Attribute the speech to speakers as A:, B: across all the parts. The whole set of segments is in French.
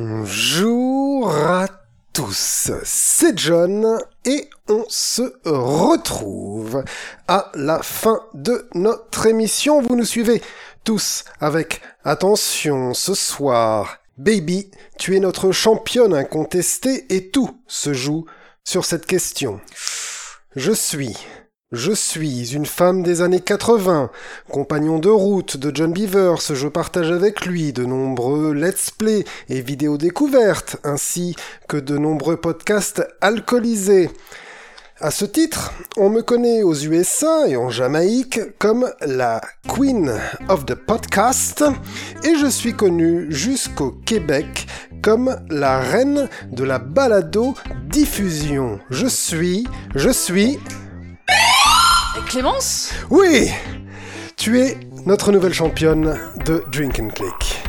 A: Bonjour à tous, c'est John et on se retrouve à la fin de notre émission. Vous nous suivez tous avec attention ce soir. Baby, tu es notre championne incontestée et tout se joue sur cette question. Je suis je suis une femme des années 80, compagnon de route de John Beavers, je partage avec lui de nombreux let's play et vidéos découvertes, ainsi que de nombreux podcasts alcoolisés. À ce titre, on me connaît aux USA et en Jamaïque comme la Queen of the Podcast, et je suis connue jusqu'au Québec comme la reine de la balado diffusion. Je suis, je suis
B: Clémence
A: Oui Tu es notre nouvelle championne de Drink and Click.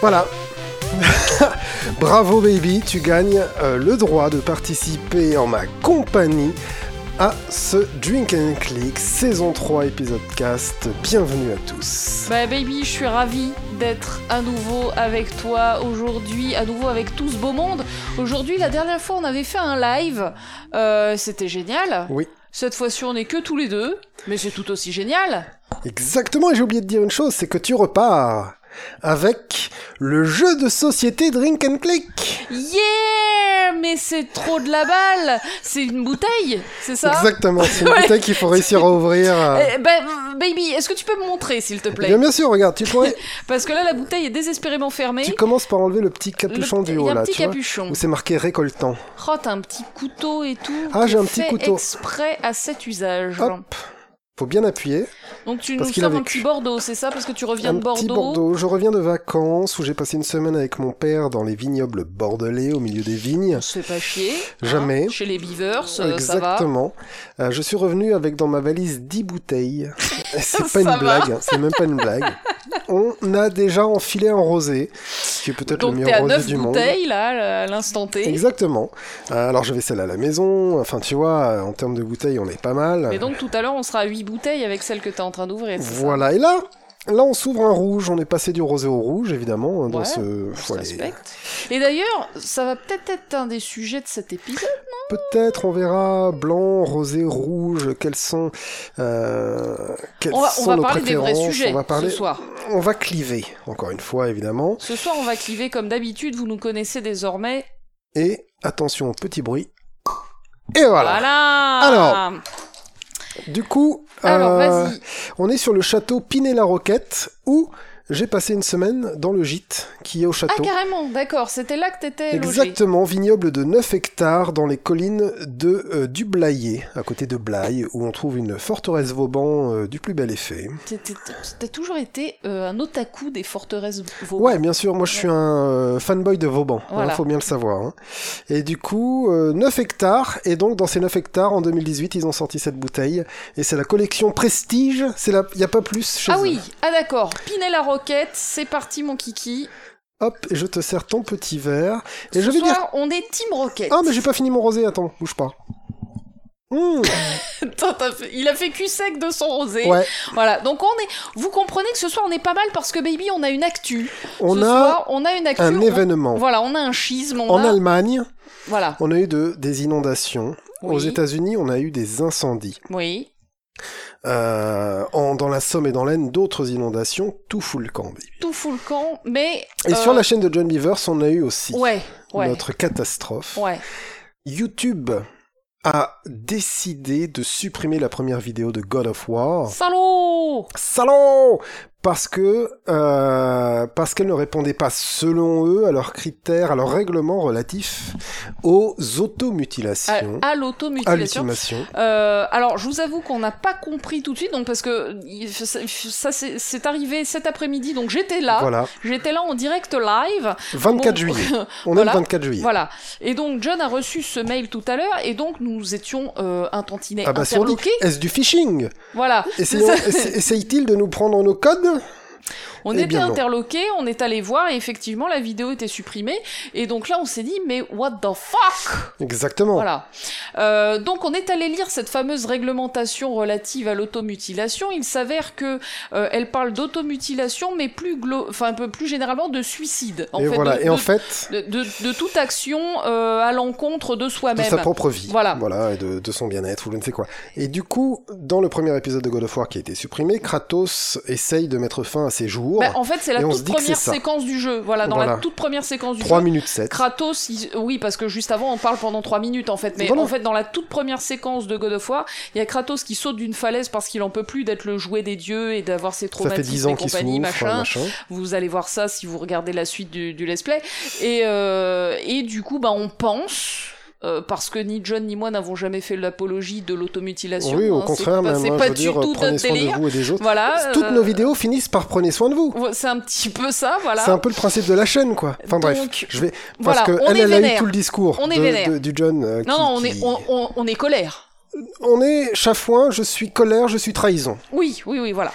A: Voilà. Bravo baby, tu gagnes euh, le droit de participer en ma compagnie à ce Drink and Click saison 3 épisode cast. Bienvenue à tous.
B: Bah baby, je suis ravie d'être à nouveau avec toi aujourd'hui, à nouveau avec tout ce beau monde. Aujourd'hui, la dernière fois, on avait fait un live, Euh, c'était génial.
A: Oui.
B: Cette fois-ci, on est que tous les deux, mais c'est tout aussi génial.
A: Exactement, et j'ai oublié de dire une chose, c'est que tu repars avec le jeu de société Drink and Click.
B: Yeah Mais c'est trop de la balle C'est une bouteille, c'est ça
A: Exactement, c'est une
B: Ouais.
A: bouteille qu'il faut réussir à ouvrir. euh.
B: Eh, bah, baby, est-ce que tu peux me montrer, s'il te
A: Bien,
B: plaît
A: bien sûr, regarde, tu, pourrais-
B: Parce que là, la bouteille est désespérément fermée.
A: tu commences par enlever le petit
B: Le-
A: capuchon
B: Il
A: du
B: y a
A: haut
B: un
A: là,
B: petit
A: tu vois.
B: capuchon.
A: Où c'est marqué récoltant.
B: Oh, t'as un petit couteau et tout.
A: Ah,
B: qui
A: j'ai
B: est
A: un petit
B: fait
A: couteau.
B: exprès à cet usage.
A: Hop. Faut bien appuyer.
B: Donc tu
A: Parce
B: nous
A: qu'il
B: sors
A: a
B: un
A: vécu.
B: petit Bordeaux, c'est ça Parce que tu reviens
A: un
B: de
A: petit
B: Bordeaux.
A: Bordeaux. Je reviens de vacances où j'ai passé une semaine avec mon père dans les vignobles bordelais au milieu des vignes.
B: On se fait pas chier. hein.
A: Jamais.
B: Chez les Beavers, euh, ça va.
A: Exactement. Euh, je suis revenu avec dans ma valise 10 bouteilles. Et c'est pas
B: Ça
A: une
B: va.
A: blague, hein, c'est même pas une blague. On a déjà enfilé un rosé, qui est peut-être le
B: Donc
A: meilleur
B: t'es à
A: rosé
B: 9
A: du monde.
B: bouteilles là, à l'instant T.
A: Exactement. Euh, alors je vais celle à la maison. Enfin tu vois, euh, en termes de bouteilles, on est pas mal.
B: Mais donc tout à l'heure, on sera à 8 bouteilles avec celle que t'es en train d'ouvrir. c'est ça
A: Voilà, et là, là on s'ouvre un rouge, on est passé du rosé au rouge, évidemment, hein, dans
B: Ouais,
A: ce...
B: On se
A: faut aller-
B: respecte. Et d'ailleurs, ça va peut-être être un des sujets de cet épisode.
A: Peut-être on verra blanc, rosé, rouge, quels sont, euh, quels
B: On va, on
A: sont
B: va
A: nos
B: parler des vrais
A: préférences,
B: sujets
A: on va parler...
B: ce soir.
A: On va cliver, encore une fois, évidemment.
B: Ce soir, on va cliver comme d'habitude. Vous nous connaissez désormais.
A: Et attention, petit bruit. Et voilà.
B: Voilà.
A: Alors, Du coup,
B: Alors,
A: euh,
B: vas-y.
A: on est sur le château Pinet-la-Roquette, où j'ai passé une semaine dans le gîte qui est au
B: Ah,
A: château.
B: carrément, d'accord. C'était là que t'étais logé.
A: Exactement, vignoble de 9 hectares dans les collines de euh, du Blayais, à côté de Blaye, où on trouve une forteresse Vauban euh, du plus bel effet.
B: T'es- t'es- T'as toujours été euh, un otaku des forteresses Vauban.
A: Ouais, bien sûr, moi je suis un euh, fanboy de Vauban, hein,
B: Voilà.
A: faut bien le savoir. hein. Et du coup, euh, 9 hectares, et donc dans ces 9 hectares, en 2018, ils ont sorti cette bouteille, et c'est la collection Prestige, il la... n'y a pas plus chez
B: Ah
A: eux.
B: oui, ah d'accord. Pinel la roquette, c'est parti mon kiki.
A: Hop, et je te sers ton petit verre, et
B: Ce
A: je vais
B: soir,
A: dire...
B: on est Team Rocket.
A: Ah, mais j'ai pas fini mon rosé, attends, bouge pas. Mmh,
B: Attends, t'as fait- Il a fait cul sec de son rosé.
A: ouais,
B: Voilà, donc on est. Vous comprenez que ce soir on est pas mal parce que baby, on a une actu.
A: on
B: ce
A: a
B: soir, on a une actu.
A: un
B: on- hein.
A: événement.
B: Voilà, on a un schisme. On
A: En
B: a...
A: Allemagne,
B: Voilà.
A: on a eu de- des inondations. Aux
B: Oui.
A: États-Unis, on a eu des incendies.
B: Oui.
A: Euh, en, dans la Somme et dans l'Aisne, d'autres inondations. Tout fout le camp. baby.
B: Tout fout le camp, mais.
A: Et
B: euh,
A: sur la chaîne de John Beavers, on a eu aussi
B: Ouais, ouais,
A: notre catastrophe.
B: ouais.
A: YouTube a décidé de supprimer la première vidéo de God of War.
B: Salaud
A: Salon parce que euh, parce qu'elle ne répondait pas selon eux à leurs critères, à leurs règlements relatifs aux automutilations.
B: À, à l'automutilation.
A: Hallucinations.
B: Euh, alors, je vous avoue qu'on n'a pas compris tout de suite, donc parce que il- ça, ça, c'est c'est arrivé cet après-midi, donc j'étais là,
A: Voilà.
B: j'étais là en direct live.
A: 24
B: Bon,
A: juillet. On est
B: voilà.
A: le 24 juillet.
B: Voilà. Et donc John a reçu ce mail tout à l'heure, et donc nous étions euh, un tantinet
A: Ah bah sur
B: interloqués.
A: Est-ce du phishing
B: Voilà.
A: Essayons- essa- Essaye-t-il de nous prendre nos codes
B: On
A: Eh
B: était
A: bien non.
B: interloqués, on est allé voir, et effectivement la vidéo était supprimée. Et donc là, on s'est dit, mais what the fuck
A: Exactement.
B: Voilà. Euh, donc on est allé lire cette fameuse réglementation relative à l'automutilation. Il s'avère que euh, elle parle d'automutilation, mais plus glo- enfin un peu plus généralement de suicide. En
A: et
B: fait,
A: voilà.
B: de,
A: et en
B: de-
A: fait,
B: de, de- de toute action euh, à l'encontre de
A: de sa
B: soi-même.
A: propre vie.
B: Voilà.
A: et de, de son bien-être ou je ne sais quoi. Et du coup, dans le premier épisode de God of War qui a été supprimé, Kratos essaye de mettre fin à ses jours.
B: Bah, en fait, c'est la
A: Et on se
B: toute
A: dit que c'est
B: première
A: ça.
B: séquence du jeu. Voilà, dans la
A: Voilà.
B: toute première séquence du
A: 3
B: jeu.
A: minutes 7.
B: Kratos, il- oui, parce que juste avant, on parle pendant trois minutes en fait. Mais
A: Voilà.
B: en fait, dans la toute première séquence de God of War, il y a Kratos qui saute d'une falaise parce qu'il en peut plus d'être le jouet des dieux et d'avoir ses
A: Ça fait
B: traumatismes
A: 10 ans
B: et
A: qu'il
B: compagnie,
A: souffre,
B: machin.
A: machin.
B: Vous allez voir ça si vous regardez la suite du, du let's play. Et, euh, et du coup, bah, on pense. euh, parce que ni John ni moi n'avons jamais fait l'apologie de l'automutilation.
A: Oui, au
B: hein, c'est
A: contraire,
B: pas-
A: même.
B: c'est
A: hein,
B: pas
A: je veux
B: du
A: dire,
B: tout
A: prenez
B: notre
A: soin
B: délire.
A: de vous et des autres.
B: Voilà.
A: Toutes
B: euh,
A: nos vidéos finissent par prenez soin de vous.
B: C'est un petit peu ça, voilà.
A: C'est un peu le principe de la chaîne, quoi. Enfin bref,
B: Donc,
A: je vais parce
B: voilà,
A: que
B: on
A: elle,
B: est
A: elle a eu
B: vénère.
A: tout le discours
B: On est
A: de-
B: vénère.
A: de- du John. euh,
B: Non,
A: qui-
B: non, on
A: qui-
B: est, on, on- on est colère.
A: on est chafouin, je suis colère, je suis trahison.
B: Oui, oui, oui, voilà.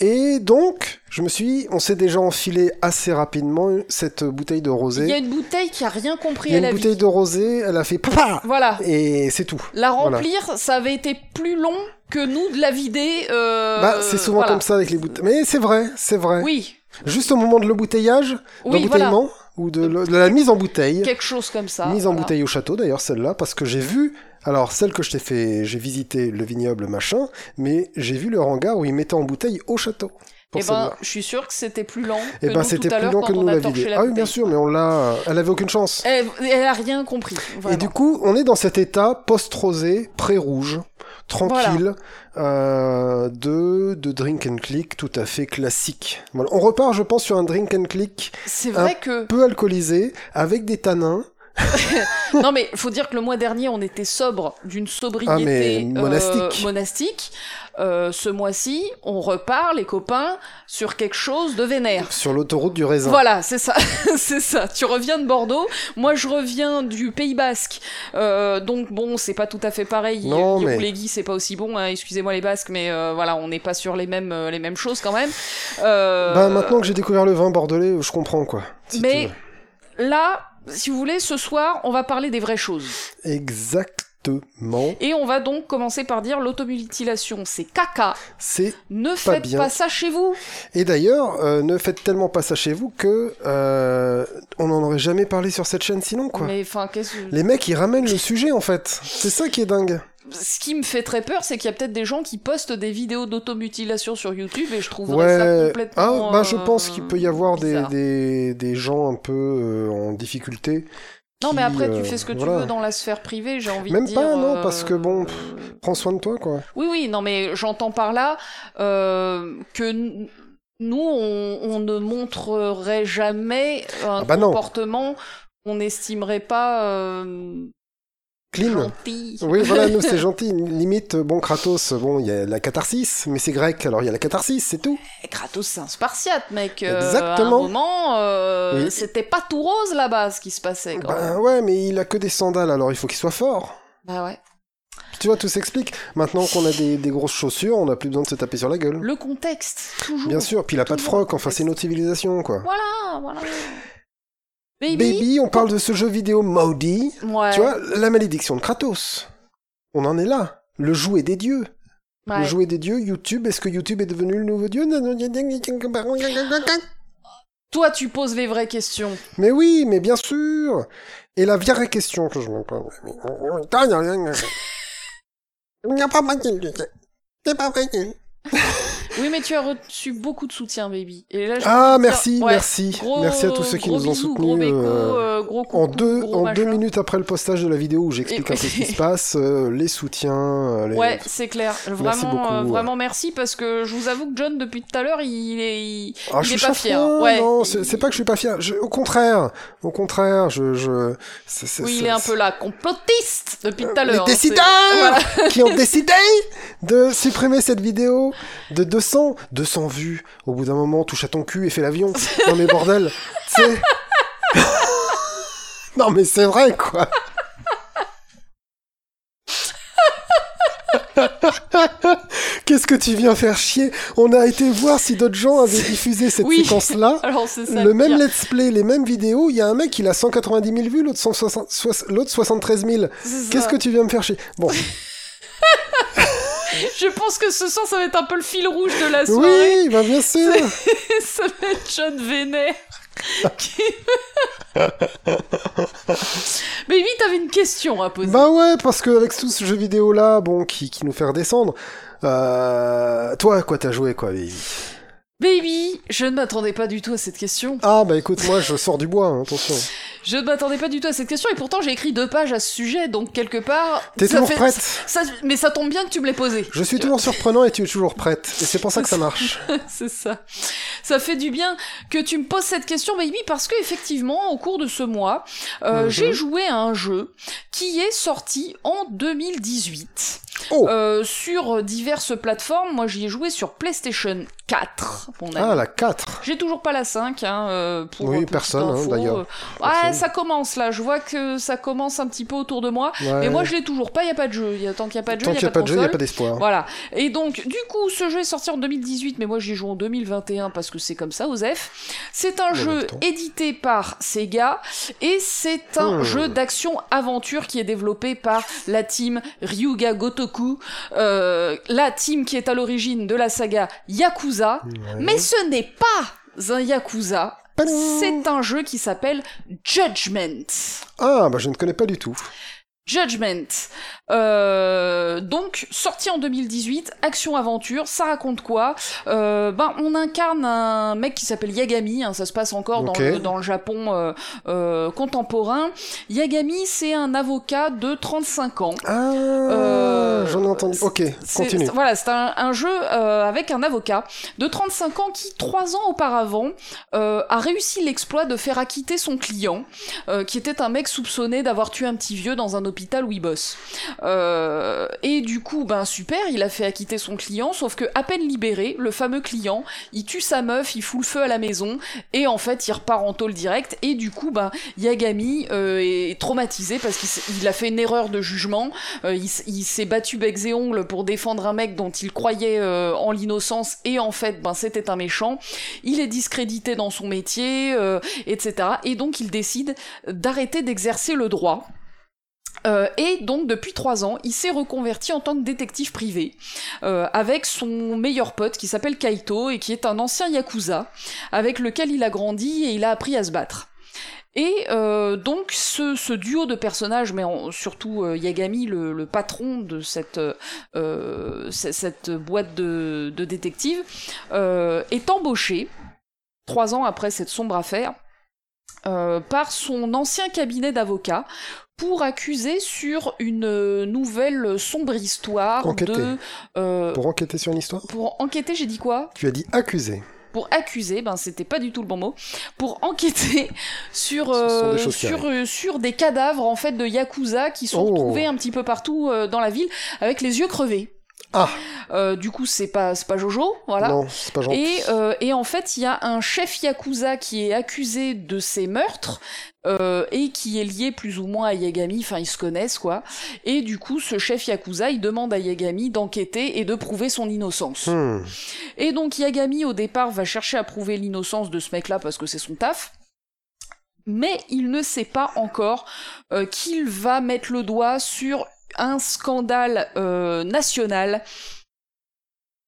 A: Et donc, je me suis, on s'est déjà enfilé assez rapidement cette bouteille de
B: Il y a
A: rosée.
B: une bouteille qui a rien compris
A: Il y a
B: à
A: une
B: la
A: bouteille
B: vie.
A: de rosée, elle a fait papa
B: Voilà.
A: et c'est tout.
B: La
A: Voilà.
B: remplir, ça avait été plus long que nous de la vider. euh,
A: Bah, c'est souvent
B: voilà.
A: comme ça avec les bouteilles. Mais c'est vrai, c'est vrai.
B: Oui,
A: Juste au moment de l'embouteillage,
B: oui, voilà.
A: l'embouteillement ou de, le- de la mise en bouteille.
B: Quelque chose comme ça.
A: Mise en
B: voilà.
A: bouteille au château d'ailleurs celle-là parce que j'ai vu alors celle que je t'ai fait j'ai visité le vignoble machin mais j'ai vu le hangar où ils mettaient en bouteille au château. Pour
B: Eh ben,
A: celle-là.
B: je suis sûr que c'était plus lent.
A: Eh
B: que
A: ben
B: nous
A: c'était
B: tout à
A: plus
B: l'heure
A: long que
B: quand
A: nous
B: on a
A: la
B: torché
A: vidéo.
B: la
A: Ah oui
B: bouteille. Eh,
A: bien sûr mais on l'a elle avait aucune chance.
B: Elle, elle a rien compris.
A: Et
B: vraiment.
A: du coup, on est dans cet état post-rosé, pré-rouge, tranquille, euh, de, de drink and click tout à fait classique. Voilà. On repart, je pense, sur un drink and click
B: C'est
A: hein
B: vrai que
A: peu alcoolisé, avec des tanins,
B: non mais faut dire que le mois dernier on était sobre d'une sobriété
A: Ah, mais
B: euh,
A: monastique.
B: monastique. Euh, ce mois-ci on repart les copains sur quelque chose de vénère.
A: sur l'autoroute du raisin.
B: Voilà, c'est ça, c'est ça. Tu reviens de Bordeaux, moi je reviens du Pays Basque. Euh, donc bon, c'est pas tout à fait pareil.
A: Non, mais-
B: les c'est pas aussi bon. hein. Excusez-moi les Basques, mais euh, voilà, on n'est pas sur les mêmes euh, les mêmes choses quand même. Euh,
A: Bah, maintenant que j'ai découvert le vin bordelais, je comprends, quoi. si
B: Mais-
A: tu veux.
B: là, si vous voulez, ce soir, on va parler des vraies choses.
A: Exactement.
B: Et on va donc commencer par dire l'automutilation, c'est caca.
A: C'est
B: Ne faites
A: bien.
B: pas ça chez vous.
A: Et d'ailleurs, euh, ne faites tellement pas ça chez vous que euh, on n'en aurait jamais parlé sur cette chaîne sinon, quoi.
B: Mais enfin, qu'est-ce que-
A: Les mecs, ils ramènent le sujet, en fait. C'est ça qui est dingue.
B: ce qui me fait très peur, c'est qu'il y a peut-être des gens qui postent des vidéos d'automutilation sur YouTube et je trouverais ça
A: Ouais.
B: complètement.
A: Ah, bah, je
B: euh,
A: pense qu'il peut y avoir des,
B: bizarre.
A: des, des gens un peu euh, en difficulté.
B: Non,
A: qui,
B: mais après,
A: euh,
B: tu fais ce que tu
A: voilà.
B: veux dans la sphère privée, j'ai envie
A: Même
B: de dire.
A: pas, non,
B: euh,
A: parce que bon, pff. Prends soin de toi, quoi.
B: Oui, oui, non, mais j'entends par là euh, que n- nous, on, on ne montrerait jamais un
A: Ah bah non.
B: comportement qu'on n'estimerait pas euh,
A: Clean.
B: gentil.
A: Oui, voilà, nous, c'est gentil. Limite, bon, Kratos, bon, il y a la catharsis, mais c'est grec, alors il y a la catharsis, c'est tout.
B: Eh, Kratos, c'est un spartiate, mec. Euh, à
A: Exactement.
B: un moment, euh,
A: Oui.
B: c'était pas tout rose là-bas ce qui se passait. Quand même.
A: Ben ouais, mais il a que des sandales, alors il faut qu'il soit fort.
B: Bah ouais.
A: Tu vois, tout s'explique. Maintenant qu'on a des, des grosses chaussures, on n'a plus besoin de se taper sur la gueule.
B: Le contexte, toujours.
A: Bien sûr, puis il a pas de
B: Toujours.
A: froc, enfin c'est notre civilisation, quoi.
B: Voilà, voilà. Baby.
A: Baby, on parle de ce jeu vidéo maudit.
B: Ouais.
A: Tu vois, la malédiction de Kratos. On en est là. Le jouet des dieux. Le
B: ouais.
A: jouet des dieux, YouTube, est-ce que YouTube est devenu le nouveau dieu
B: Toi, tu poses les vraies questions.
A: Mais oui, mais bien sûr Et la vraie question que je me pose... Il n'y a pas moitié de dieu. C'est pas vrai.
B: Oui, mais tu as reçu beaucoup de soutien, baby. Et là, je
A: Ah,
B: peux te dire-
A: merci,
B: ouais,
A: merci.
B: gros-
A: merci à tous ceux qui
B: gros
A: nous ont
B: bisous,
A: soutenus.
B: Gros béco,
A: euh,
B: euh, gros coucou,
A: En deux,
B: gros
A: en deux
B: machin.
A: minutes après le postage de la vidéo où j'explique un peu ce qui se passe, euh, les soutiens, euh, les...
B: Ouais, c'est clair. Vraiment,
A: beaucoup,
B: euh,
A: ouais.
B: vraiment merci parce que je vous avoue que John, depuis tout à l'heure, il est. il-
A: Ah, je
B: il
A: suis
B: est pas
A: chafouin,
B: fier, ouais.
A: Non, c'est c'est pas que je suis pas fier. je- au contraire, au contraire, je, je. c'est- c'est-
B: Oui,
A: c'est-
B: il est un peu là, complotiste depuis tout à
A: Les
B: l'heure. hein, c'est-
A: décideurs
B: Voilà.
A: qui ont décidé de supprimer cette vidéo de 200, 200 vues. Au bout d'un moment, touche à ton cul et fais l'avion. Non mais bordel, tu sais. non mais c'est vrai quoi. Qu'est-ce que tu viens faire chier On a été voir si d'autres gens avaient diffusé cette
B: Oui.
A: séquence-là.
B: Alors, c'est ça.
A: Le
B: pire.
A: même let's play, les mêmes vidéos, il y a un mec, il a 190 000 vues, l'autre 160 soix- l'autre 73 000.
B: C'est ça.
A: Qu'est-ce que tu viens me faire chier Bon,
B: Je pense que ce soir, ça va être un peu le fil rouge de la soirée.
A: oui, bah bien sûr.
B: ça va être John Vénère. qui- Baby, t'avais une question à poser.
A: Bah ouais, parce que avec tout ce jeu vidéo là, bon, qui, qui nous fait redescendre. Euh, toi, à quoi t'as joué, quoi Baby
B: Baby, je ne m'attendais pas du tout à cette question.
A: Ah bah écoute, moi je sors du bois, hein, attention.
B: Je ne m'attendais pas du tout à cette question et pourtant j'ai écrit deux pages à ce sujet, donc quelque part.
A: T'es
B: ça
A: toujours
B: fait-
A: prête
B: ça- Mais ça tombe bien que tu me l'aies posée.
A: Je suis toujours surprenant et tu es toujours prête. Et c'est pour ça que ça marche.
B: C'est ça. Ça fait du bien que tu me poses cette question, baby, parce que effectivement, au cours de ce mois, euh,
A: Mhm.
B: j'ai joué à un jeu qui est sorti en 2018
A: Oh.
B: Euh, sur diverses plateformes. Moi, j'y ai joué sur PlayStation 4. mon ami.
A: Ah, la 4.
B: J'ai toujours pas la 5, hein, euh, pour
A: Oui,
B: pour petite
A: personne, hein,
B: info.
A: d'ailleurs.
B: Euh, Ouais,
A: Personne.
B: ça commence là, je vois que ça commence un petit peu autour de moi.
A: Ouais.
B: Mais moi, je l'ai toujours pas, il y a pas de jeu. Y a- Tant qu'il y a pas de jeu,
A: Tant
B: y a
A: qu'il n'y a
B: pas de
A: jeu, il n'y a
B: console.
A: pas d'espoir.
B: Voilà. Et donc, du coup, ce jeu est sorti en 2018, mais moi j'y joue en 2021 parce que c'est comme ça, Osef. C'est un
A: En
B: jeu
A: même temps.
B: édité par Sega et c'est un
A: Hmm.
B: jeu d'action-aventure qui est développé par la team Ryuga Gotoku, euh, la team qui est à l'origine de la saga Yakuza.
A: Ouais.
B: Mais ce n'est pas un Yakuza.
A: Padou.
B: C'est un jeu qui s'appelle Judgment.
A: Ah, bah je ne connais pas du tout.
B: Judgment. Euh, donc, sorti en 2018, action-aventure, ça raconte quoi Euh, Ben, on incarne un mec qui s'appelle Yagami, hein, ça se passe encore
A: Ok.
B: dans, le, dans le Japon euh, euh, contemporain. Yagami, c'est un avocat de 35 ans.
A: Ah, j'en ai entendu.
B: c'est-
A: Ok,
B: Euh, C'est-
A: continue.
B: c'est- Voilà, c'est un, un jeu euh, avec un avocat de 35 ans qui, trois ans auparavant, euh, a réussi l'exploit de faire acquitter son client, euh, qui était un mec soupçonné d'avoir tué un petit vieux dans un hôpital où il bosse. Euh, et du coup, ben super, il a fait acquitter son client, sauf que à peine libéré, le fameux client, il tue sa meuf, il fout le feu à la maison, et en fait, il repart en tôle direct. Et du coup, ben Yagami euh, est traumatisé parce qu'il s- il a fait une erreur de jugement. Euh, il s- il s'est battu becs et ongles pour défendre un mec dont il croyait euh, en l'innocence et en fait, ben, c'était un méchant. Il est discrédité dans son métier, euh, etc. Et donc, il décide d'arrêter d'exercer le droit. Euh, et donc depuis trois ans, il s'est reconverti en tant que détective privé euh, avec son meilleur pote qui s'appelle Kaito et qui est un ancien yakuza avec lequel il a grandi et il a appris à se battre. Et euh, donc ce, ce duo de personnages, mais en- surtout euh, Yagami, le, le patron de cette, euh, euh, c- cette boîte de, de détectives, euh, est embauché trois ans après cette sombre affaire euh, par son ancien cabinet d'avocats pour accuser sur une euh, nouvelle sombre histoire
A: Enquêter.
B: de euh,
A: Pour enquêter sur une histoire
B: pour enquêter, j'ai dit quoi
A: Tu as dit accusé.
B: pour accuser, ben c'était pas du tout le bon mot, pour enquêter sur
A: Ce sont
B: euh,
A: des choses qui
B: sur, euh, sur des cadavres en fait de yakuza qui sont
A: Oh.
B: retrouvés un petit peu partout euh, dans la ville avec les yeux crevés.
A: Ah.
B: Euh, du coup, c'est pas c'est pas Jojo, voilà.
A: Non, c'est pas gentil.
B: Et, euh, et en fait, il y a un chef yakuza qui est accusé de ces meurtres euh, et qui est lié plus ou moins à Yagami. Enfin, ils se connaissent quoi. Et du coup, ce chef yakuza, il demande à Yagami d'enquêter et de prouver son innocence.
A: Hmm.
B: Et donc Yagami au départ va chercher à prouver l'innocence de ce mec-là parce que c'est son taf. Mais il ne sait pas encore euh, qu'il va mettre le doigt sur un scandale euh, national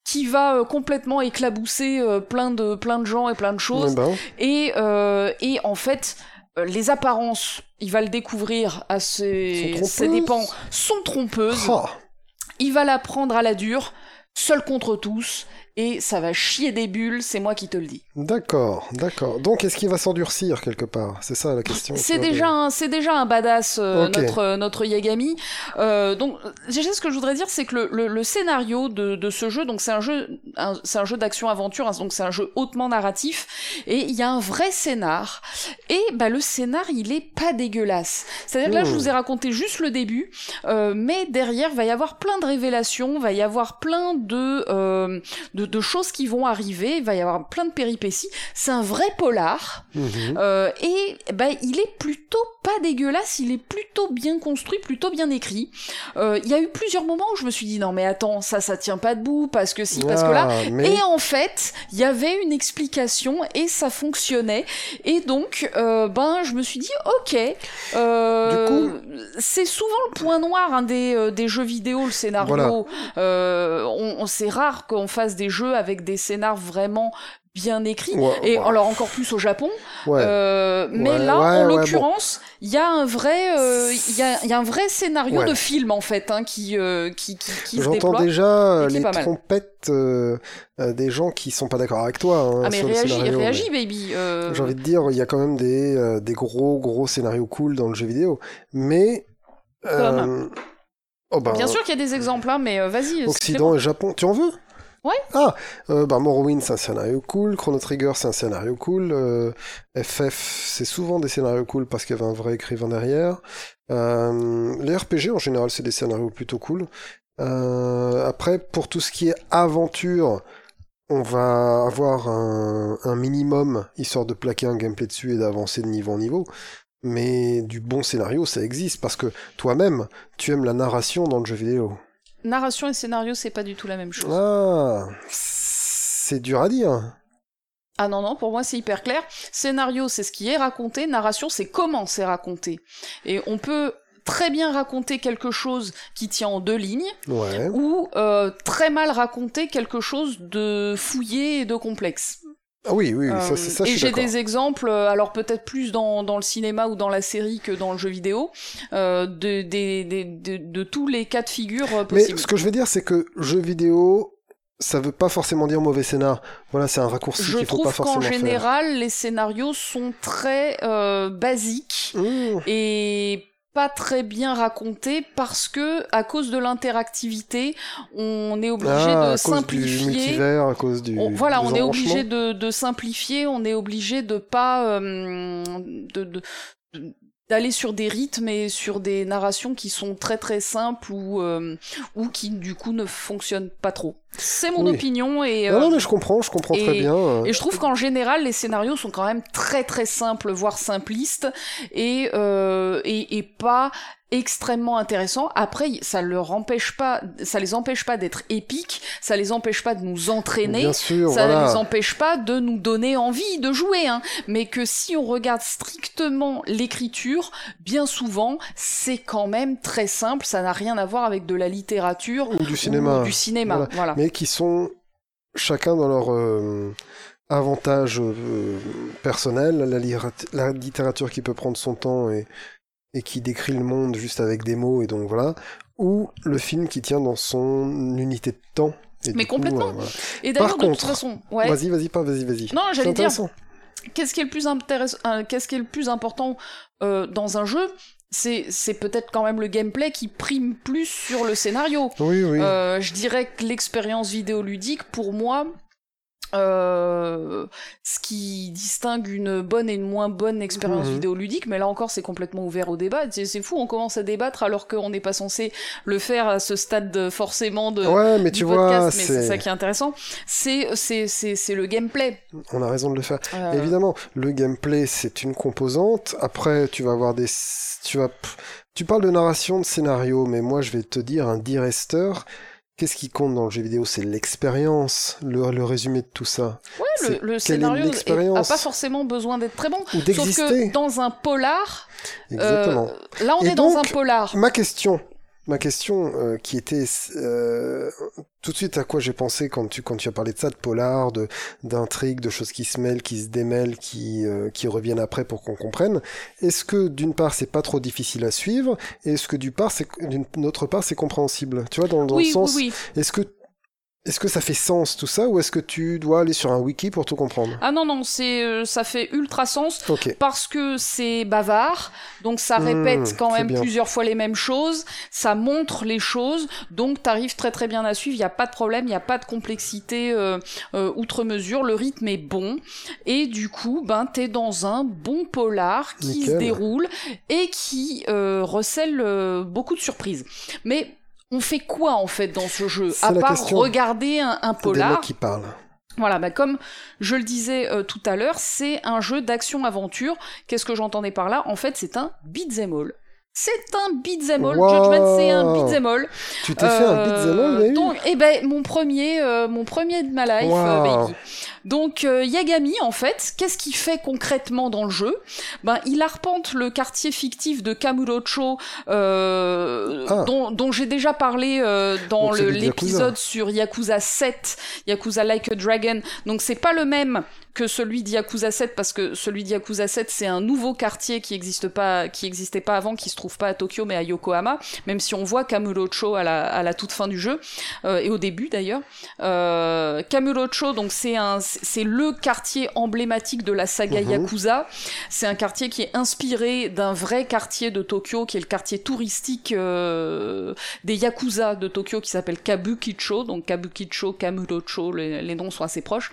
B: qui va euh, complètement éclabousser euh, plein, de, plein de gens et plein de choses.
A: Eh ben,
B: Et, euh, et en fait, euh, les apparences, il va le découvrir à ses,
A: Sont
B: ses
A: trompeuses.
B: dépens, sont trompeuses.
A: ah.
B: Il va la prendre à la dure, seul contre tous, et ça va chier des bulles, c'est moi qui te le dis.
A: D'accord, d'accord. Donc est-ce qu'il va s'endurcir quelque part C'est ça la question.
B: C'est
A: tu vois,
B: déjà, un, c'est déjà un badass, euh,
A: Ok.
B: notre, euh, notre Yagami. Euh, donc, déjà, ce que je voudrais dire, c'est que le, le- le scénario de, de ce jeu, donc c'est un jeu, un- c'est un jeu d'action-aventure, hein, donc c'est un jeu hautement narratif, et il y a un vrai scénar. Et bah, le scénar, il est pas dégueulasse. C'est-à-dire que là, je
A: Mmh.
B: vous ai raconté juste le début, euh, mais derrière, va y avoir plein de révélations, va y avoir plein de, euh, de, de choses qui vont arriver, il va y avoir plein de péripéties. C'est un vrai polar.
A: de- Mhm.
B: Euh, et ben, il est plutôt pas dégueulasse, il est plutôt bien construit, plutôt bien écrit. Euh, Il y a eu plusieurs moments où je me suis dit non mais attends ça ça tient pas debout parce que si parce que là.
A: Ah, mais-
B: Et en fait, il y avait une explication et ça fonctionnait. Et donc, euh, ben, je me suis dit, ok, euh, c'est souvent le point noir hein, des, euh, des jeux vidéo, le scénario.
A: Voilà.
B: Euh, on, on- c'est rare qu'on fasse des jeux avec des scénars vraiment bien écrits.
A: Ouais,
B: Et
A: ouais,
B: alors encore plus au Japon,
A: ouais.
B: euh, mais
A: Ouais,
B: là,
A: ouais,
B: en
A: ouais, bon.
B: l'occurrence, il y a un vrai, euh, il y, a, il y a un vrai scénario
A: Ouais.
B: de film en fait hein, qui, euh, qui qui qui se
A: J'entends
B: déploie.
A: déjà euh,
B: et qui est
A: les
B: pas mal.
A: trompettes euh, euh, des gens qui sont pas d'accord avec toi hein,
B: Ah mais
A: sur le
B: réagis,
A: scénario.
B: réagis, baby. euh,
A: J'ai envie de dire, il y a quand même des, euh, des gros, gros scénarios cool dans le jeu vidéo. Mais.
B: Comme
A: oh ben,
B: Bien sûr qu'il y a des exemples, hein, mais euh, vas-y.
A: Occident et Japon, tu en veux
B: Ouais.
A: Ah, euh, bah Morrowind, c'est un scénario cool. Chrono Trigger, c'est un scénario cool. euh, FF, c'est souvent des scénarios cool parce qu'il y avait un vrai écrivain derrière. Euh, les RPG, en général, c'est des scénarios plutôt cool. Euh, après, pour tout ce qui est aventure, on va avoir un, un minimum, histoire de plaquer un gameplay dessus et d'avancer de niveau en niveau. Mais du bon scénario, ça existe parce que toi-même, tu aimes la narration dans le jeu vidéo.
B: Narration et scénario, c'est pas du tout la même chose.
A: Ah, c'est dur à dire.
B: Ah non non, pour moi c'est hyper clair. Scénario, c'est ce qui est raconté. Narration, c'est comment c'est raconté. Et on peut très bien raconter quelque chose qui tient en deux lignes
A: Ouais.
B: ou euh, très mal raconter quelque chose de fouillé et de complexe.
A: Ah oui, oui, oui, ça,
B: Euh,
A: c'est ça, je
B: et
A: suis
B: j'ai
A: d'accord.
B: des exemples, euh, alors peut-être plus dans, dans le cinéma ou dans la série que dans le jeu vidéo, euh, de, des- des- de, de tous les cas de figure euh,
A: Mais
B: possibles.
A: ce que je veux dire, c'est que jeu vidéo, ça veut pas forcément dire mauvais scénar. Voilà, c'est un raccourci
B: Je
A: qu'il faut pas
B: trouve
A: forcément
B: qu'en
A: faire.
B: général, les scénarios sont très euh, basiques
A: Mmh,
B: et pas très bien racontés parce que à cause de l'interactivité, on est obligé
A: Ah, à
B: de
A: cause du
B: simplifier.
A: multivers, à cause du.
B: On- voilà,
A: des
B: on est obligé
A: embranchements.
B: de, de simplifier, on est obligé de pas euh, de- de- de- d'aller sur des rythmes et sur des narrations qui sont très très simples ou euh, ou qui du coup ne fonctionnent pas trop. C'est mon
A: Oui.
B: opinion et
A: Non, non,
B: euh,
A: mais je comprends, je comprends très
B: et-
A: bien. euh,
B: et je trouve qu'en général, les scénarios sont quand même très très simples, voire simplistes, et, euh, et, et pas extrêmement intéressants. Après, y- ça leur empêche pas, ça les empêche pas d'être épiques, ça les empêche pas de nous entraîner,
A: Bien sûr,
B: ça ne
A: voilà.
B: les empêche pas de nous donner envie de jouer, hein. mais que si on regarde strictement l'écriture, bien souvent, c'est quand même très simple, ça n'a rien à voir avec de la littérature
A: Ou du
B: ou
A: cinéma.
B: du cinéma. Voilà.
A: mais qui sont chacun dans leur euh, avantage euh, personnel. La, lira- la littérature qui peut prendre son temps et, et qui décrit le monde juste avec des mots, et donc voilà. Ou le film qui tient dans son unité de temps. Et
B: Mais
A: du coup,
B: complètement.
A: euh, voilà.
B: Et d'ailleurs,
A: Par
B: de toute
A: contre,
B: façon, ouais.
A: Vas-y, vas-y, pas, vas-y, vas-y.
B: Non,
A: C'est
B: j'allais dire,
A: intéressant.
B: qu'est-ce qui est le plus intéressant, euh, qu'est-ce qui est le plus important euh, dans un jeu C'est c'est peut-être quand même le gameplay qui prime plus sur le scénario.
A: Oui, oui.
B: Euh, je dirais que l'expérience vidéoludique, pour moi, euh, ce qui distingue une bonne et une moins bonne expérience
A: Mhm.
B: vidéoludique, mais là encore, c'est complètement ouvert au débat. C'est c'est fou, on commence à débattre alors qu'on n'est pas censé le faire à ce stade de- forcément de.
A: ouais, mais
B: du
A: tu
B: podcast,
A: vois,
B: mais c'est ça
A: c'est...
B: qui est intéressant. C'est c'est- c'est- c'est le gameplay.
A: on a raison de le faire.
B: Euh,
A: Évidemment, le gameplay c'est une composante. Après, tu vas avoir des, tu vas, pff, tu parles de narration, de scénario, mais moi je vais te dire un direster. Qu'est-ce qui compte dans le jeu vidéo C'est l'expérience, le, le résumé de tout ça,
B: Ouais,
A: c'est
B: le, le
A: quelle est
B: scénario n'a
A: l'expérience
B: pas forcément besoin d'être très bon.
A: ou
B: Sauf que euh,
A: d'exister.
B: dans un polar, euh,
A: Exactement.
B: là on
A: Et
B: est dans un
A: donc,
B: polar.
A: Ma question, ma question euh, qui était euh, tout de suite à quoi j'ai pensé quand tu, quand tu as parlé de ça, de polar, de d'intrigues, de choses qui se mêlent, qui se démêlent, qui, euh, qui reviennent après pour qu'on comprenne. Est-ce que d'une part c'est pas trop difficile à suivre et est-ce que d'une part c'est d'une autre part c'est compréhensible Tu vois dans, dans
B: Oui,
A: le
B: oui,
A: sens,
B: oui.
A: est-ce que Est-ce que ça fait sens tout ça ou est-ce que tu dois aller sur un wiki pour tout comprendre
B: Ah non, non, c'est, euh, ça fait ultra sens
A: Ok.
B: parce que c'est bavard, donc ça
A: Hmm,
B: répète quand
A: c'est
B: même
A: bien.
B: plusieurs fois les mêmes choses, ça montre les choses, donc t'arrives très très bien à suivre, il n'y a pas de problème, il n'y a pas de complexité euh, euh, outre mesure, le rythme est bon, et du coup, ben t'es dans un bon polar qui
A: Nickel.
B: se déroule et qui euh, recèle euh, beaucoup de surprises. Mais on fait quoi en fait dans ce jeu
A: C'est
B: à
A: la
B: part
A: question.
B: regarder un, un
A: Des
B: polar
A: mecs qui parlent.
B: voilà, bah comme je le disais euh, tout à l'heure, c'est un jeu d'action-aventure. Qu'est-ce que j'entendais par là En fait, c'est un beat'em all. C'est un beat'em all.
A: Wow.
B: Judgment, c'est un beat'em all.
A: Tu t'es fait un
B: Euh,
A: beat'em all, Nahu
B: donc, eh ben, mon premier, euh, mon premier de ma life,
A: Wow.
B: euh, baby. Donc, euh, Yagami, en fait, qu'est-ce qu'il fait concrètement dans le jeu Ben, il arpente le quartier fictif de Kamurocho, euh,
A: Ah.
B: dont, dont j'ai déjà parlé euh, dans
A: Donc, c'est
B: le-
A: du Yakuza.
B: l'épisode sur Yakuza 7, Yakuza Like a Dragon. Donc, c'est pas le même que celui de Yakuza 7 parce que celui de Yakuza 7 c'est un nouveau quartier qui existe pas qui existait pas avant qui se trouve pas à Tokyo mais à Yokohama même si on voit Kamurocho à la, à la toute fin du jeu euh, et au début d'ailleurs euh, Kamurocho donc c'est un c'est le quartier emblématique de la saga
A: Mhm.
B: Yakuza c'est un quartier qui est inspiré d'un vrai quartier de Tokyo qui est le quartier touristique euh, des Yakuza de Tokyo qui s'appelle Kabukicho donc Kabukicho Kamurocho les- les noms sont assez proches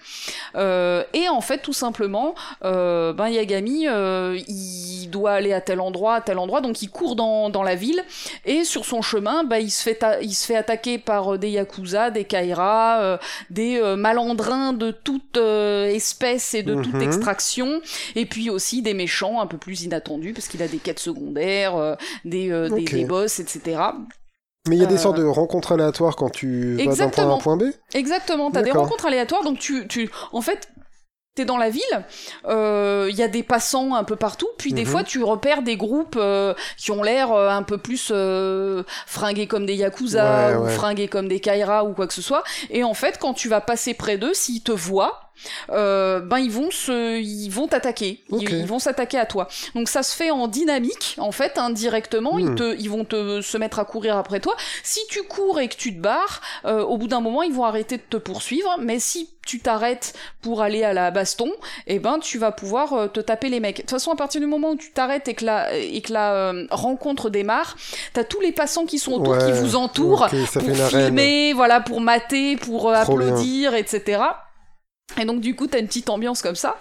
B: euh, et en fait, tout simplement, euh, ben Yagami, euh, il doit aller à tel endroit, à tel endroit, donc il court dans, dans la ville, et sur son chemin, ben, il, se fait ta- il se fait attaquer par euh, des Yakuza, des Kaira, euh, des euh, malandrins de toute euh, espèce et de toute
A: Mhm.
B: extraction, et puis aussi des méchants un peu plus inattendus, parce qu'il a des quêtes secondaires, euh, des, euh, des-
A: Ok.
B: des boss, etc.
A: Mais il y a des
B: euh,
A: sortes de rencontres aléatoires quand tu vas d'un point A à un
B: Exactement.
A: point B
B: Exactement, t'as des
A: D'accord.
B: rencontres aléatoires, donc tu, tu en fait, t'es dans la ville, euh, il y a des passants un peu partout, puis des
A: Mhm.
B: fois tu repères des groupes euh, qui ont l'air euh, un peu plus euh, fringués comme des Yakuza,
A: Ouais,
B: ou
A: ouais.
B: fringués comme des Kaira, ou quoi que ce soit, et en fait, quand tu vas passer près d'eux, s'ils te voient, euh, ben ils vont se, ils vont t'attaquer, Ils-
A: Ok.
B: ils, vont s'attaquer à toi. Donc ça se fait en dynamique, en fait, indirectement,
A: Hmm.
B: ils te, ils vont te se mettre à courir après toi. Si tu cours et que tu te barres, euh, au bout d'un moment ils vont arrêter de te poursuivre, mais si tu t'arrêtes pour aller à la baston, eh ben tu vas pouvoir euh, te taper les mecs. De toute façon, à partir du moment où tu t'arrêtes et que la et que la euh, rencontre démarre, t'as tous les passants qui sont autour qui
A: Ouais,
B: vous entourent
A: ok, ça fait
B: pour
A: une arène.
B: filmer, voilà, pour mater, pour euh,
A: Trop bien.
B: applaudir, etc. Et donc du coup t'as une petite ambiance comme ça.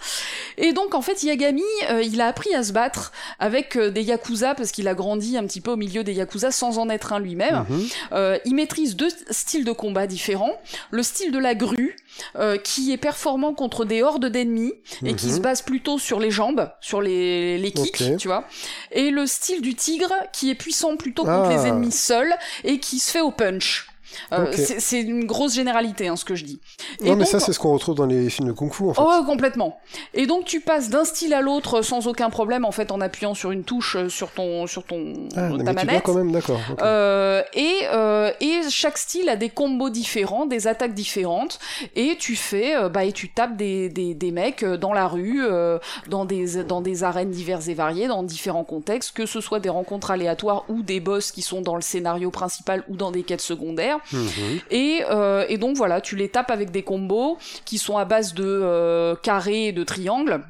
B: Et donc en fait Yagami euh, il a appris à se battre avec euh, des yakuza parce qu'il a grandi un petit peu au milieu des yakuza sans en être un lui-même.
A: Mhm.
B: Euh, il maîtrise deux styles de combat différents. Le style de la grue, euh, qui est performant contre des hordes d'ennemis et qui
A: Mhm.
B: se base plutôt sur les jambes, sur les, les kicks,
A: Ok.
B: tu vois. Et le style du tigre, qui est puissant plutôt contre
A: Ah.
B: les ennemis seuls et qui se fait au punch. Euh,
A: Ok.
B: c'est- C'est une grosse généralité, hein, ce que je dis. Et
A: Non, mais
B: donc,
A: ça, c'est ce qu'on retrouve dans les films de Kung Fu, en fait.
B: Oh, complètement. Et donc tu passes d'un style à l'autre sans aucun problème en fait en appuyant sur une touche euh, sur ton sur ton
A: ah, non,
B: ta
A: mais tu viens
B: manette.
A: quand même, d'accord. ok.
B: Euh, et, euh, et chaque style a des combos différents, des attaques différentes, et tu fais, euh, bah, et tu tapes des, des, des mecs euh, dans la rue, euh, dans, des, dans des arènes diverses et variées, dans différents contextes, que ce soit des rencontres aléatoires ou des boss qui sont dans le scénario principal ou dans des quêtes secondaires.
A: Mhm.
B: Et, euh, et donc voilà, tu les tapes avec des combos qui sont à base de euh, carrés et de triangles.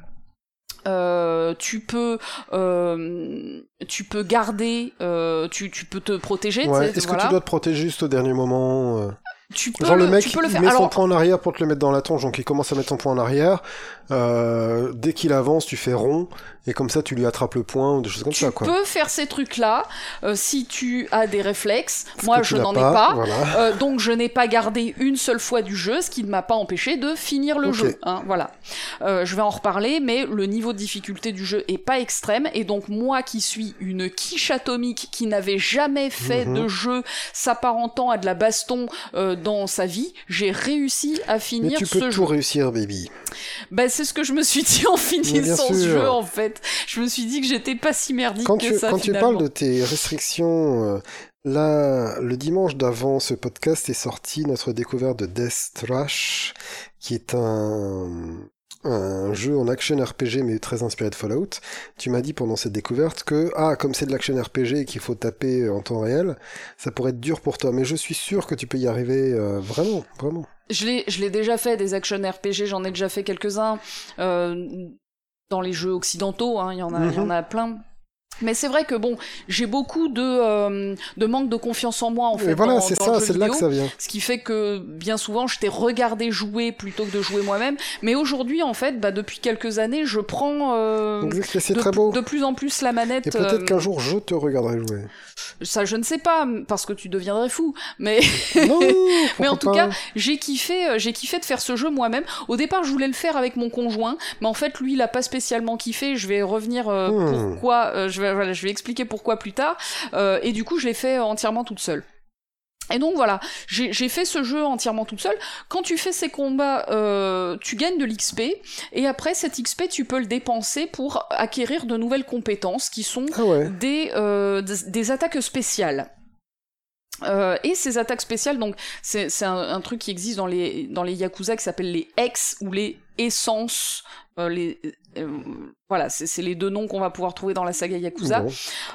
B: Euh, tu peux euh, tu peux garder euh, tu, tu peux te protéger
A: Ouais.
B: tu sais,
A: Est-ce
B: voilà.
A: que tu dois te protéger juste au dernier moment euh,
B: Tu peux
A: Genre le, mec,
B: tu peux le
A: il
B: faire
A: met son
B: alors
A: point en arrière pour te le mettre dans la tronche, donc il commence à mettre son point en arrière. Euh, dès qu'il avance, tu fais rond, et comme ça, tu lui attrapes le point, ou des choses comme
B: tu
A: ça, quoi.
B: peux faire ces trucs là si tu as des réflexes
A: Parce
B: moi
A: que tu
B: je
A: l'as
B: n'en ai pas
A: Voilà.
B: Euh, donc je n'ai pas gardé une seule fois du jeu, ce qui ne m'a pas empêché de finir le
A: Ok.
B: jeu. hein, voilà. Euh, je vais en reparler, mais le niveau de difficulté du jeu est pas extrême, et donc moi qui suis une quiche atomique qui n'avait jamais fait
A: Mhm.
B: de jeu s'apparentant à de la baston euh, dans sa vie, j'ai réussi à
A: Mais
B: finir
A: tu
B: ce
A: peux
B: jeu.
A: tout réussir, baby.
B: Ben, c'est ce que je me suis dit en finissant
A: bien
B: ce
A: sûr.
B: jeu en fait. Je me suis dit que j'étais pas si merdique
A: Quand
B: que
A: tu,
B: ça
A: quand tu
B: finalement.
A: parles de tes restrictions, euh, là, le dimanche d'avant ce podcast est sorti notre découverte de Death Trash, qui est un, un jeu en action RPG mais très inspiré de Fallout. Tu m'as dit pendant cette découverte que, ah, comme c'est de l'action RPG et qu'il faut taper euh, en temps réel, ça pourrait être dur pour toi. Mais je suis sûr que tu peux y arriver euh, vraiment, vraiment.
B: Je l'ai, je l'ai déjà fait, des action RPG, j'en ai déjà fait quelques-uns euh, dans les jeux occidentaux, hein, il y en a, il y
A: Mhm.
B: en a plein. Mais c'est vrai que bon, j'ai beaucoup de, euh, de manque de confiance en moi en fait.
A: et voilà,
B: dans-
A: c'est
B: dans le
A: ça,
B: jeu
A: c'est de là que
B: vidéo.
A: ça vient.
B: Ce qui fait que bien souvent, je t'ai regardé jouer plutôt que de jouer moi-même. Mais aujourd'hui, en fait, bah, depuis quelques années, je prends euh,
A: Donc, c'est
B: de,
A: très beau.
B: de plus en plus la manette.
A: Et peut-être
B: euh,
A: qu'un jour je te regarderai jouer.
B: ça, je ne sais pas, parce que tu deviendrais fou. Mais
A: Non,
B: Mais en
A: pourquoi
B: tout
A: pas
B: cas, j'ai kiffé, euh, j'ai kiffé de faire ce jeu moi-même. Au départ, je voulais le faire avec mon conjoint, mais en fait, lui, il a pas spécialement kiffé. Je vais revenir euh,
A: Hmm.
B: pourquoi. euh, je vais, voilà, je vais expliquer pourquoi plus tard. Euh, et du coup, je l'ai fait euh, entièrement toute seule. Et donc voilà, j'ai j'ai fait ce jeu entièrement toute seule. Quand tu fais ces combats, euh, tu gagnes de l'XP et après cet XP, tu peux le dépenser pour acquérir de nouvelles compétences qui sont
A: Ah ouais.
B: des, euh, des, des attaques spéciales. Euh, et ces attaques spéciales, donc c'est c'est un, un truc qui existe dans les dans les yakuza qui s'appelle les ex ou les essences. euh, les euh, voilà, c'est c'est les deux noms qu'on va pouvoir trouver dans la saga yakuza.
A: Bon.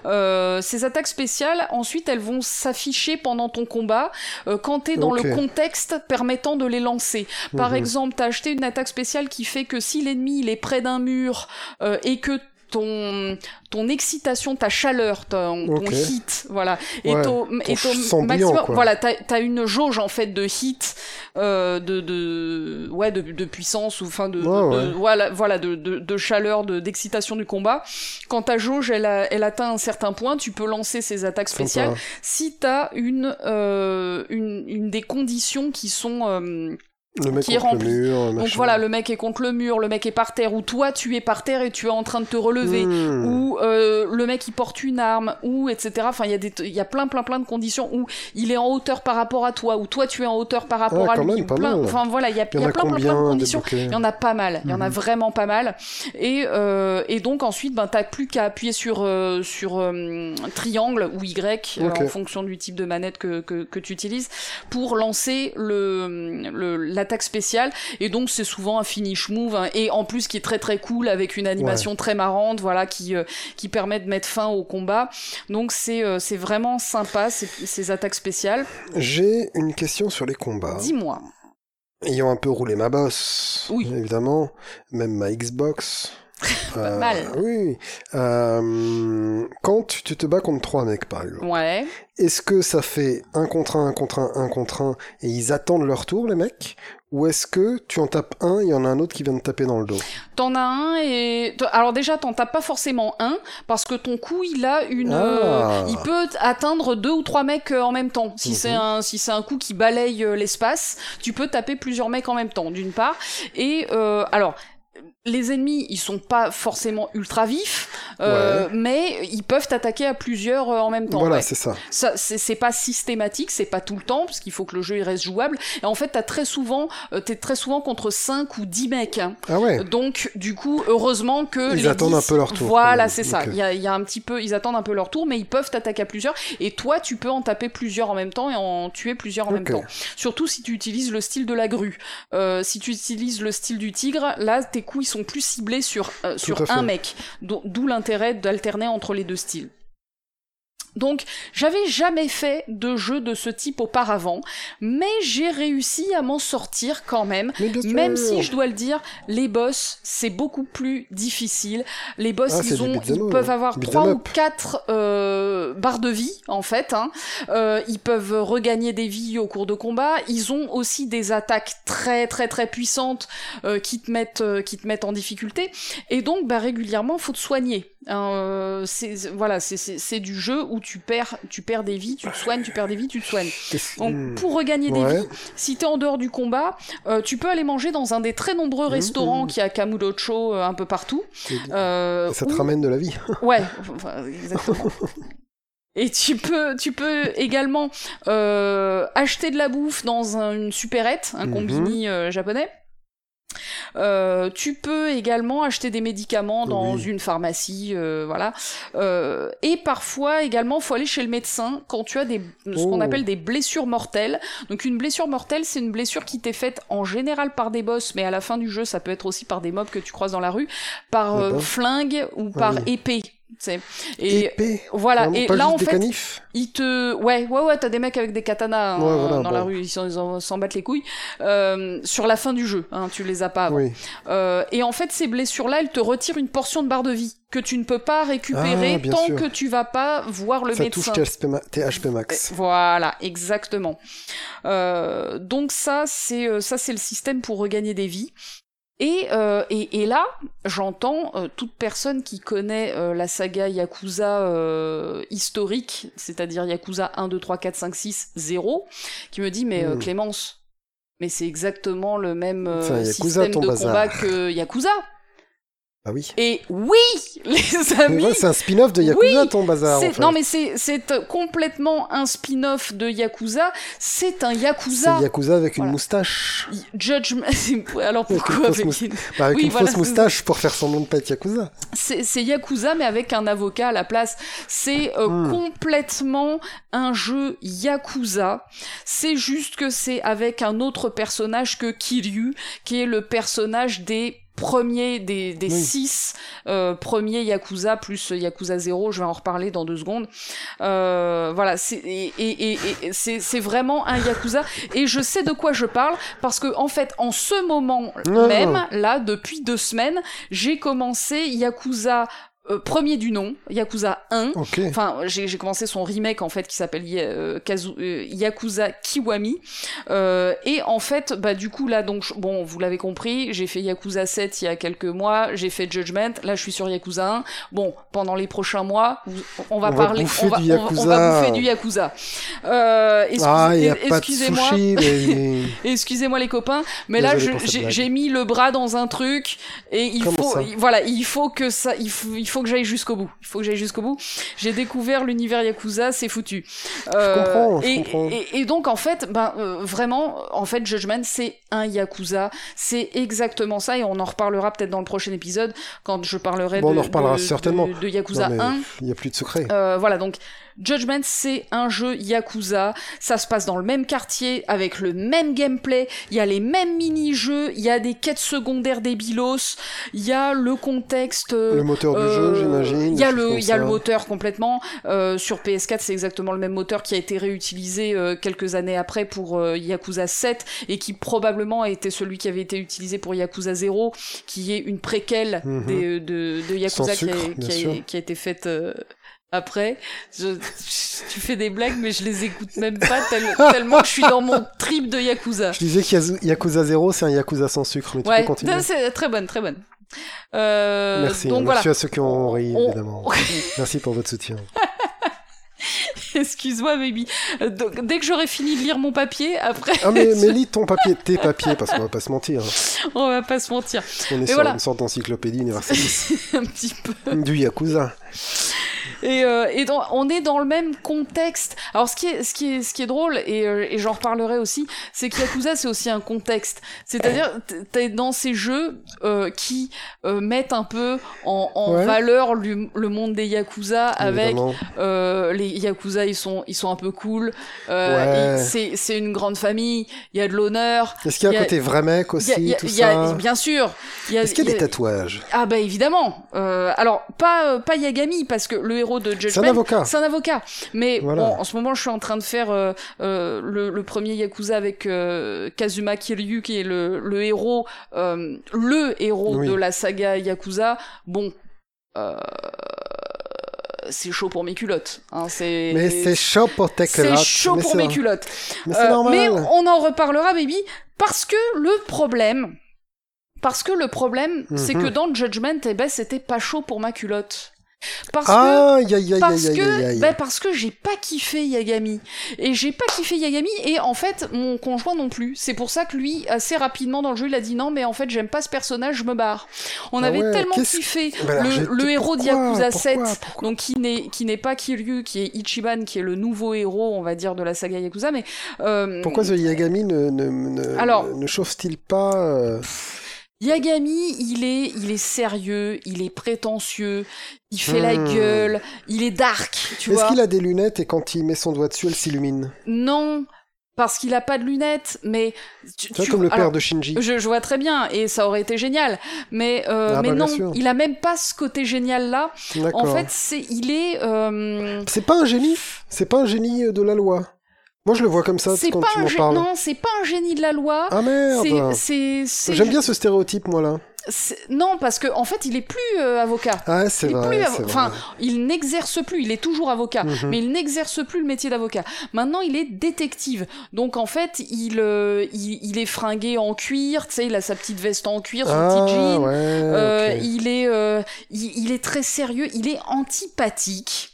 B: Euh, ces attaques spéciales, ensuite, elles vont s'afficher pendant ton combat euh, quand t'es dans
A: Ok.
B: le contexte permettant de les lancer. Par
A: Mhm.
B: exemple, t'as acheté une attaque spéciale qui fait que si l'ennemi il est près d'un mur euh, et que ton ton excitation, ta chaleur, ton, ton
A: Ok.
B: hit, voilà,
A: Ouais,
B: et ton, et
A: ton sang bouillant, quoi.
B: voilà, t'as as une jauge en fait de hit, euh, de, de ouais, de, de puissance ou enfin de, de-
A: Ouais, ouais.
B: de- voilà, voilà, de, de, de chaleur, de d'excitation du combat. Quand ta jauge elle, a- elle atteint un certain point, tu peux lancer ses attaques spéciales.
A: Sympa.
B: Si t'as une, euh, une une des conditions qui sont euh,
A: Le mec
B: qui est
A: contre
B: rempli.
A: le mur,
B: donc voilà, le mec est contre le mur, le mec est par terre, ou toi tu es par terre et tu es en train de te relever,
A: Hmm.
B: ou euh, le mec il porte une arme, ou etc. Enfin, il y, a des t- il y a plein plein plein de conditions où il est en hauteur par rapport à toi, ou toi tu es en hauteur par rapport
A: Ah,
B: à
A: quand
B: lui.
A: même, pas
B: plein-
A: mal.
B: Enfin voilà, il y a,
A: Il
B: il
A: y en a
B: plein plein plein de
A: combien des
B: conditions.
A: bouquets
B: Il y en a pas mal, il y en a
A: Mhm.
B: vraiment pas mal. Et, euh, et donc ensuite, ben, t'as plus qu'à appuyer sur, euh, sur euh, triangle ou Y, euh,
A: Ok.
B: en fonction du type de manette que, que, que tu utilises, pour lancer le le- l'attaque spéciale. Et donc c'est souvent un finish move, hein. et en plus qui est très très cool, avec une animation très marrante, voilà, qui, euh, qui permet de mettre fin au combat. Donc c'est euh, c'est vraiment sympa, ces, ces attaques spéciales.
A: J'ai une question sur les combats.
B: Dis-moi.
A: Ayant un peu roulé ma bosse,
B: Oui.
A: évidemment, même ma Xbox.
B: Pas
A: euh,
B: mal.
A: Oui. Euh, quand tu tu te bats contre trois mecs, par exemple,
B: Ouais.
A: est-ce que ça fait un contre un, un contre un, un contre un, et ils attendent leur tour, les mecs Ou est-ce que tu en tapes un, il y en a un autre qui vient te taper dans le dos
B: T'en as un et t- alors déjà t'en tapes pas forcément un parce que ton coup il a une
A: Ah.
B: euh, il peut t- atteindre deux ou trois mecs euh, en même temps si
A: Mhm.
B: c'est un si c'est un coup qui balaye euh, l'espace tu peux taper plusieurs mecs en même temps d'une part et euh, alors les ennemis ils sont pas forcément ultra vifs euh, mais ils peuvent t'attaquer à plusieurs euh, en même temps
A: Voilà,
B: ouais.
A: c'est ça.
B: Ça, c'est c'est pas systématique, c'est pas tout le temps, parce qu'il faut que le jeu il reste jouable. Et en fait, t'as très souvent, euh, t'es très souvent contre 5 ou 10 mecs. hein.
A: Ah ouais
B: Donc, du coup, heureusement que
A: Ils
B: les
A: attendent
B: 10
A: un peu leur tour, quand
B: Voilà,
A: même.
B: c'est ça.
A: Ok.
B: Il y, a, il y a un petit peu, ils attendent un peu leur tour, mais ils peuvent t'attaquer à plusieurs. Et toi, tu peux en taper plusieurs en même temps et en tuer plusieurs en même
A: Ok.
B: temps. Surtout si tu utilises le style de la grue. Euh, si tu utilises le style du tigre, là, tes coups ils sont plus ciblés sur euh,
A: à
B: sur
A: fait.
B: un mec. D'o- D'où l'intérêt d'alterner entre les deux styles. Donc, j'avais jamais fait de jeu de ce type auparavant, mais j'ai réussi à m'en sortir quand même.
A: Mais bien sûr.
B: Même si je dois le dire, les boss, c'est beaucoup plus difficile. Les boss,
A: Ah, c'est
B: ils,
A: du
B: ont,
A: beat'em
B: ils
A: up,
B: peuvent
A: hein.
B: avoir
A: Beat'em
B: trois ou
A: up.
B: quatre euh, barres de vie, en fait. hein. Euh, ils peuvent regagner des vies au cours de combat. Ils ont aussi des attaques très, très, très puissantes euh, qui, te mettent, euh, qui te mettent en difficulté. Et donc, bah, régulièrement, faut te soigner. hein. Euh, c'est- c'est- voilà, c'est- c'est c'est du jeu où tu perds, tu perds des vies, tu te soignes, tu perds des vies, tu te soignes.
A: Est-ce-
B: Donc,
A: Hmm.
B: pour regagner des
A: Ouais.
B: vies, si t'es en dehors du combat, euh, tu peux aller manger dans un des très nombreux
A: Mhm.
B: restaurants qu'il y a à Kamurocho euh, un peu partout. Euh,
A: Ça te
B: ou-
A: ramène de la vie.
B: Ouais, enfin, exactement. Et tu peux, tu peux également euh, acheter de la bouffe dans un- une supérette, un
A: Mhm.
B: combini euh, japonais. Euh, tu peux également acheter des médicaments dans
A: Oui.
B: une pharmacie, euh, voilà. Euh, et parfois également, faut aller chez le médecin quand tu as des, ce
A: Oh.
B: qu'on appelle des blessures mortelles. Donc une blessure mortelle, c'est une blessure qui t'est faite en général par des boss, mais à la fin du jeu, ça peut être aussi par des mobs que tu croises dans la rue, par
A: Ah
B: euh,
A: bon Ah
B: flingue ou par
A: oui.
B: épée. tu sais. Et
A: Épée.
B: voilà.
A: Vraiment
B: Et
A: pas
B: là,
A: juste
B: en
A: des
B: fait,
A: canifs.
B: ils te, ouais, ouais, ouais, t'as des mecs avec des katanas hein,
A: Ouais, voilà, bah.
B: dans la
A: bon.
B: rue, ils s'en- ils s'en s'en battent les couilles. Euh, sur la fin du jeu, hein, tu les as pas. avant.
A: Oui.
B: Euh, et en fait, ces blessures-là, elles te retirent une portion de barre de vie que tu ne peux pas récupérer
A: Ah, bien
B: tant
A: sûr.
B: que tu vas pas voir le
A: ça
B: médecin.
A: touche tes HP, ma- tes HP max.
B: Euh, Voilà, exactement. Euh, donc ça, c'est euh, ça, c'est le système pour regagner des vies. Et, euh, et, et là, j'entends euh, toute personne qui connaît euh, la saga Yakuza euh, historique, c'est-à-dire Yakuza 1, 2, 3, 4, 5, 6, 0, qui me dit Mais euh,
A: Hmm.
B: Clémence, mais c'est exactement le même euh,
A: Enfin, Yakuza,
B: système
A: ton
B: de
A: bazar.
B: combat que Yakuza.
A: Ah oui.
B: Et oui, les
A: Mais
B: amis,
A: ouais, c'est un spin-off de Yakuza,
B: Oui,
A: ton bazar.
B: c'est-
A: en fait.
B: Non mais c'est c'est, euh, complètement un spin-off de Yakuza. C'est un
A: C'est
B: Yakuza.
A: Yakuza avec une
B: Voilà.
A: moustache.
B: Y- Judgment. Alors
A: Avec une
B: pourquoi
A: fausse
B: avec-
A: moustache. Bah, avec
B: Oui,
A: une
B: voilà,
A: fausse
B: c'est
A: moustache pour faire semblant de pas être Yakuza.
B: C'est c'est Yakuza mais avec un avocat à la place. C'est euh,
A: Hmm.
B: complètement un jeu Yakuza. C'est juste que c'est avec un autre personnage que Kiryu, qui est le personnage des premiers, des, des
A: Oui.
B: six euh, premiers Yakuza, plus Yakuza 0, je vais en reparler dans deux secondes. Euh, voilà, c'est et, et- et- et c'est c'est vraiment un Yakuza. Et je sais de quoi je parle, parce que en fait, en ce moment
A: Non.
B: même, là, depuis deux semaines, j'ai commencé Yakuza euh, premier du nom, Yakuza 1,
A: Ok.
B: Enfin, j'ai j'ai commencé son remake en fait qui s'appelle Ya- euh, Kazu- euh, Yakuza Kiwami. Euh, et en fait, bah du coup là donc je- bon, vous l'avez compris, j'ai fait Yakuza 7 il y a quelques mois, j'ai fait Judgment, là je suis sur Yakuza 1. Bon, pendant les prochains mois, vous- on
A: On
B: va
A: va
B: parler
A: bouffer
B: on, va,
A: du
B: on va- on va
A: Yakuza.
B: bouffer du Yakuza. Euh, excuse-
A: ah, il n'y a pas de
B: excusez-moi.
A: sushi. les-
B: Excusez-moi les copains, mais là
A: Désolé
B: je-
A: pour cette
B: j'ai
A: blague.
B: j'ai mis le bras dans un truc et il
A: Comment
B: faut
A: ça
B: il- voilà il faut que ça il faut, il faut que j'aille jusqu'au bout. Il faut que j'aille jusqu'au bout. J'ai découvert l'univers yakuza, c'est foutu. Euh,
A: comprends, je
B: et,
A: comprends.
B: Et, et donc en fait ben euh, vraiment en fait Judgment c'est un yakuza, c'est exactement ça et on en reparlera peut-être dans le prochain épisode quand je parlerai
A: Bon, on
B: de,
A: en reparlera
B: de-
A: certainement.
B: de, de Yakuza
A: Non, mais-
B: 1.
A: Il n'y a plus de secret.
B: Euh, voilà, donc Judgment, c'est un jeu Yakuza. Ça se passe dans le même quartier, avec le même gameplay. Il y a les mêmes mini-jeux, il y a des quêtes secondaires débilos, il y a le contexte.
A: le moteur du
B: euh,
A: jeu, j'imagine.
B: Il y a
A: des choses
B: le,
A: comme
B: il y a
A: ça.
B: le moteur complètement. Euh, sur PS4, c'est exactement le même moteur qui a été réutilisé euh, quelques années après pour euh, Yakuza 7 et qui probablement a été celui qui avait été utilisé pour Yakuza 0, qui est une préquelle
A: Mhm.
B: des- euh, de, de Yakuza
A: Sans
B: qui a,
A: sucre, bien
B: qui a-
A: sûr.
B: qui a été faite euh, après. Je- tu fais des blagues, mais je les écoute même pas tel- tellement que je suis dans mon trip de Yakuza.
A: Je disais que Yakuza 0, c'est un Yakuza sans sucre, mais tu
B: Ouais,
A: peux continuer.
B: non, c'est très bonne, très bonne. Euh,
A: Merci, hein. merci
B: donc voilà.
A: à ceux qui ont ri,
B: On-
A: évidemment. merci pour votre soutien.
B: Excuse-moi, baby. Euh, donc, dès que j'aurai fini de lire mon papier, après,
A: Ah, mais, mais lis ton papier, tes papiers, parce qu'on va pas se mentir.
B: on va pas se mentir.
A: On est sur
B: voilà.
A: une sorte d'encyclopédie universaliste
B: Un petit peu.
A: du Yakuza.
B: Et, euh, et dans- on est dans le même contexte. Alors, ce qui est, ce qui est, ce qui est drôle, et, euh, et j'en reparlerai aussi, c'est que Yakuza, c'est aussi un contexte. C'est-à-dire, t- t'es dans ces jeux euh, qui euh, mettent un peu en, en
A: Ouais.
B: valeur l'hum- le monde des Yakuza avec
A: évidemment.
B: Euh, les Yakuza, ils sont, ils sont un peu cool.
A: Ouais.
B: Euh, ils- C'est c'est une grande famille. Il y a de l'honneur.
A: Est-ce qu'il y
B: y
A: a
B: a-
A: un côté vrai mec
B: Il y a-
A: aussi,
B: il y a-
A: tout
B: il y a-
A: ça
B: bien sûr. Il y a-
A: Est-ce qu'il y a
B: il y
A: des
B: a-
A: tatouages
B: Ah bah évidemment. Euh, alors pas euh, pas Yagami parce que le héros de
A: C'est un
B: Judgment.
A: avocat.
B: C'est un avocat. Mais
A: Ah. Voilà.
B: bon, en ce moment, je suis en train de faire euh, euh, le, le premier Yakuza avec euh, Kazuma Kiryu, qui est le, le héros, euh, le héros
A: Oui.
B: de la saga Yakuza. Bon, euh, c'est chaud pour mes culottes. hein, c'est
A: Mais c'est chaud pour tes
B: c'est
A: culottes.
B: chaud
A: Mais
B: pour
A: c'est-
B: mes culottes.
A: Mais c'est
B: Euh, mais
A: normal.
B: on en reparlera, baby, parce que le problème, parce que le problème, c'est
A: Mhm.
B: que dans Judgment, eh ben, c'était pas chaud pour ma culotte. Parce que,
A: Ah, aïe, aïe, aïe,
B: parce
A: aïe, aïe, aïe,
B: que,
A: aïe.
B: ben, parce que j'ai pas kiffé Yagami. Et j'ai pas kiffé Yagami, et en fait, mon conjoint non plus. C'est pour ça que lui, assez rapidement dans le jeu, il a dit non, mais en fait, j'aime pas ce personnage, je me barre. On
A: Ah
B: avait
A: ouais,
B: tellement
A: qu'est-ce-
B: kiffé
A: Ben alors, je
B: le,
A: te-
B: le héros de
A: pourquoi,
B: Yakuza
A: pourquoi,
B: 7,
A: pourquoi
B: donc qui n'est qui n'est pas Kiryu, qui est Ichiban, qui est le nouveau héros, on va dire, de la saga Yakuza, mais euh,
A: Pourquoi The Yagami ne, ne, ne,
B: Alors-
A: ne chauffe-t-il pas euh,
B: Yagami, il est, il est sérieux, il est prétentieux, il fait la
A: Hmm.
B: gueule, il est dark, tu
A: Est-ce
B: vois.
A: qu'il a des lunettes et quand il met son doigt dessus, elle s'illumine
B: Non, parce qu'il a pas de lunettes, mais tu,
A: Tu vois,
B: tu-
A: comme le père
B: alors,
A: de Shinji.
B: Je, je vois très bien et ça aurait été génial, mais euh,
A: Ah
B: mais
A: bah, bien sûr.
B: non, il a même pas ce côté génial là.
A: D'accord.
B: En fait, c'est il est euh,
A: C'est pas un génie C'est pas un génie euh, de la loi Moi, je le vois comme ça
B: c'est
A: quand
B: pas
A: tu
B: un
A: m'en
B: gé-
A: parles.
B: non, c'est pas un génie de la loi.
A: Ah merde
B: c'est c'est c'est-
A: J'aime bien ce stéréotype, moi, là.
B: c'est- non parce que en fait, il est plus euh, avocat.
A: Ah, c'est
B: Il est
A: vrai,
B: plus
A: c'est
B: avo-
A: vrai.
B: enfin, il n'exerce plus, il est toujours avocat,
A: Mhm.
B: mais il n'exerce plus le métier d'avocat. Maintenant, il est détective. Donc, en fait, il, euh, il, il est fringué en cuir, tu sais, il a sa petite veste en cuir, son
A: ah,
B: petit jean.
A: ouais,
B: Euh,
A: ok.
B: il, est, euh, il, il est très sérieux, il est antipathique.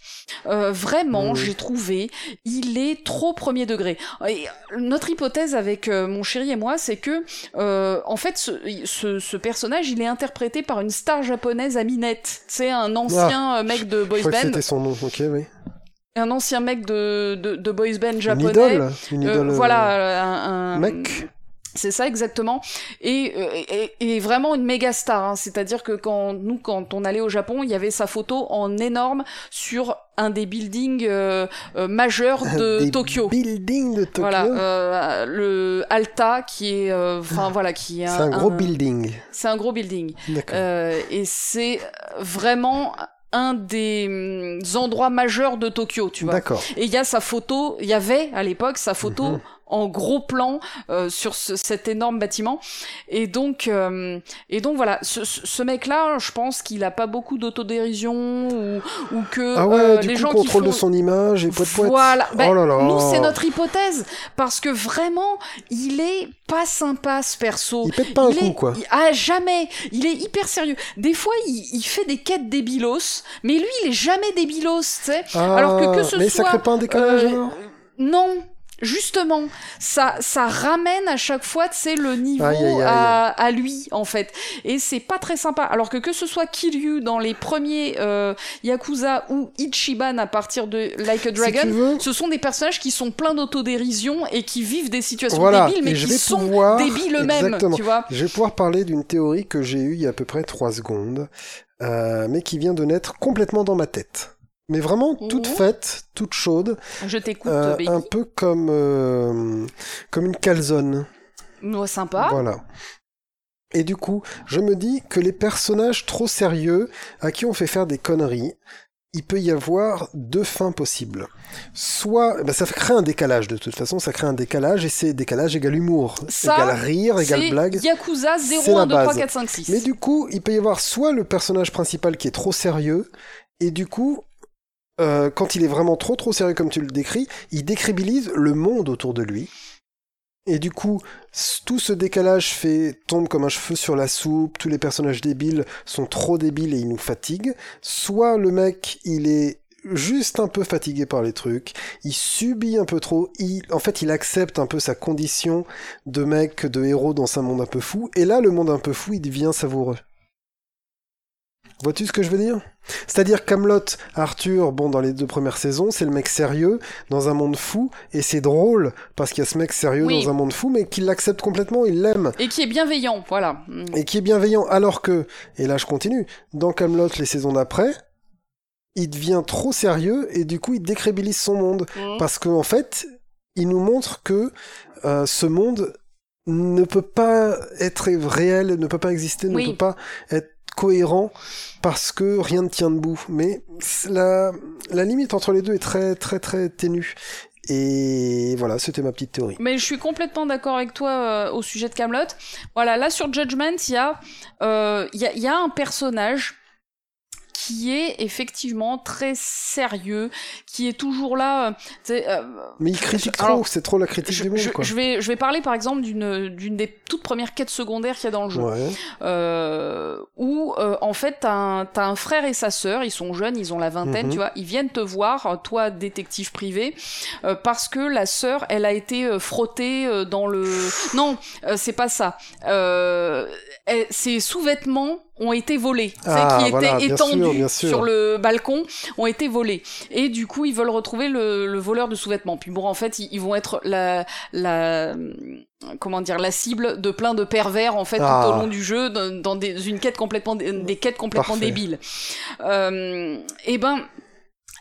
B: Euh, vraiment,
A: Mhm.
B: j'ai trouvé, il est trop premier degré. Et euh, notre hypothèse avec euh, mon chéri et moi, c'est que, euh, en fait, ce, ce, ce personnage, il est interprété par une star japonaise à minette. C'est un ancien euh, mec de
A: Ah, Je
B: boys
A: crois que
B: band,
A: c'était son nom, ok, oui.
B: un ancien mec de, de, de boys band
A: Une
B: japonais.
A: idole Une
B: Euh,
A: idole euh,
B: voilà, euh, un, un-
A: mec
B: c'est ça exactement. Et, euh, et, et vraiment une méga star. hein. C'est-à-dire que quand nous, quand on allait au Japon, il y avait sa photo en énorme sur un des buildings euh, euh, majeurs de
A: Des
B: Tokyo.
A: Building de Tokyo
B: Voilà, euh, le Alta qui est, euh, enfin voilà, qui est
A: C'est un gros building.
B: C'est un gros building.
A: D'accord.
B: Euh, et c'est vraiment un des hum, endroits majeurs de Tokyo, tu vois.
A: D'accord.
B: Et il y a sa photo, il y avait à l'époque sa photo
A: Mhm.
B: en gros plan euh, sur ce- cet énorme bâtiment. Et donc, euh, et donc voilà, ce, ce- ce mec-là, je pense qu'il a pas beaucoup d'autodérision ou, ou que
A: Ah ouais,
B: euh,
A: du
B: les
A: coup,
B: gens
A: contrôle
B: qui
A: de
B: font...
A: son image et poète poète.
B: Voilà. Ben,
A: oh là là.
B: Nous, c'est notre hypothèse parce que vraiment, il est pas sympa ce perso.
A: Il pète pas un
B: Il
A: coup,
B: est-
A: quoi.
B: il- ah, jamais. Il est hyper sérieux. Des fois, il, il fait des quêtes débilos, mais lui, il est jamais débilos, tu sais.
A: Ah,
B: alors que- que ce
A: mais ça
B: soit,
A: crée pas un décalage,
B: euh,
A: alors
B: Non, justement, ça, ça ramène à chaque fois, tu sais, le niveau
A: Aïe, aïe, aïe.
B: À, à lui, en fait. Et c'est pas très sympa. Alors que que ce soit Kiryu dans les premiers euh, Yakuza ou Ichiban à partir de Like
A: Si
B: a
A: tu
B: Dragon,
A: veux,
B: ce sont des personnages qui sont pleins d'autodérision et qui vivent des situations
A: voilà,
B: débiles, mais
A: et je
B: qui
A: vais
B: sont
A: pouvoir...
B: débiles eux-mêmes,
A: Exactement.
B: tu vois.
A: Je vais pouvoir parler d'une théorie que j'ai eue il y a à peu près 3 secondes, euh, mais qui vient de naître complètement dans ma tête. Mais vraiment toute
B: Mhm.
A: faite, toute chaude,
B: Je t'écoute,
A: euh,
B: baby.
A: un peu comme, euh, comme une calzone.
B: Ouais, sympa.
A: Voilà. Et du coup, je me dis que les personnages trop sérieux, à qui on fait faire des conneries, il peut y avoir deux fins possibles. Soit, bah, ça crée un décalage de toute façon, ça crée un décalage, et c'est décalage égale humour,
B: Ça,
A: égale rire, égale
B: C'est
A: blague.
B: Yakuza
A: C'est
B: 0,
A: la
B: 1, 2, 3,
A: base.
B: 4, 5, 6.
A: Mais du coup, il peut y avoir soit le personnage principal qui est trop sérieux, et du coup, euh, quand il est vraiment trop trop sérieux comme tu le décris, il décrédibilise le monde autour de lui. Et du coup, s- tout ce décalage fait tombe comme un cheveu sur la soupe, tous les personnages débiles sont trop débiles et ils nous fatiguent. Soit le mec, il est juste un peu fatigué par les trucs, il subit un peu trop, il, en fait, il accepte un peu sa condition de mec, de héros dans un monde un peu fou, et là, le monde un peu fou, il devient savoureux. Vois-tu ce que je veux dire C'est-à-dire Camelot, Arthur, bon, dans les deux premières saisons, c'est le mec sérieux dans un monde fou, et c'est drôle parce qu'il y a ce mec sérieux
B: Oui.
A: dans un monde fou, mais qu'il l'accepte complètement, il l'aime
B: Et qui est bienveillant, voilà. Mm.
A: et qui est bienveillant, alors que, et là je continue, dans Camelot, les saisons d'après, il devient trop sérieux et du coup il décrédibilise son monde
B: Mm.
A: parce qu'en en fait, il nous montre que euh, ce monde ne peut pas être réel, ne peut pas exister,
B: Oui.
A: ne peut pas être cohérent parce que rien ne tient debout. Mais c'est la, la limite entre les deux est très très très ténue. Et voilà, c'était ma petite théorie.
B: Mais je suis complètement d'accord avec toi euh, au sujet de Camelot. Voilà, là sur Judgment, il y a, euh, il y, a, il y a un personnage qui est effectivement très sérieux, qui est toujours là. euh, tu sais, euh,
A: Mais il critique
B: Alors,
A: trop, c'est trop la critique
B: je,
A: du monde.
B: je-
A: quoi.
B: je vais, je vais parler par exemple d'une d'une des toutes premières quêtes secondaires qu'il y a dans le jeu.
A: Ouais.
B: euh, où euh, en fait t'as un, t'as un frère et sa sœur, ils sont jeunes, ils ont la vingtaine,
A: Mhm.
B: tu vois, ils viennent te voir, euh, toi détective privé, euh, parce que la sœur, elle a été euh, frottée euh, dans le, non, euh, c'est pas ça, euh, elle- ses sous-vêtements ont été volés.
A: Ah,
B: Ceux qui
A: voilà,
B: étaient
A: bien
B: étendus
A: sûr, bien sûr.
B: sur le balcon ont été volés. Et du coup, ils veulent retrouver le, le voleur de sous-vêtements. Puis bon, en fait, ils, ils vont être la, la, comment dire, la cible de plein de pervers, en fait,
A: Ah.
B: tout au long du jeu, dans, dans des, une quête complètement, dé- des quêtes complètement
A: Parfait.
B: débiles. Euh, et ben,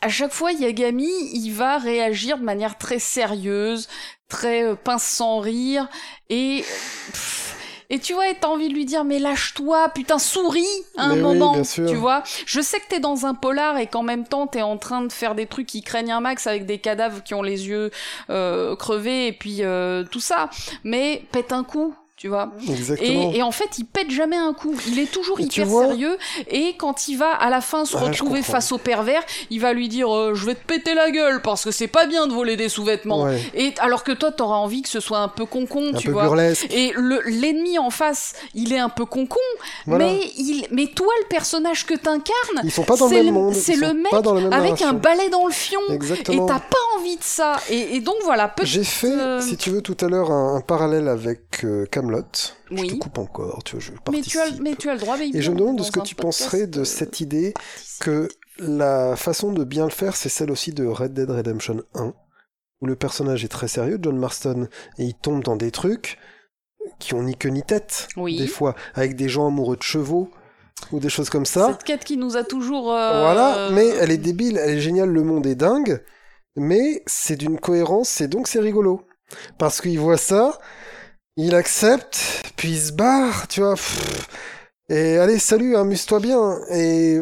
B: à chaque fois, Yagami, il va réagir de manière très sérieuse, très euh, pince sans rire, et pff, et tu vois, et t'as envie de lui dire mais lâche-toi, putain, souris à
A: Mais
B: un
A: oui,
B: moment,
A: bien sûr.
B: tu vois. Je sais que t'es dans un polar et qu'en même temps t'es en train de faire des trucs qui craignent un max avec des cadavres qui ont les yeux euh, crevés et puis euh, tout ça, mais pète un coup, tu vois.
A: Exactement.
B: Et, et en fait, il pète jamais un coup. Il est toujours
A: Et tu
B: hyper
A: vois-
B: sérieux. Et quand il va à la fin se
A: Ah, je
B: retrouver
A: comprends.
B: face au pervers, il va lui dire euh, Je vais te péter la gueule parce que c'est pas bien de voler des sous-vêtements.
A: Ouais,
B: Et alors que toi, t'auras envie que ce soit un peu concon,
A: un
B: tu
A: peu
B: vois.
A: burlesque.
B: Et le- l'ennemi en face, il est un peu concon,
A: Voilà.
B: mais il, mais toi, le personnage que t'incarnes,
A: Ils sont pas dans le
B: c'est
A: même
B: le-
A: monde.
B: c'est
A: ils
B: le
A: sont
B: mec
A: pas dans la même
B: avec
A: narration.
B: un balai dans le fion,
A: Exactement.
B: et t'as pas envie de ça. Et, et donc voilà, peut
A: J'ai fait,
B: euh,
A: si tu veux, tout à l'heure un, un parallèle avec euh, Camelot. Je te
B: oui.
A: coupe encore, tu vois, je
B: Mais
A: participe.
B: tu, as, mais tu as le droit, baby,
A: Et je
B: on
A: me
B: est
A: demande de
B: dans
A: ce que
B: un
A: tu
B: podcast,
A: penserais de
B: euh,
A: cette idée
B: ici.
A: que la façon de bien le faire, c'est celle aussi de Red Dead Redemption 1, où le personnage est très sérieux, John Marston, et il tombe dans des trucs qui ont ni queue ni tête,
B: Oui.
A: des fois, avec des gens amoureux de chevaux, ou des choses comme ça.
B: euh, Cette quête qui nous a toujours. euh,
A: Voilà, mais elle est débile, elle est géniale, le monde est dingue, mais c'est d'une cohérence, et donc c'est rigolo. Parce qu'il voit ça, il accepte, puis il se barre, tu vois. pff, et allez, salut, hein, amuse-toi bien, et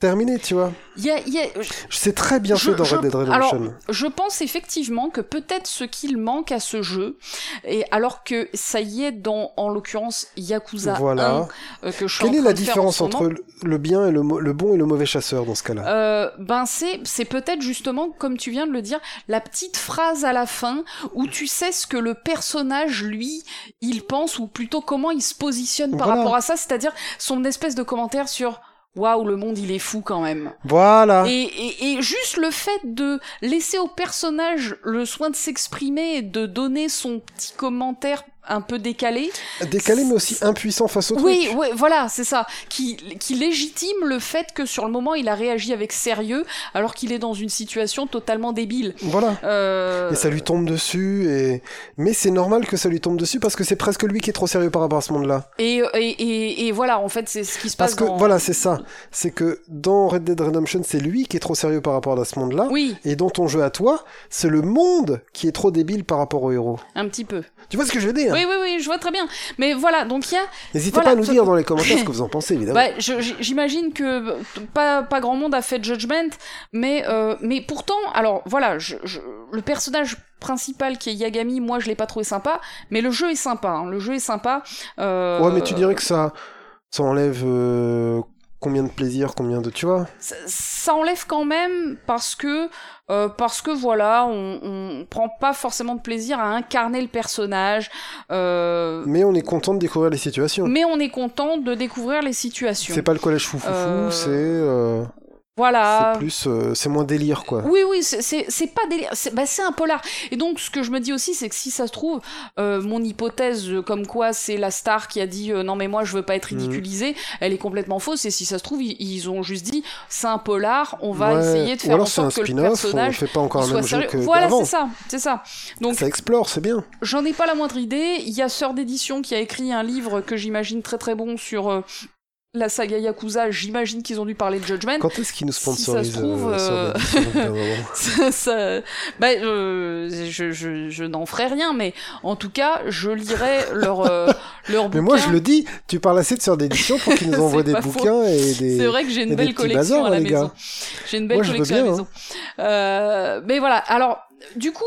A: terminé, tu vois.
B: Il y a- il y a- je-
A: C'est très bien
B: Je-
A: fait dans
B: je-
A: Red Dead
B: alors,
A: Redemption.
B: Je pense effectivement que peut-être ce qu'il manque à ce jeu, et alors que ça y est dans, en l'occurrence, Yakuza
A: voilà.
B: 1, euh, que je suis en
A: Quelle est
B: train
A: la
B: de faire
A: différence
B: en ce moment,
A: entre le- le bien et le, mo- le bon et le mauvais chasseur dans ce cas-là
B: euh, ben c'est c'est peut-être justement comme tu viens de le dire la petite phrase à la fin où tu sais ce que le personnage lui il pense ou plutôt comment il se positionne par
A: Voilà.
B: rapport à ça c'est-à-dire son espèce de commentaire sur waouh le monde il est fou quand même
A: Voilà.
B: Et, et- et juste le fait de laisser au personnage le soin de s'exprimer et de donner son petit commentaire un peu décalé.
A: Décalé mais aussi impuissant face au truc.
B: Oui, ouais, voilà, c'est ça. Qui, qui légitime le fait que sur le moment il a réagi avec sérieux alors qu'il est dans une situation totalement débile.
A: Voilà.
B: Euh,
A: Et ça lui tombe dessus, et... mais c'est normal que ça lui tombe dessus parce que c'est presque lui qui est trop sérieux par rapport à ce monde-là.
B: et, et, et- et voilà, en fait, c'est ce qui se
A: Parce
B: passe.
A: que
B: dans-
A: voilà, c'est ça. C'est que dans Red Dead Redemption, c'est lui qui est trop sérieux par rapport à ce monde-là.
B: Oui,
A: Et dans ton jeu à toi, c'est le monde qui est trop débile par rapport au héros.
B: un petit peu.
A: Tu vois ce que je veux dire
B: Oui, oui, oui, je vois très bien. Mais voilà, donc il y a
A: N'hésitez
B: Voilà,
A: pas à nous
B: ce-
A: dire dans les commentaires ce que vous en pensez, évidemment.
B: Bah, je- j- j'imagine que pas, pas grand monde a fait Judgment, mais, euh, mais pourtant, alors voilà, je, je- le personnage principal qui est Yagami, moi je l'ai pas trouvé sympa, mais le jeu est sympa, hein, le jeu est sympa. euh,
A: Ouais, mais tu dirais que ça, ça enlève euh, combien de plaisir, combien de. Tu vois
B: ça, ça enlève quand même parce que euh, parce que voilà, on, on prend pas forcément de plaisir à incarner le personnage, euh,
A: Mais on est content de découvrir les situations.
B: mais on est content de découvrir les situations.
A: C'est pas le collège foufoufou,
B: Euh,
A: c'est. euh,
B: Voilà.
A: C'est plus. euh, c'est moins délire, quoi.
B: Oui, oui, c'est- c'est c'est pas délire. C'est bah, c'est un polar. Et donc, ce que je me dis aussi, c'est que si ça se trouve, euh, mon hypothèse euh, comme quoi c'est la star qui a dit euh, non, mais moi je veux pas être
A: Mhm.
B: ridiculisée, elle est complètement fausse. Et si ça se trouve, ils, ils ont juste dit c'est un polar, on va
A: Ouais.
B: essayer de
A: Ou
B: faire en
A: alors c'est un
B: sorte que le
A: spin-off, on
B: personnage
A: fait pas encore
B: il
A: un
B: soit
A: même jeu
B: sérieux.
A: que
B: Voilà,
A: avant.
B: c'est ça, c'est ça. Donc,
A: Ça explore, c'est bien.
B: J'en ai pas la moindre idée. Il y a Sœur d'édition qui a écrit un livre que j'imagine très très bon sur euh, la saga Yakuza. J'imagine qu'ils ont dû parler de Judgment.
A: Quand est-ce qu'ils nous
B: Si ça se
A: sponsorisent
B: trouve,
A: euh, sur
B: euh,
A: l'édition, au bout d'un moment
B: ça, ça- bah, euh, je, je, je n'en ferai rien, mais en tout cas, je lirai leur, euh, leur
A: Mais
B: bouquin.
A: moi je le dis, tu parles assez de sœurs d'édition pour qu'ils nous envoient
B: C'est
A: des
B: pas faux.
A: bouquins et des.
B: C'est vrai que
A: y
B: j'ai
A: a
B: une
A: des
B: belle
A: petits
B: collection
A: bazars,
B: à la
A: les gars.
B: maison. J'ai une belle
A: Moi, je veux
B: collection à la
A: bien, hein.
B: maison. Euh, mais voilà, alors, du coup,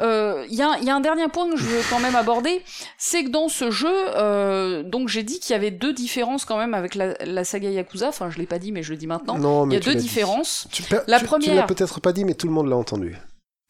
B: euh, il y, a, un- il y a un dernier point que je veux quand même aborder, c'est que dans ce jeu, euh, donc j'ai dit qu'il y avait deux différences quand même avec la, la saga Yakuza, enfin je l'ai pas dit mais je le dis maintenant,
A: Non,
B: il y
A: mais
B: a
A: tu
B: deux
A: l'as dit.
B: différences.
A: Tu, per-
B: La
A: tu- tu
B: première-
A: l'as peut-être pas dit, mais tout le monde l'a entendu.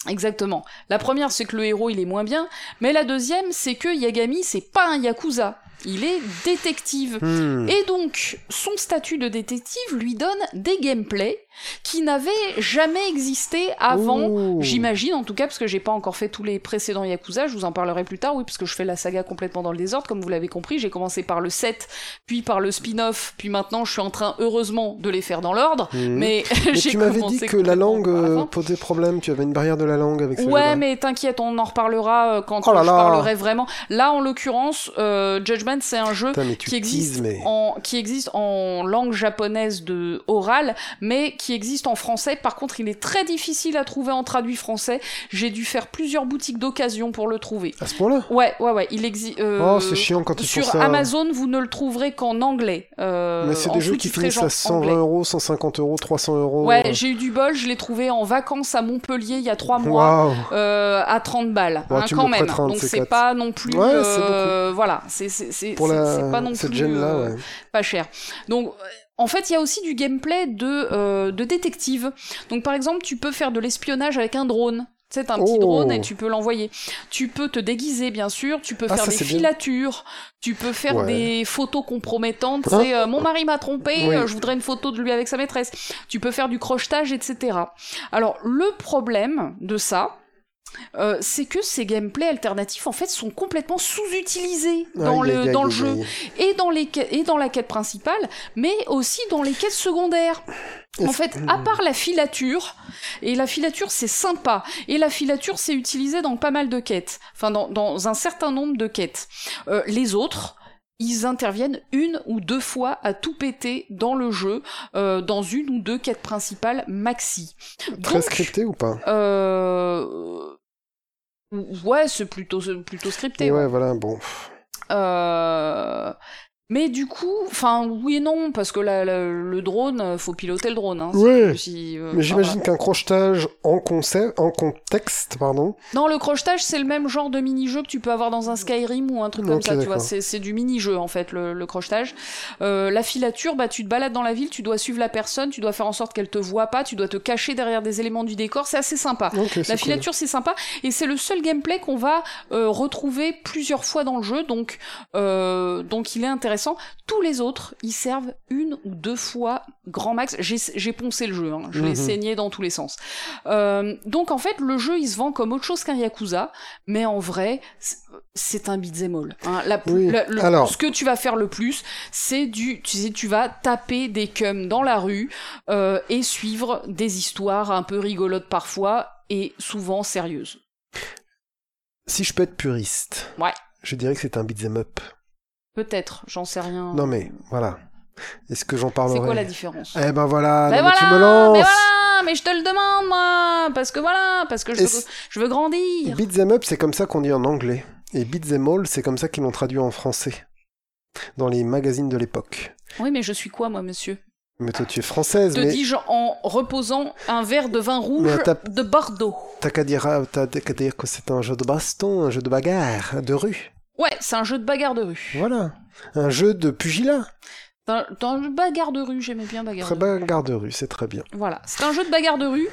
B: Exactement. La première, c'est que le héros, il est moins bien. Mais la deuxième, c'est que Yagami, c'est pas un Yakuza. Il est détective.
A: Hmm.
B: Et donc, son statut de détective lui donne des gameplays qui n'avaient jamais existé avant,
A: Ouh.
B: j'imagine en tout cas, parce que j'ai pas encore fait tous les précédents Yakuza, je vous en parlerai plus tard, oui, parce que je fais la saga complètement dans le désordre, comme vous l'avez compris, j'ai commencé par le 7, puis par le spin-off, puis maintenant je suis en train, heureusement, de les faire dans l'ordre,
A: Hmm.
B: mais,
A: Mais
B: j'ai
A: tu m'avais
B: commencé
A: dit que la
B: complètement
A: langue
B: par la
A: euh,
B: fin.
A: posait problème, tu avais une barrière de la langue avec
B: Ouais,
A: celui-là.
B: mais t'inquiète, on en reparlera euh, quand
A: Oh là
B: je
A: là.
B: parlerai vraiment. Là, en l'occurrence, euh, Judgment, c'est un jeu
A: Putain, mais tu
B: qui existe
A: teases, mais...
B: en, qui existe en langue japonaise de orale, mais qui existe en français. Par contre, il est très difficile à trouver en traduit français. J'ai dû faire plusieurs boutiques d'occasion pour le trouver.
A: À ce point-là
B: Ouais, ouais, ouais. Il existe.
A: Oh, c'est chiant quand tu fais
B: Euh, Sur
A: ça.
B: Amazon, vous ne le trouverez qu'en anglais. euh,
A: mais c'est
B: en
A: des jeux qui
B: sous-titré
A: finissent à
B: genre anglais.
A: 120 euros, 150 euros, 300 euros. euh.
B: Ouais, j'ai eu du bol. Je l'ai trouvé en vacances à Montpellier il y a trois mois.
A: Waouh
B: euh, à 30 balles,
A: Bon,
B: hein,
A: tu me
B: quand
A: le
B: même.
A: prêteras un de
B: Donc
A: ces
B: c'est
A: quatre.
B: pas non plus.
A: Ouais, c'est
B: euh, voilà, c'est c'est- c'est-
A: Pour
B: c'est-
A: la...
B: c'est pas non
A: cette
B: plus,
A: gêne-là,
B: euh,
A: ouais.
B: pas cher. Donc, euh, en fait, il y a aussi du gameplay de, euh, de détective. Donc, par exemple, tu peux faire de l'espionnage avec un drone. Tu sais, t'as un petit
A: Oh.
B: drone et tu peux l'envoyer. Tu peux te déguiser, bien sûr. Tu peux
A: Ah,
B: faire
A: ça,
B: des
A: c'est bien.
B: filatures. Tu peux faire
A: Ouais.
B: des photos compromettantes.
A: Hein
B: C'est euh, mon mari m'a trompé.
A: Oui.
B: euh, je voudrais une photo de lui avec sa maîtresse. Tu peux faire du crochetage, etc. Alors, le problème de ça, euh, c'est que ces gameplays alternatifs, en fait, sont complètement sous-utilisés dans
A: Aïe,
B: le,
A: aïe,
B: dans
A: aïe, aïe,
B: le jeu
A: aïe.
B: et dans, les, que- et dans la quête principale, mais aussi dans les quêtes secondaires. En
A: Est-ce-
B: fait, à part la filature, et la filature c'est sympa, et la filature c'est utilisé dans pas mal de quêtes, enfin dans, dans un certain nombre de quêtes. Euh, les autres, ils interviennent une ou deux fois à tout péter dans le jeu, euh, dans une ou deux quêtes principales maxi.
A: Très
B: Donc,
A: scripté ou pas
B: euh, Ouais, c'est plutôt, c'est plutôt scripté.
A: Et
B: ouais.
A: Ouais, voilà, bon.
B: Euh, Mais du coup, enfin oui et non, parce que la- la- le drone, euh, faut piloter le drone. Hein, c'est
A: Ouais.
B: si, euh, enfin,
A: Mais j'imagine qu'un crochetage en, concept, en contexte, pardon,
B: voilà. Non, le crochetage, c'est le même genre de mini-jeu que tu peux avoir dans un Skyrim ou un truc comme
A: Ok,
B: ça, tu vois.
A: d'accord.
B: C'est c'est du mini-jeu, en fait, le, le crochetage. Euh, la filature, bah, tu te balades dans la ville, tu dois suivre la personne, tu dois faire en sorte qu'elle te voit pas, tu dois te cacher derrière des éléments du décor, c'est assez sympa.
A: Ok, c'est
B: La
A: cool.
B: filature, c'est sympa. Et c'est le seul gameplay qu'on va euh, retrouver plusieurs fois dans le jeu. Donc, euh, donc il est intéressant. Tous les autres, ils servent une ou deux fois grand max. J'ai j'ai poncé le jeu. hein. Je l'ai
A: Mhm.
B: saigné dans tous les sens. Euh, donc, en fait, le jeu, il se vend comme autre chose qu'un Yakuza. Mais en vrai, c'est- c'est un beat'em all. hein. La-
A: Oui.
B: la- le-
A: Alors.
B: Ce que tu vas faire le plus, c'est du... Tu, sais, tu vas taper des cums dans la rue euh, et suivre des histoires un peu rigolotes parfois et souvent sérieuses.
A: Si je peux être puriste,
B: Ouais.
A: je dirais que c'est un beat'em up.
B: Peut-être, j'en sais rien.
A: Non mais, voilà. Est-ce que j'en parlerai
B: Mm. c'est quoi la différence
A: Eh ben voilà,
B: Mais
A: non, mais tu me
B: mais
A: lances
B: voilà, mais je te le demande moi, parce que voilà, parce que je,
A: Et
B: veux,
A: c'est-
B: je veux grandir.
A: Beat'em up, c'est comme ça qu'on dit en anglais. Et beat'em all, c'est comme ça qu'ils l'ont traduit en français. Dans les magazines de l'époque.
B: Oui, mais je suis quoi moi, monsieur
A: Mais toi, tu es française,
B: Te
A: mais
B: dis-je en reposant un verre de vin rouge
A: Mais t'as-
B: de Bordeaux.
A: t'as qu'à dire, ah, t'as qu'à dire que c'est un jeu de baston, un jeu de bagarre, de rue.
B: Ouais, c'est un jeu de bagarre de rue.
A: Voilà. Un jeu de pugilat.
B: Dans, dans le bagarre de rue, j'aimais bien bagarre.
A: Très
B: de rue.
A: bagarre de rue, c'est très bien.
B: Voilà, c'est un jeu de bagarre de rue.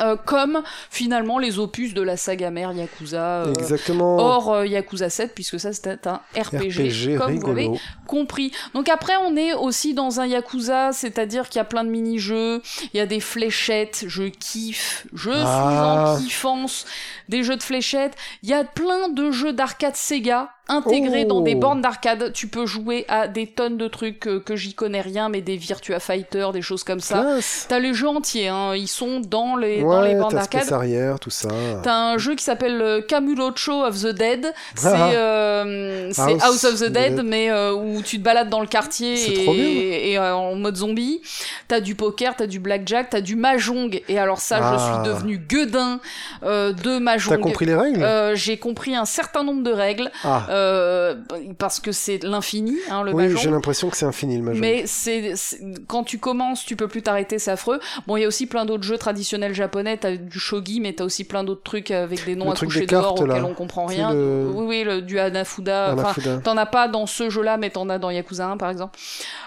B: euh, comme finalement les opus de la saga mère Yakuza, euh,
A: Exactement.
B: Or euh, Yakuza 7, puisque ça c'était un RPG,
A: RPG
B: comme vous l'avez
A: rigolo.
B: compris. Donc après, on est aussi dans un Yakuza, c'est-à-dire qu'il y a plein de mini-jeux, il y a des fléchettes, je kiffe, je
A: Ah.
B: suis en kiffance des jeux de fléchettes. Il y a plein de jeux d'arcade Sega intégrés
A: Oh.
B: dans des bornes d'arcade. Tu peux jouer à des tonnes de trucs euh, que, j'y connais rien, mais des Virtua Fighter, des choses comme ça.
A: Classe.
B: T'as les jeux entiers, hein, ils sont dans les, dans
A: Ouais,
B: les bornes
A: t'as
B: d'arcade.
A: Space Arrière, tout ça.
B: T'as un jeu qui s'appelle euh, Camulocho of the Dead. C'est
A: Ah.
B: euh, c'est
A: House
B: House, of the
A: of the
B: Dead,
A: Dead.
B: mais euh, où tu te balades dans le quartier
A: C'est trop bien.
B: et, et, euh, en mode zombie. T'as du poker, t'as du blackjack, t'as du mahjong. Et alors ça,
A: Ah.
B: je suis devenu gueudin euh, de
A: T'as
B: mahjong.
A: compris les règles
B: Euh, J'ai compris un certain nombre de règles
A: Ah,
B: euh, parce que c'est l'infini, hein, le
A: oui,
B: mahjong.
A: j'ai l'impression que c'est infini le Mahjong.
B: Mais c'est c'est- quand tu commences, tu peux plus t'arrêter, c'est affreux. Bon, il y a aussi plein d'autres jeux traditionnels japonais. T'as du shogi, mais t'as aussi plein d'autres trucs avec des noms
A: Le
B: à
A: truc
B: coucher
A: des
B: dehors
A: cartes, là.
B: auxquels on comprend
A: C'est
B: rien.
A: le-
B: Oui, oui, le, du hanafuda. Enfin,
A: Hanafuda.
B: t'en as pas dans ce jeu-là, mais t'en as dans Yakuza 1, par exemple.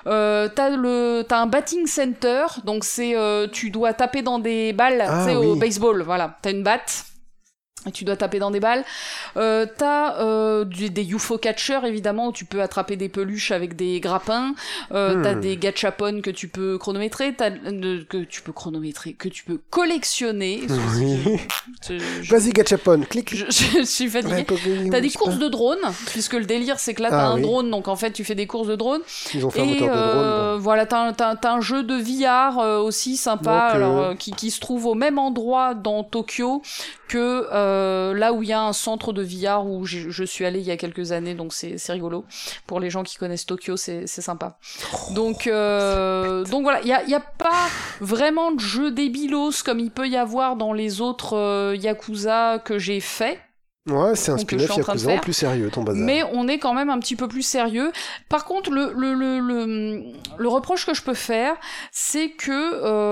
B: Euh, t'as le, t'as un batting center, donc c'est, euh, tu dois taper dans des balles,
A: Ah,
B: tu sais,
A: oui.
B: au baseball. Voilà, t'as une batte. Et tu dois taper dans des balles. Euh, t'as euh, du- des UFO catchers évidemment où tu peux attraper des peluches avec des grappins. Euh,
A: Hmm.
B: T'as des gachapon que tu peux chronométrer, t'as, euh, que tu peux chronométrer, que tu peux collectionner.
A: Oui.
B: Je, je-
A: Vas-y, Gachapon, clique.
B: je- je suis fatiguée. T'as des courses de drones, puisque le délire c'est que là t'as
A: Ah
B: un
A: oui.
B: drone, donc en fait tu fais des courses de drones.
A: Ils ont fait un
B: Et
A: moteur de drone.
B: euh,
A: bon.
B: voilà, t'as un, t'as un- t'as un jeu de VR euh, aussi sympa,
A: Donc, euh,
B: alors, euh, qui, qui se trouve au même endroit dans Tokyo que euh, là où il y a un centre de VR où je, je suis allée il y a quelques années, donc c'est c'est rigolo. Pour les gens qui connaissent Tokyo, c'est c'est sympa.
A: Oh,
B: Donc, euh, donc voilà, il n'y a, il y a pas vraiment de jeu débilos comme il peut y avoir dans les autres euh, Yakuza que j'ai fait.
A: Ouais, c'est un
B: donc, je
A: spin-off
B: suis en train de
A: Yakuza en
B: faire.
A: plus sérieux, ton bazar.
B: Mais on est quand même un petit peu plus sérieux. Par contre, le, le, le, le, le reproche que je peux faire, c'est que...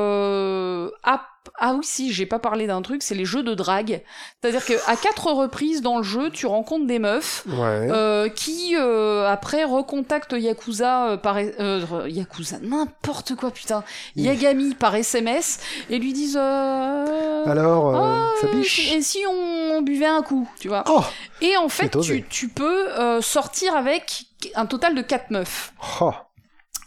B: euh, ah, ah oui, si, j'ai pas parlé d'un truc, c'est les jeux de drague. C'est-à-dire qu'à quatre reprises dans le jeu, tu rencontres des meufs
A: Ouais.
B: euh, qui, euh, après, recontactent Yakuza euh, par... euh, re- Yakuza, n'importe quoi, putain.
A: Oui.
B: Yagami par SMS, et lui disent... euh,
A: Alors, euh,
B: Ah,
A: ça
B: et
A: biche.
B: si- et si on buvait un coup, tu vois
A: Oh,
B: et en fait,
A: C'est osé.
B: tu, tu peux euh, sortir avec un total de 4 meufs.
A: oh.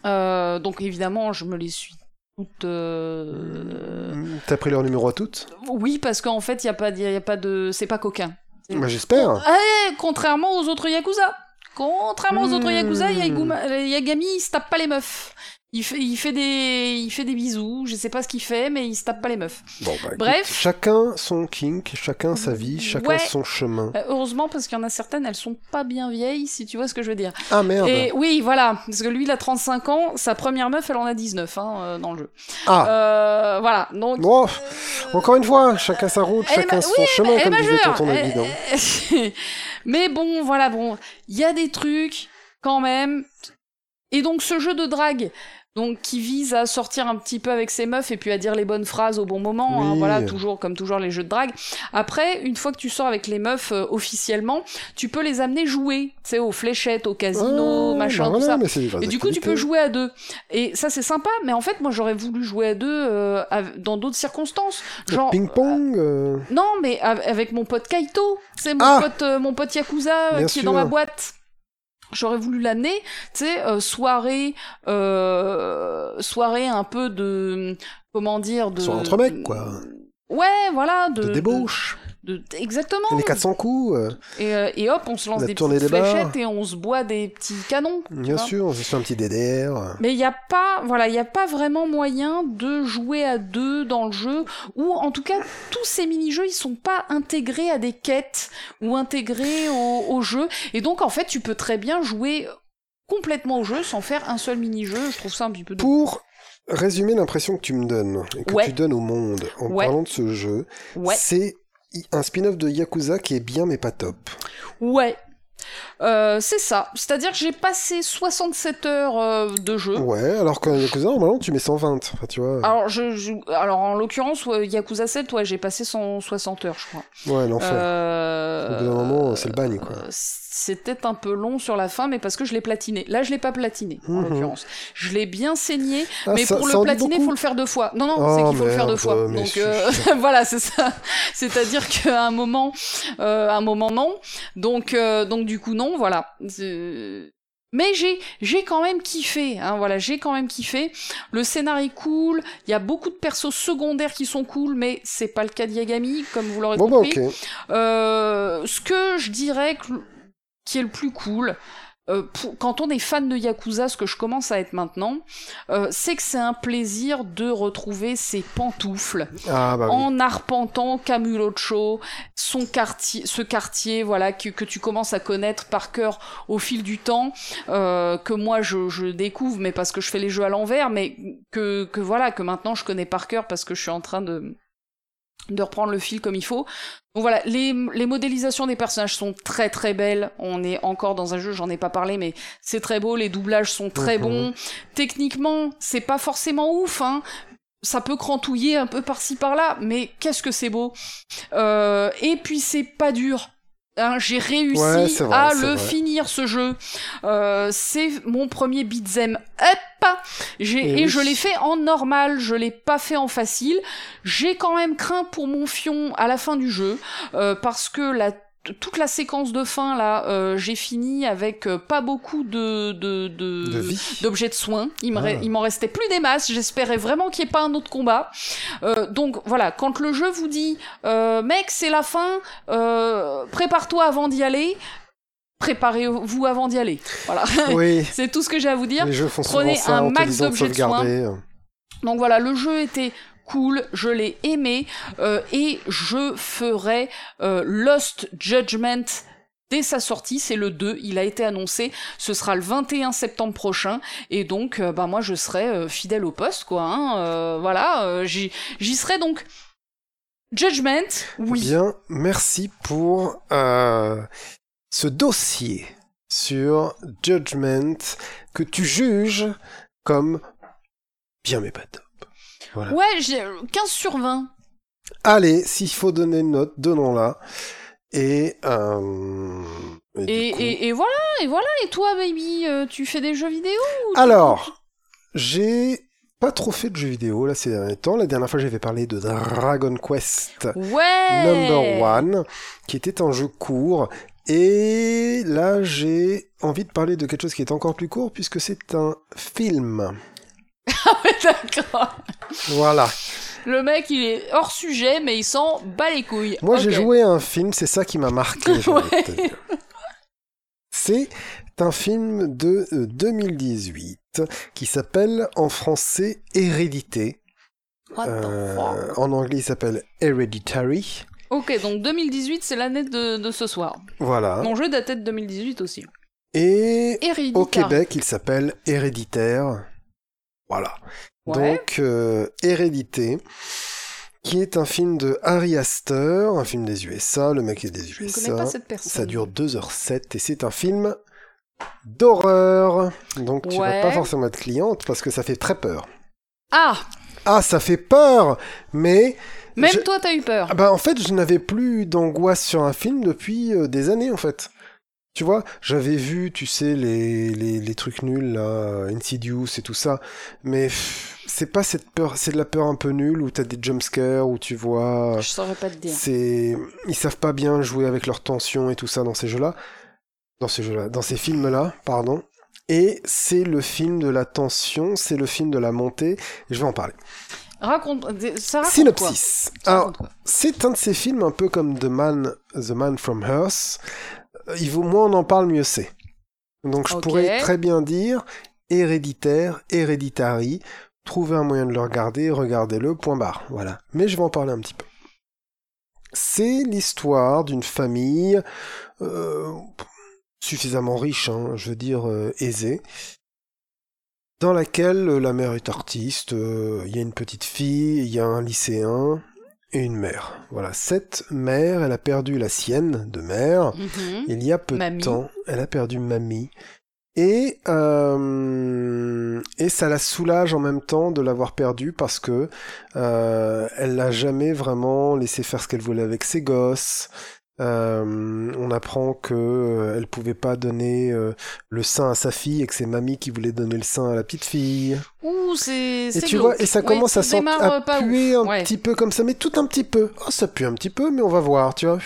B: Euh, donc évidemment, je me les suis toutes. euh,
A: T'as pris leur numéro à toutes
B: Oui, parce qu'en fait, il y a pas, de- y a pas de, c'est pas coquin.
A: Bah, J'espère.
B: Eh, contrairement aux autres yakuza. Contrairement aux autres yakuza,
A: Hmm.
B: Yaguma- Yagami, il se tape pas les meufs. Il fait, il fait des, il fait des bisous. Je sais pas ce qu'il fait, mais il se tape pas les meufs.
A: Bon, bah, écoute,
B: Bref.
A: chacun son kink, chacun sa vie, chacun
B: Ouais.
A: son chemin.
B: Euh, heureusement, parce qu'il y en a certaines, elles sont pas bien vieilles, si tu vois ce que je veux dire.
A: Ah merde.
B: Et oui, voilà, parce que lui, il a 35 ans, sa première meuf, elle en a 19 hein, euh, dans le jeu.
A: Ah.
B: Euh, voilà, donc...
A: Bon, encore une fois, chacun sa route,
B: Elle est
A: chacun
B: Eh, ma-
A: son
B: Eh,
A: chemin,
B: euh, elle est
A: comme disait
B: majeure
A: tonton
B: elle-
A: David. hein.
B: elle- Mais bon, voilà, bon, il y a des trucs, quand même... Et donc, ce jeu de drague, donc, qui vise à sortir un petit peu avec ses meufs et puis à dire les bonnes phrases au bon moment, hein,
A: Oui.
B: voilà, toujours, comme toujours, les jeux de drague. Après, une fois que tu sors avec les meufs euh, officiellement, tu peux les amener jouer, tu sais, aux fléchettes, au casino,
A: Ah,
B: eh, machin,
A: bah
B: tout
A: voilà,
B: ça.
A: mais c'est des vraies
B: Et du coup, tu
A: activités.
B: peux jouer à deux. Et ça, c'est sympa, mais en fait, moi, j'aurais voulu jouer à deux euh, av- dans d'autres circonstances.
A: Le
B: Genre.
A: Ping-pong. euh,
B: Non, mais av- avec mon pote Kaito. C'est mon,
A: Ah
B: pote, euh, mon pote Yakuza euh,
A: Bien
B: qui est dans ma
A: sûr.
B: boîte. J'aurais voulu l'amener, tu sais, euh, soirée, euh, soirée un peu de, comment dire, de.
A: Soirée entre mecs, quoi.
B: Ouais, voilà, de.
A: de débauche.
B: de- de- exactement.
A: Les 400 coups, euh,
B: Et, euh, et hop, on se lance
A: La
B: des
A: tournée
B: petites
A: des bars.
B: fléchettes et on se boit des petits canons. tu
A: bien
B: vois.
A: sûr, on se fait un petit DDR.
B: Mais il n'y a pas, voilà, il a pas vraiment moyen de jouer à deux dans le jeu, ou en tout cas, tous ces mini-jeux, ils sont pas intégrés à des quêtes ou intégrés au, au jeu. Et donc, en fait, tu peux très bien jouer complètement au jeu sans faire un seul mini-jeu. Je trouve ça un petit peu. dommage.
A: Pour résumer l'impression que tu me donnes, et que
B: Ouais.
A: tu donnes au monde, en
B: Ouais.
A: parlant de ce jeu,
B: Ouais,
A: c'est i- un spin-off de Yakuza qui est bien mais pas top.
B: ouais. Euh, c'est ça. C'est-à-dire que j'ai passé 67 heures euh, de jeu.
A: Ouais, alors qu'un Yakuza, normalement, tu mets 120. Enfin, tu vois.
B: Alors, je, je- alors, en l'occurrence, ouais, Yakuza 7, ouais, j'ai passé 160 heures, je crois.
A: Ouais, l'enfer.
B: Euh,
A: Au bout d'un moment, c'est le bagne, quoi.
B: Euh, C'était un peu long sur la fin, mais parce que je l'ai platiné. Là, je l'ai pas platiné, en
A: Mhm.
B: l'occurrence. Je l'ai bien saigné,
A: Ah,
B: mais
A: ça-
B: pour
A: ça en
B: le
A: dit
B: platiner, il
A: beaucoup.
B: faut le faire deux fois. Non, non,
A: Oh,
B: c'est qu'il faut le faire
A: merde,
B: deux fois.
A: mais
B: Donc
A: je-
B: euh, voilà, c'est ça. C'est-à-dire qu'à un moment, euh, à un moment non. Donc, euh, donc du coup non, voilà. C'est- Mais j'ai, j'ai quand même kiffé. Hein, voilà, j'ai quand même kiffé. Le scénario est cool. Il y a beaucoup de persos secondaires qui sont cool, mais c'est pas le cas de Yagami, comme vous l'aurez
A: Bon, bah,
B: compris.
A: ok.
B: Euh, ce que je dirais que le- qui est le plus cool, euh, pour- quand on est fan de Yakuza, ce que je commence à être maintenant, euh, c'est que c'est un plaisir de retrouver ses pantoufles
A: Ah, bah, oui.
B: en arpentant Kamurocho, son quartier, ce quartier, voilà, que, que tu commences à connaître par cœur au fil du temps, euh, que moi je, je découvre, mais parce que je fais les jeux à l'envers, mais que, que voilà, que maintenant je connais par cœur parce que je suis en train de de reprendre le fil comme il faut. Donc voilà, les, les modélisations des personnages sont très très belles. On est encore dans un jeu, j'en ai pas parlé, mais c'est très beau. Les doublages sont très
A: Mhm.
B: bons. Techniquement, c'est pas forcément ouf, hein ça peut crantouiller un peu par-ci par-là, mais qu'est-ce que c'est beau. Euh, et puis c'est pas dur. Hein, j'ai réussi
A: Ouais, c'est vrai,
B: à
A: c'est
B: le
A: vrai.
B: finir ce jeu. Euh, c'est mon premier beat'em up. J'ai-
A: Eh
B: et
A: oui.
B: je l'ai fait en normal, je l'ai pas fait en facile. J'ai quand même craint pour mon fion à la fin du jeu euh, parce que la toute la séquence de fin là, euh, j'ai fini avec euh, pas beaucoup de de de-
A: de vie.
B: d'objets de soins. Il me re-
A: Ah.
B: il m'en restait plus des masses. J'espérais vraiment qu'il n'y ait pas un autre combat. Euh, donc voilà, quand le jeu vous dit, euh, mec, c'est la fin, euh, prépare-toi avant d'y aller. Préparez-vous avant d'y aller. Voilà,
A: Oui.
B: c'est tout ce que j'ai à vous dire.
A: Les jeux font souvent
B: prenez
A: ça
B: un
A: en te
B: max
A: disant de
B: d'objets de
A: sauvegarder.
B: Donc voilà, le jeu était cool, je l'ai aimé euh, et je ferai euh, Lost Judgment dès sa sortie, c'est le 2, il a été annoncé, ce sera le 21 septembre prochain et donc euh, bah moi je serai euh, fidèle au poste quoi hein, euh, voilà, euh, j'y j'y serai donc Judgment, oui.
A: Eh Bien, merci pour euh, ce dossier sur Judgment que tu juges comme bien mais pas top. Voilà.
B: Ouais, j'ai euh, 15 sur 20.
A: Allez, s'il faut donner une note, donnons-la. Et, euh, et du
B: Et,
A: coup-
B: et, et voilà, et voilà, et toi baby, euh, tu fais des jeux vidéo ou tu-
A: Alors, j'ai pas trop fait de jeux vidéo là ces derniers temps. La dernière fois, j'avais parlé de Dragon Quest
B: Ouais
A: Number One, qui était un jeu court. Et là, j'ai envie de parler de quelque chose qui est encore plus court, puisque c'est un film.
B: D'accord
A: Voilà.
B: Le mec, il est hors sujet, mais il s'en bat les couilles.
A: Moi, j'ai
B: Ok.
A: joué à un film, c'est ça qui m'a marqué. j'ai envie de te dire. C'est un film de euh, 2018 qui s'appelle en français Hérédité.
B: What the
A: Euh,
B: fuck
A: en anglais, il s'appelle Hereditary.
B: Ok, donc 2018, c'est l'année de, de ce soir.
A: Voilà.
B: Mon jeu datait de 2018 aussi.
A: Et
B: Héréditaire.
A: au Québec, il s'appelle Héréditaire. Voilà.
B: Ouais.
A: Donc, euh, Hérédité, qui est un film de Harry Astor, un film des USA, le mec est des
B: Je ne
A: USA.
B: connais pas cette personne.
A: Ça dure 2h07 et c'est un film d'horreur. Donc tu vas
B: Ouais.
A: pas forcément être cliente parce que ça fait très peur.
B: Ah
A: Ah, ça fait peur Mais
B: Même
A: Je-
B: toi, t'as eu peur.
A: ah bah, en fait, je n'avais plus d'angoisse sur un film depuis euh, des années en fait. Tu vois, j'avais vu, tu sais, les, les, les trucs nuls, là, euh, Insidious et tout ça, mais pff, c'est pas cette peur, c'est de la peur un peu nulle où t'as des jumpscares, où tu vois...
B: Je saurais pas te dire.
A: C'est ils savent pas bien jouer avec leur tension et tout ça dans ces jeux-là, dans ces jeux-là, dans ces films-là, pardon. Et c'est le film de la tension, c'est le film de la montée. et je vais en parler.
B: Raconte. Ça raconte quoi
A: Synopsis.
B: Ça
A: Alors,
B: raconte quoi
A: c'est un de ces films un peu comme The Man, The Man from Earth. Euh, Il vaut moins on en parle, mieux c'est. Donc je
B: Ok.
A: pourrais très bien dire héréditaire, héréditary. Trouvez un moyen de le regarder, regardez-le, point barre. Voilà. Mais je vais en parler un petit peu. C'est l'histoire d'une famille euh, suffisamment riche, hein, je veux dire euh, aisée, dans laquelle euh, la mère est artiste, euh, il y a une petite fille, il y a un lycéen et une mère. Voilà, cette mère, elle a perdu la sienne de mère
B: Mhm.
A: il y a peu de
B: Mamie.
A: temps. Elle a perdu mamie. Et, euh, et ça la soulage en même temps de l'avoir perdue parce que euh, elle l'a jamais vraiment laissé faire ce qu'elle voulait avec ses gosses. Euh, on apprend que euh, elle pouvait pas donner euh, le sein à sa fille et que c'est mamie qui voulait donner le sein à la petite fille.
B: Ouh, c'est.
A: Et tu vois, et ça commence à, sent-
B: démarre
A: à
B: euh, pas ouf.
A: puer un
B: ouais.
A: petit peu comme ça, mais tout un petit peu. Oh, ça pue un petit peu, mais on va voir, tu vois.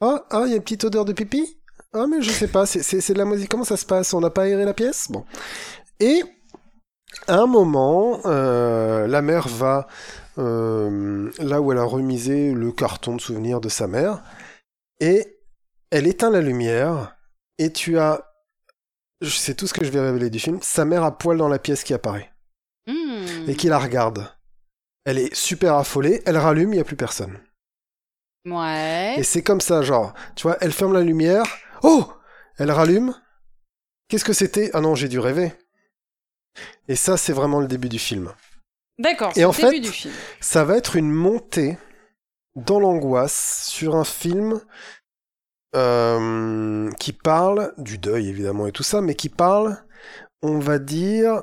A: Oh, ah, il y a une petite odeur de pipi Ah, mais je sais pas, c'est- c'est c'est de la moisissure. Comment ça se passe On n'a pas aéré la pièce Bon. Et à un moment, euh, la mère va euh, là où elle a remisé le carton de souvenirs de sa mère, et elle éteint la lumière, et tu as... je sais tout ce que je vais révéler du film, sa mère à poil dans la pièce qui apparaît
B: Hmm.
A: et qui la regarde. Elle est super affolée, elle rallume, il n'y a plus personne.
B: Ouais.
A: Et c'est comme ça, genre, tu vois, elle ferme la lumière, oh Elle rallume, qu'est-ce que c'était Ah non, j'ai dû rêver. Et ça, c'est vraiment le début du film.
B: D'accord,
A: et
B: c'est
A: en
B: le début
A: fait-
B: du film.
A: Ça va être une montée dans l'angoisse sur un film euh, qui parle du deuil évidemment et tout ça, mais qui parle, on va dire,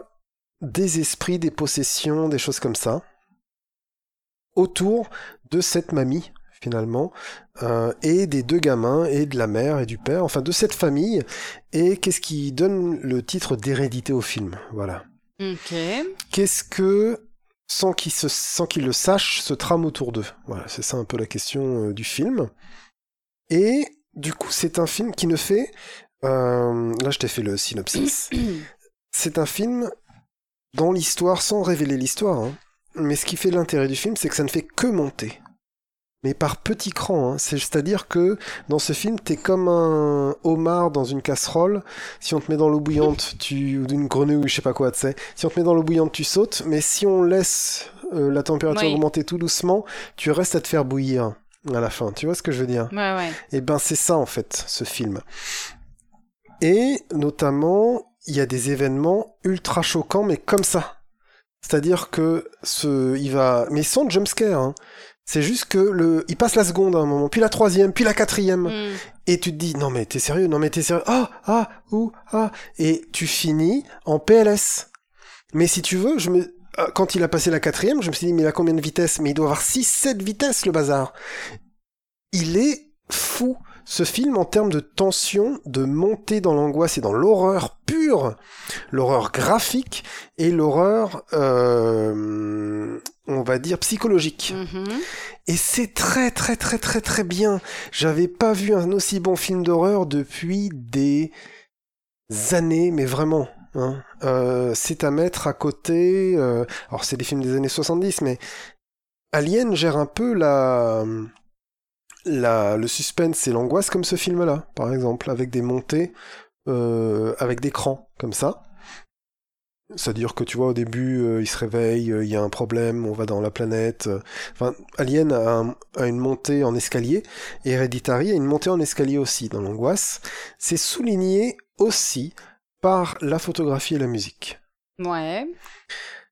A: des esprits, des possessions, des choses comme ça, autour de cette mamie finalement, euh, et des deux gamins, et de la mère et du père, enfin de cette famille, et qu'est-ce qui donne le titre d'hérédité au film, voilà.
B: Ok.
A: Qu'est-ce que, sans qu'ils se- sans qu'ils le sachent, se trame autour d'eux Voilà, c'est ça un peu la question euh, du film. Et du coup, c'est un film qui ne fait... euh, là, je t'ai fait le synopsis. C'est un film dans l'histoire, sans révéler l'histoire. hein. Mais ce qui fait l'intérêt du film, c'est que ça ne fait que monter. Mais par petits crans. hein. C'est- C'est-à-dire que dans ce film, t'es comme un homard dans une casserole. Si on te met dans l'eau bouillante, tu ou d'une grenouille, je sais pas quoi, tu sais. Si on te met dans l'eau bouillante, tu sautes. Mais si on laisse euh, la température
B: Oui.
A: augmenter tout doucement, tu restes à te faire bouillir hein, à la fin. Tu vois ce que je veux dire
B: Ouais, ouais.
A: et ben c'est ça en fait, ce film. Et notamment, il y a des événements ultra choquants, mais comme ça. C'est-à-dire que ce, il va, mais sans jumpscare. Hein. C'est juste que le, il passe la seconde à un moment, puis la troisième, puis la quatrième,
B: Hmm.
A: et tu te dis non mais t'es sérieux, non mais t'es sérieux, ah ah ou ah, et tu finis en PLS. Mais si tu veux, je me, euh, quand il a passé la quatrième, je me suis dit mais il a combien de vitesses Mais il doit avoir 6-7 vitesses le bazar il est fou. Ce film, en termes de tension, de montée dans l'angoisse et dans l'horreur pure, l'horreur graphique et l'horreur, euh, on va dire, psychologique.
B: Mhm.
A: Et c'est très très très très très bien. J'avais pas vu un aussi bon film d'horreur depuis des années, mais vraiment. hein. Euh, c'est à mettre à côté. euh, alors c'est des films des années 70, mais Alien gère un peu la, la le suspense et l'angoisse comme ce film-là, par exemple, avec des montées, euh, avec des crans comme ça. C'est-à-dire que tu vois au début, euh, il se réveille, euh, il y a un problème, on va dans la planète, euh, Enfin, Alien a, un- a une montée en escalier, et Hereditary a une montée en escalier aussi dans l'angoisse. C'est souligné aussi par la photographie et la musique.
B: Ouais.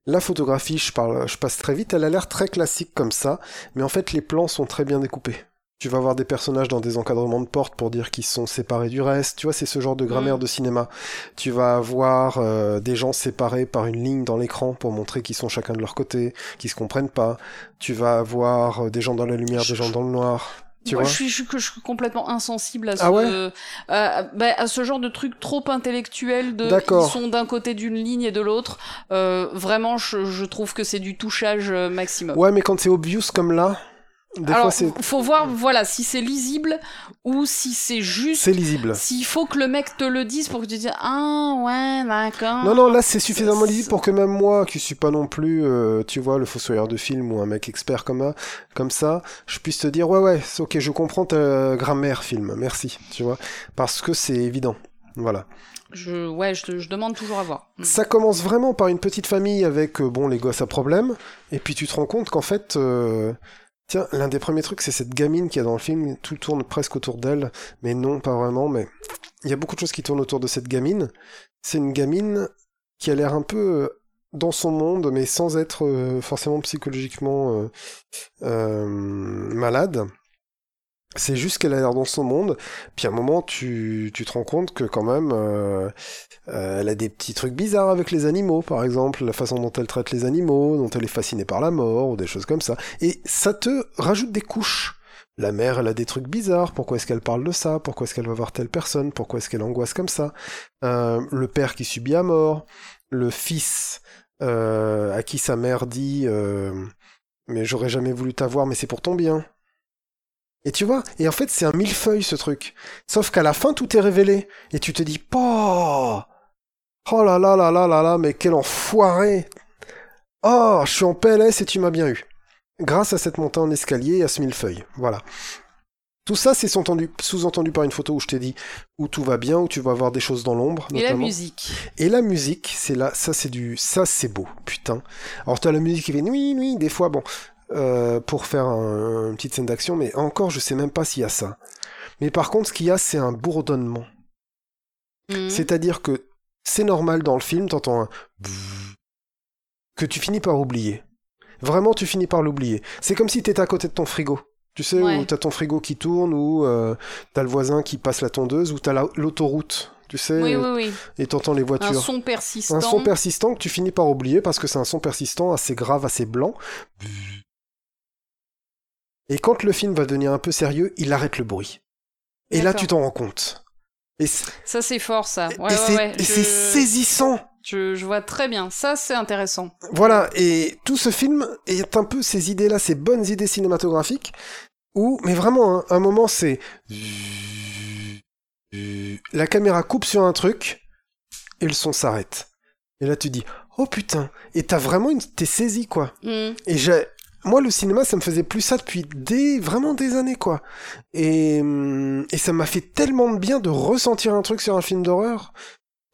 A: La photographie, je, parle, je passe très vite, elle a l'air très classique comme ça, mais en fait les plans sont très bien découpés. Tu vas voir des personnages dans des encadrements de portes pour dire qu'ils sont séparés du reste, tu vois, c'est ce genre de grammaire
B: Mm.
A: de cinéma. Tu vas avoir euh, des gens séparés par une ligne dans l'écran pour montrer qu'ils sont chacun de leur côté, qu'ils se comprennent pas. Tu vas avoir euh, des gens dans la lumière, des gens dans le noir. Tu
B: Moi,
A: vois
B: je suis, je, suis- je suis complètement insensible à ce, euh,
A: Ah ouais
B: à, bah, à ce genre de truc trop intellectuel de
A: D'accord.
B: ils sont d'un côté d'une ligne et de l'autre. Euh, vraiment, je, je trouve que c'est du touchage euh, maximum.
A: Ouais, mais quand c'est obvious comme là, des
B: Alors,
A: fois c'est
B: faut voir, voilà, si c'est lisible ou si c'est juste.
A: c'est lisible.
B: S'il faut que le mec te le dise pour que tu dises ah ouais d'accord.
A: Non, non, là c'est suffisamment
B: c'est-
A: lisible pour que même moi, qui suis pas non plus, euh, tu vois, le fossoyeur de film ou un mec expert comme, un- comme ça, je puisse te dire, ouais, ouais, c'est ok, je comprends ta grammaire film, merci, tu vois, parce que c'est évident. Voilà.
B: Je ouais, je, te- je demande toujours à voir. Mm.
A: Ça commence vraiment par une petite famille avec, euh, bon, les gosses à problème, et puis tu te rends compte qu'en fait, euh, tiens, l'un des premiers trucs, c'est cette gamine qu'il y a dans le film, tout tourne presque autour d'elle, mais non, pas vraiment, mais il y a beaucoup de choses qui tournent autour de cette gamine. C'est une gamine qui a l'air un peu euh, dans son monde, mais sans être euh, forcément psychologiquement euh, euh, malade. C'est juste qu'elle a l'air dans son monde. Puis à un moment, tu, tu te rends compte que quand même, euh, euh, elle a des petits trucs bizarres avec les animaux, par exemple, la façon dont elle traite les animaux, dont elle est fascinée par la mort, ou des choses comme ça. Et ça te rajoute des couches. La mère, elle a des trucs bizarres. Pourquoi est-ce qu'elle parle de ça Pourquoi est-ce qu'elle va voir telle personne Pourquoi est-ce qu'elle angoisse comme ça Euh, Le père qui subit à mort. Le fils euh, à qui sa mère dit euh, Mais j'aurais jamais voulu t'avoir, mais c'est pour ton bien. Et tu vois Et en fait, c'est un millefeuille, ce truc. Sauf qu'à la fin, tout est révélé. Et tu te dis Pas Oh là là là là là là, mais quel enfoiré Oh, je suis en PLS et tu m'as bien eu. Grâce à cette montée en escalier et à ce millefeuille. Voilà. Tout ça, c'est sous-entendu sous-entendu par une photo où je t'ai dit où tout va bien, où tu vas voir des choses dans l'ombre.
B: Et la
A: notamment.
B: musique.
A: Et la musique, c'est là, ça c'est du, ça c'est beau, putain. Alors t'as la musique qui fait oui, oui, des fois, bon, euh, pour faire un- une petite scène d'action, mais encore, je sais même pas s'il y a ça. Mais par contre, ce qu'il y a, c'est un bourdonnement.
B: Mm.
A: C'est-à-dire que c'est normal dans le film, t'entends un bzzz que tu finis par oublier. Vraiment, tu finis par l'oublier. C'est comme si t'étais à côté de ton frigo. Tu sais,
B: Ouais.
A: où t'as ton frigo qui tourne, ou euh, t'as le voisin qui passe la tondeuse, ou t'as la- l'autoroute, tu sais,
B: Oui oui oui.
A: et t'entends les
B: Un
A: voitures.
B: son persistant.
A: euh, Un son persistant que tu finis par oublier parce que c'est un son persistant assez grave, assez blanc. Et quand le film va devenir un peu sérieux, il arrête le bruit. Et là,
B: D'accord.
A: tu t'en rends compte. Et c'est
B: Ça, c'est fort, ça. Ouais,
A: et
B: ouais,
A: c'est-
B: ouais.
A: et c'est
B: Je...
A: saisissant.
B: je- je vois très bien. Ça, c'est intéressant.
A: Voilà, et tout ce film est un peu ces idées-là, ces bonnes idées cinématographiques, où, mais vraiment, hein, un moment, c'est... La caméra coupe sur un truc, et le son s'arrête. Et là, tu dis, oh putain, et t'as vraiment une... T'es saisi, quoi.
B: Hmm.
A: Et j'ai... Moi, le cinéma, ça me faisait plus ça depuis des... vraiment des années, quoi. Et, hum, et ça m'a fait tellement de bien de ressentir un truc sur un film d'horreur.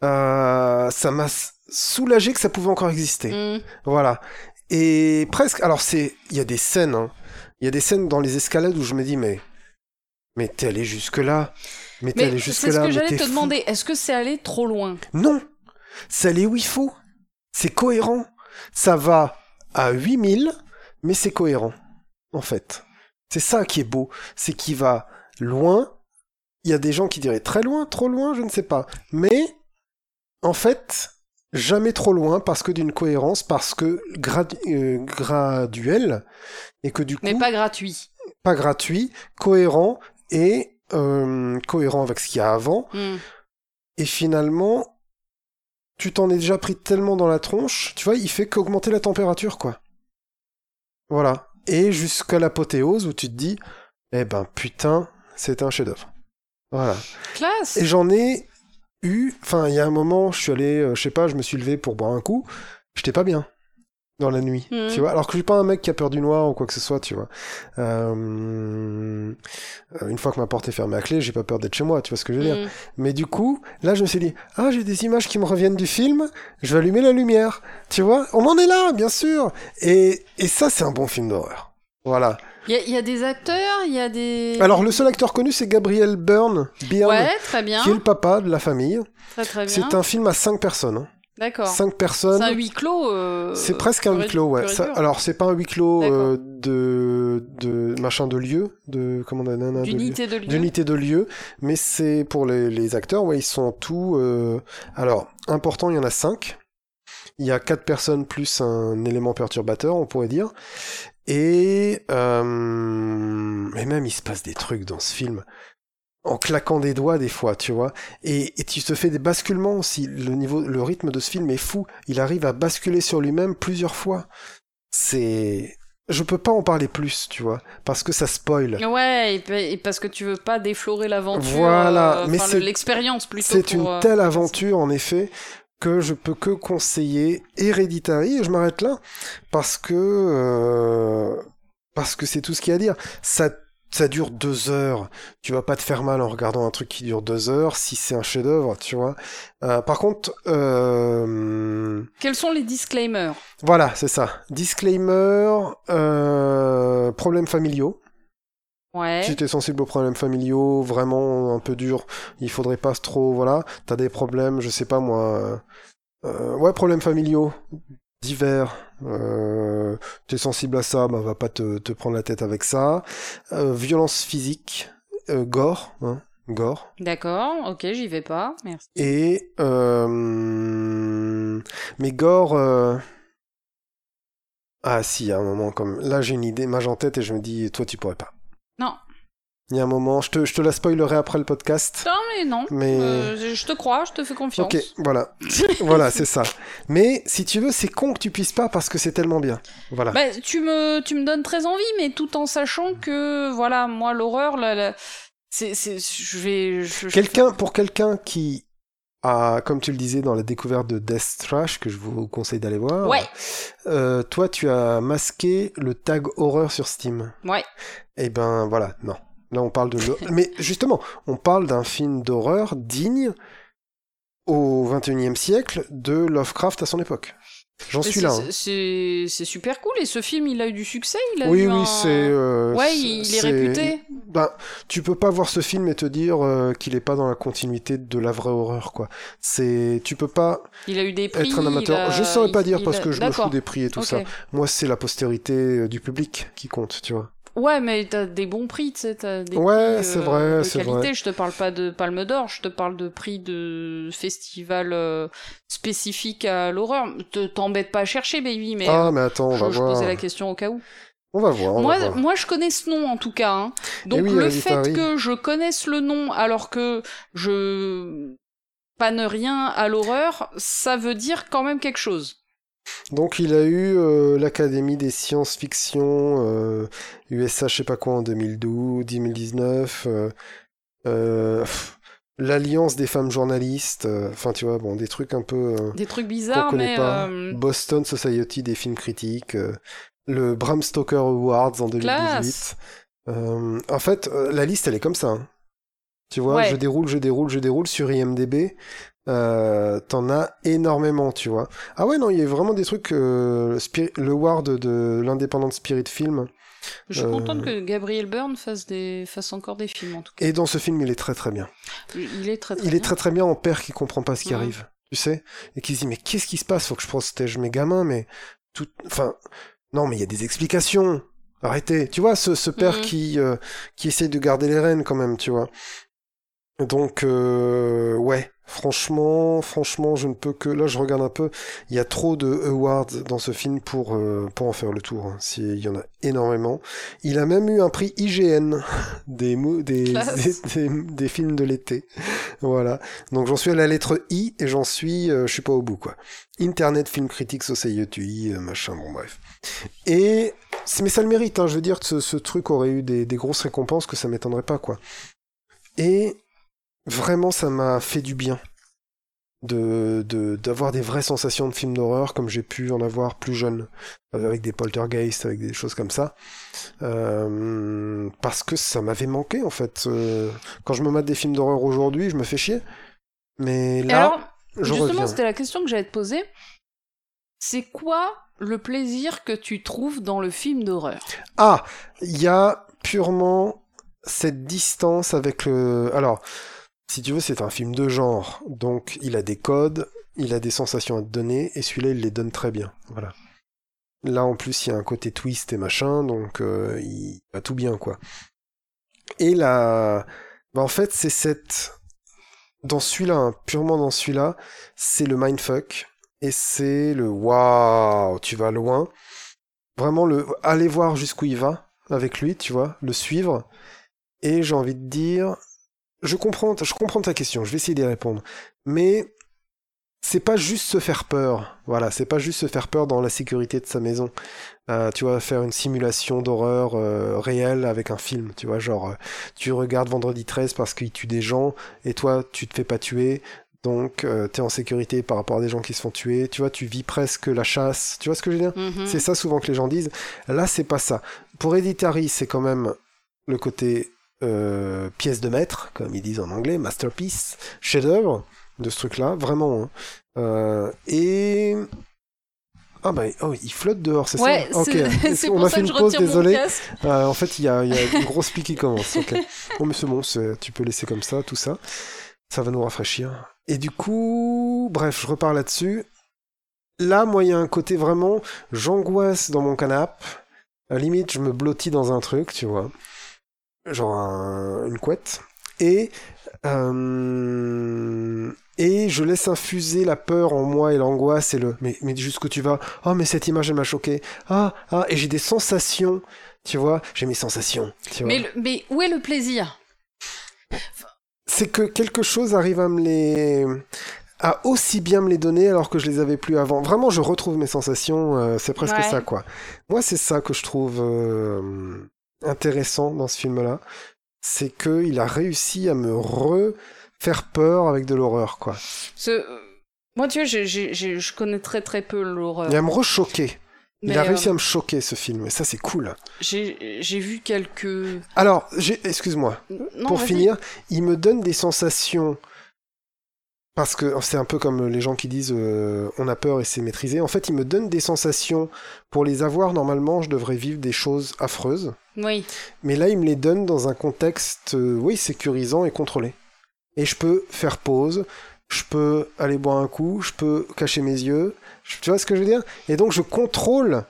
A: Euh, ça m'a s- soulagé que ça pouvait encore exister.
B: Hmm.
A: Voilà. Et presque. Alors, c'est. Il y a des scènes. hein. Il y a des scènes dans les escalades où je me dis, mais. Mais t'es allé jusque-là. Mais t'es
B: Mais
A: allé
B: c'est
A: jusque-là.
B: ce que
A: mais
B: j'allais
A: t'es
B: te
A: fou.
B: demander. Est-ce que c'est allé trop loin
A: Non C'est allé où il faut. C'est cohérent. Ça va à 8000, mais c'est cohérent. En fait. C'est ça qui est beau. C'est qu'il va loin. Il y a des gens qui diraient très loin, trop loin, je ne sais pas. Mais, en fait, jamais trop loin parce que d'une cohérence, parce que gradu- euh, graduel, et que du coup,
B: Mais pas gratuit.
A: pas gratuit, cohérent et euh, cohérent avec ce qu'il y a avant.
B: Hmm.
A: Et finalement, tu t'en es déjà pris tellement dans la tronche, tu vois, il fait qu'augmenter la température, quoi. Voilà. Et jusqu'à l'apothéose où tu te dis, eh ben putain, c'est un chef-d'œuvre. Voilà.
B: Classe.
A: Et j'en ai eu. Enfin, il y a un moment, je suis allé, euh, je sais pas, je me suis levé pour boire un coup. J'étais pas bien dans la nuit,
B: Mhm.
A: tu vois. Alors que je suis pas un mec qui a peur du noir ou quoi que ce soit, tu vois. Euh, euh, une fois que ma porte est fermée à clé, j'ai pas peur d'être chez moi, tu vois ce que je veux dire.
B: Hmm.
A: Mais du coup, là, je me suis dit, ah, j'ai des images qui me reviennent du film, je vais allumer la lumière. Tu vois, on en est là, bien sûr. Et, et ça, c'est un bon film d'horreur. Voilà.
B: Il y, a- il y a des acteurs, il y a des.
A: Alors, le seul acteur connu, c'est Gabriel Byrne, Byrne
B: Ouais, très bien.
A: qui est le papa de la famille.
B: Très très bien.
A: C'est un film à 5 personnes.
B: D'accord.
A: 5
B: C'est un
A: personnes.
B: huis clos. euh,
A: C'est presque un
B: pur et-
A: huis clos, ouais.
B: pur et
A: Ça-
B: dur.
A: alors, c'est pas un huis clos
B: D'accord.
A: euh, de, de machin de lieu, de comment on a- nana, de lieu.
B: D'unité de lieu.
A: d'unité de lieu, mais c'est pour les, les acteurs, ouais, ils sont en tout. euh, Alors, important, il y en a cinq. Il y a quatre personnes plus un élément perturbateur, on pourrait dire. Et, euh... et même, il se passe des trucs dans ce film. En claquant des doigts, des fois, tu vois. Et, et tu te fais des basculements aussi. Le, niveau, le rythme de ce film est fou. Il arrive à basculer sur lui-même plusieurs fois. C'est. Je peux pas en parler plus, tu vois, parce que ça spoil.
B: Ouais, et pa- et parce que tu veux pas déflorer l'aventure.
A: Voilà,
B: euh,
A: mais
B: enfin, le-
A: c'est-
B: l'expérience plutôt.
A: C'est
B: pour,
A: une
B: euh,
A: telle aventure, en effet, que je peux que conseiller Hereditary, et je m'arrête là, parce que... euh, parce que c'est tout ce qu'il y a à dire. Ça, ça dure deux heures. Tu vas pas te faire mal en regardant un truc qui dure deux heures, si c'est un chef-d'œuvre, tu vois. Euh, par contre... euh,
B: Quels sont les disclaimers
A: voilà, c'est ça. Disclaimer, euh, problèmes familiaux.
B: Ouais.
A: Si t'es sensible aux problèmes familiaux, vraiment un peu dur, il faudrait pas trop, voilà. T'as des problèmes, je sais pas moi. euh, euh, ouais, problèmes familiaux, divers. Euh, t'es sensible à ça, bah va pas te, te prendre la tête avec ça. Euh, violence physique, euh, gore, hein, gore.
B: D'accord. Ok, j'y vais pas. Merci.
A: Et euh, mais gore. euh, Ah si, à un moment comme là j'ai une idée, image en tête et je me dis toi tu pourrais pas.
B: Non.
A: Il y a un moment, je te, je te la spoilerai après le podcast.
B: Non, mais non.
A: Mais-
B: Euh, je, je te crois, je te fais confiance.
A: Ok, voilà. voilà, c'est ça. Mais si tu veux, c'est con que tu puisses pas parce que c'est tellement bien. Voilà.
B: Bah, tu me, tu me donnes très envie, mais tout en sachant que, voilà, moi, l'horreur, là, là, c'est, c'est, je vais, je, je-
A: quelqu'un, pour quelqu'un qui a, comme tu le disais dans la découverte de Death Trash, que je vous conseille d'aller voir.
B: Ouais.
A: euh, toi, tu as masqué le tag horreur sur Steam.
B: ouais,
A: Eh ben, voilà, non. Là, on parle de. l'hor- Mais justement, on parle d'un film d'horreur digne au 21e siècle de Lovecraft à son époque. J'en
B: Mais
A: suis
B: c'est-
A: là. hein.
B: c'est- C'est, c'est super cool. Et ce film, il a eu du succès. Il a
A: Oui,
B: eu
A: oui,
B: un-
A: c'est. euh,
B: Ouais,
A: c'est-
B: il est
A: c'est-
B: réputé.
A: Ben, tu peux pas voir ce film et te dire euh, qu'il est pas dans la continuité de la vraie horreur, quoi. C'est, tu peux pas
B: Il a eu des prix.
A: être un amateur.
B: il a-
A: Je saurais pas
B: il-
A: dire
B: il
A: parce
B: a-
A: que je me fous
B: D'accord.
A: des prix et tout
B: Ok.
A: ça. Moi, c'est la postérité euh, du public qui compte, tu vois.
B: Ouais, mais t'as des bons prix, tu sais, t'as des
A: Ouais,
B: prix,
A: c'est
B: euh,
A: vrai,
B: de
A: c'est
B: qualité.
A: vrai.
B: Je te parle pas de Palme d'Or, je te parle de prix de festivals euh, spécifiques à l'horreur. Te- T'embête pas à chercher, baby, mais
A: ah,
B: euh,
A: mais attends, on
B: je,
A: va
B: je
A: voir.
B: posais la question au cas où.
A: On va voir. on va
B: Moi, euh,
A: voir.
B: moi, je connais ce nom en tout cas. hein. Donc
A: Eh oui,
B: le
A: Aziz
B: fait
A: Paris.
B: que je connaisse le nom alors que je panne rien à l'horreur, ça veut dire quand même quelque chose.
A: Donc il a eu euh, l'Académie des sciences-fiction euh, USA, je sais pas quoi, en 2012, 2019, euh, euh, pff, l'Alliance des femmes journalistes, euh, enfin tu vois, bon, des trucs un peu euh,
B: Des trucs
A: qu'on
B: bizarres,
A: connaît
B: mais
A: pas.
B: euh,
A: Boston Society des films critiques, euh, le Bram Stoker Awards en 2018.
B: Classe.
A: Euh, en fait, euh, la liste, elle est comme ça. hein. Tu vois,
B: Ouais.
A: je déroule, je déroule, je déroule sur IMDB. Euh, T'en as énormément, tu vois. Ah ouais, non, il y a vraiment des trucs. euh, Spiri- le Ward de l'indépendant Spirit Film.
B: je suis
A: Euh.
B: contente que Gabriel Byrne fasse, des... fasse encore des films en tout cas.
A: Et dans ce film, il est très très bien.
B: Il est très très
A: Il
B: bien.
A: est très très bien en père qui comprend pas ce qui
B: Mhm.
A: arrive, tu sais, et qui se dit mais qu'est-ce qui se passe Faut que je protège mes gamins, mais tout, enfin, non, mais il y a des explications. Arrêtez, tu vois, ce, ce père
B: Mhm.
A: qui euh, qui essaye de garder les rênes quand même, tu vois. Donc euh, ouais, franchement, franchement, je ne peux que là, je regarde un peu. Il y a trop de awards dans ce film pour euh, pour en faire le tour. hein. Si- il y en a énormément. Il a même eu un prix IGN des mou- des,
B: Classe.
A: des- des- des films de l'été. Voilà. Donc j'en suis à la lettre I et j'en suis, euh, je suis pas au bout quoi. Internet Film Critique Society, euh, machin, bon bref. Et c'est- mais ça le mérite. hein. je veux dire que ce, ce truc aurait eu des, des grosses récompenses que ça m'étonnerait pas quoi. Et vraiment, ça m'a fait du bien de de- d'avoir des vraies sensations de films d'horreur comme j'ai pu en avoir plus jeune euh, avec des poltergeists avec des choses comme ça Euh, parce que ça m'avait manqué en fait Euh, quand je me mate des films d'horreur aujourd'hui je me fais chier mais
B: Et
A: là
B: alors,
A: je
B: justement,
A: reviens
B: c'était la question que j'allais te poser. C'est quoi le plaisir que tu trouves dans le film d'horreur
A: Ah, il y a purement cette distance avec le. Alors, si tu veux, c'est un film de genre, donc il a des codes, il a des sensations à te donner, et celui-là, il les donne très bien. Voilà. Là, en plus, il y a un côté twist et machin, donc euh, il va tout bien, quoi. Et là, bah, en fait, c'est cette. Dans celui-là, hein, purement dans celui-là, c'est le mindfuck, et c'est le waouh, tu vas loin vraiment le aller voir jusqu'où il va avec lui, tu vois, le suivre. Et j'ai envie de dire, je comprends, je comprends ta question, je vais essayer d'y répondre. Mais c'est pas juste se faire peur, voilà, c'est pas juste se faire peur dans la sécurité de sa maison. Euh, tu vois, faire une simulation d'horreur euh, réelle avec un film, tu vois, genre, euh, tu regardes Vendredi 13 parce qu'il tue des gens, et toi, tu te fais pas tuer, donc euh, t'es en sécurité par rapport à des gens qui se font tuer, tu vois, tu vis presque la chasse, tu vois ce que je veux dire
B: Mhm.
A: c'est ça souvent que les gens disent. Là, c'est pas ça. Pour Hereditary, c'est quand même le côté euh, pièce de maître, comme ils disent en anglais, masterpiece, chef-d'œuvre de ce truc-là, vraiment. hein. Euh, et ah bah oh, il flotte dehors, c'est
B: Ouais,
A: ça.
B: c'est
A: Est-ce
B: c'est
A: qu'on
B: pour
A: a
B: ça
A: fait
B: que
A: une
B: je
A: pause,
B: retire mon
A: désolé.
B: casque.
A: Euh, en fait, il y a, il y a une grosse pluie qui commence. ok. Bon, mais c'est bon, c'est- tu peux laisser comme ça, tout ça. Ça va nous rafraîchir. Et du coup, bref, je repars là-dessus. Là, moi, il y a un côté vraiment, j'angoisse dans mon canapé. À la limite, je me blottis dans un truc, tu vois. Genre un- une couette. Et, euh, et je laisse infuser la peur en moi et l'angoisse et le. Mais, mais jusqu'où tu vas Oh, mais cette image, elle m'a choqué. Ah, ah, et j'ai des sensations. Tu vois, j'ai mes sensations. Tu vois.
B: Mais, le- mais où est le plaisir
A: c'est que quelque chose arrive à me les à aussi bien me les donner alors que je les avais plus avant. Vraiment, je retrouve mes sensations, euh, c'est presque
B: Ouais.
A: ça quoi. Moi, c'est ça que je trouve euh, intéressant dans ce film-là, c'est que il a réussi à me refaire peur avec de l'horreur quoi,
B: Parce que, euh, Moi, tu vois, j'ai- j'ai- j'ai- je connais très très peu l'horreur.
A: et à me rechoquer.
B: Mais,
A: il a
B: euh,
A: réussi à me choquer ce film, et ça c'est cool.
B: J'ai j'ai vu quelques.
A: Alors, j'ai- excuse-moi,
B: Non,
A: pour
B: vas-y.
A: finir, il me donne des sensations. Parce que c'est un peu comme les gens qui disent euh, on a peur et c'est maîtrisé. En fait, il me donne des sensations. Pour les avoir, normalement, je devrais vivre des choses affreuses.
B: Oui.
A: Mais là, il me les donne dans un contexte, euh, oui, sécurisant et contrôlé. Et je peux faire pause, je peux aller boire un coup, je peux cacher mes yeux. Je- tu vois ce que je veux dire Et donc, je contrôle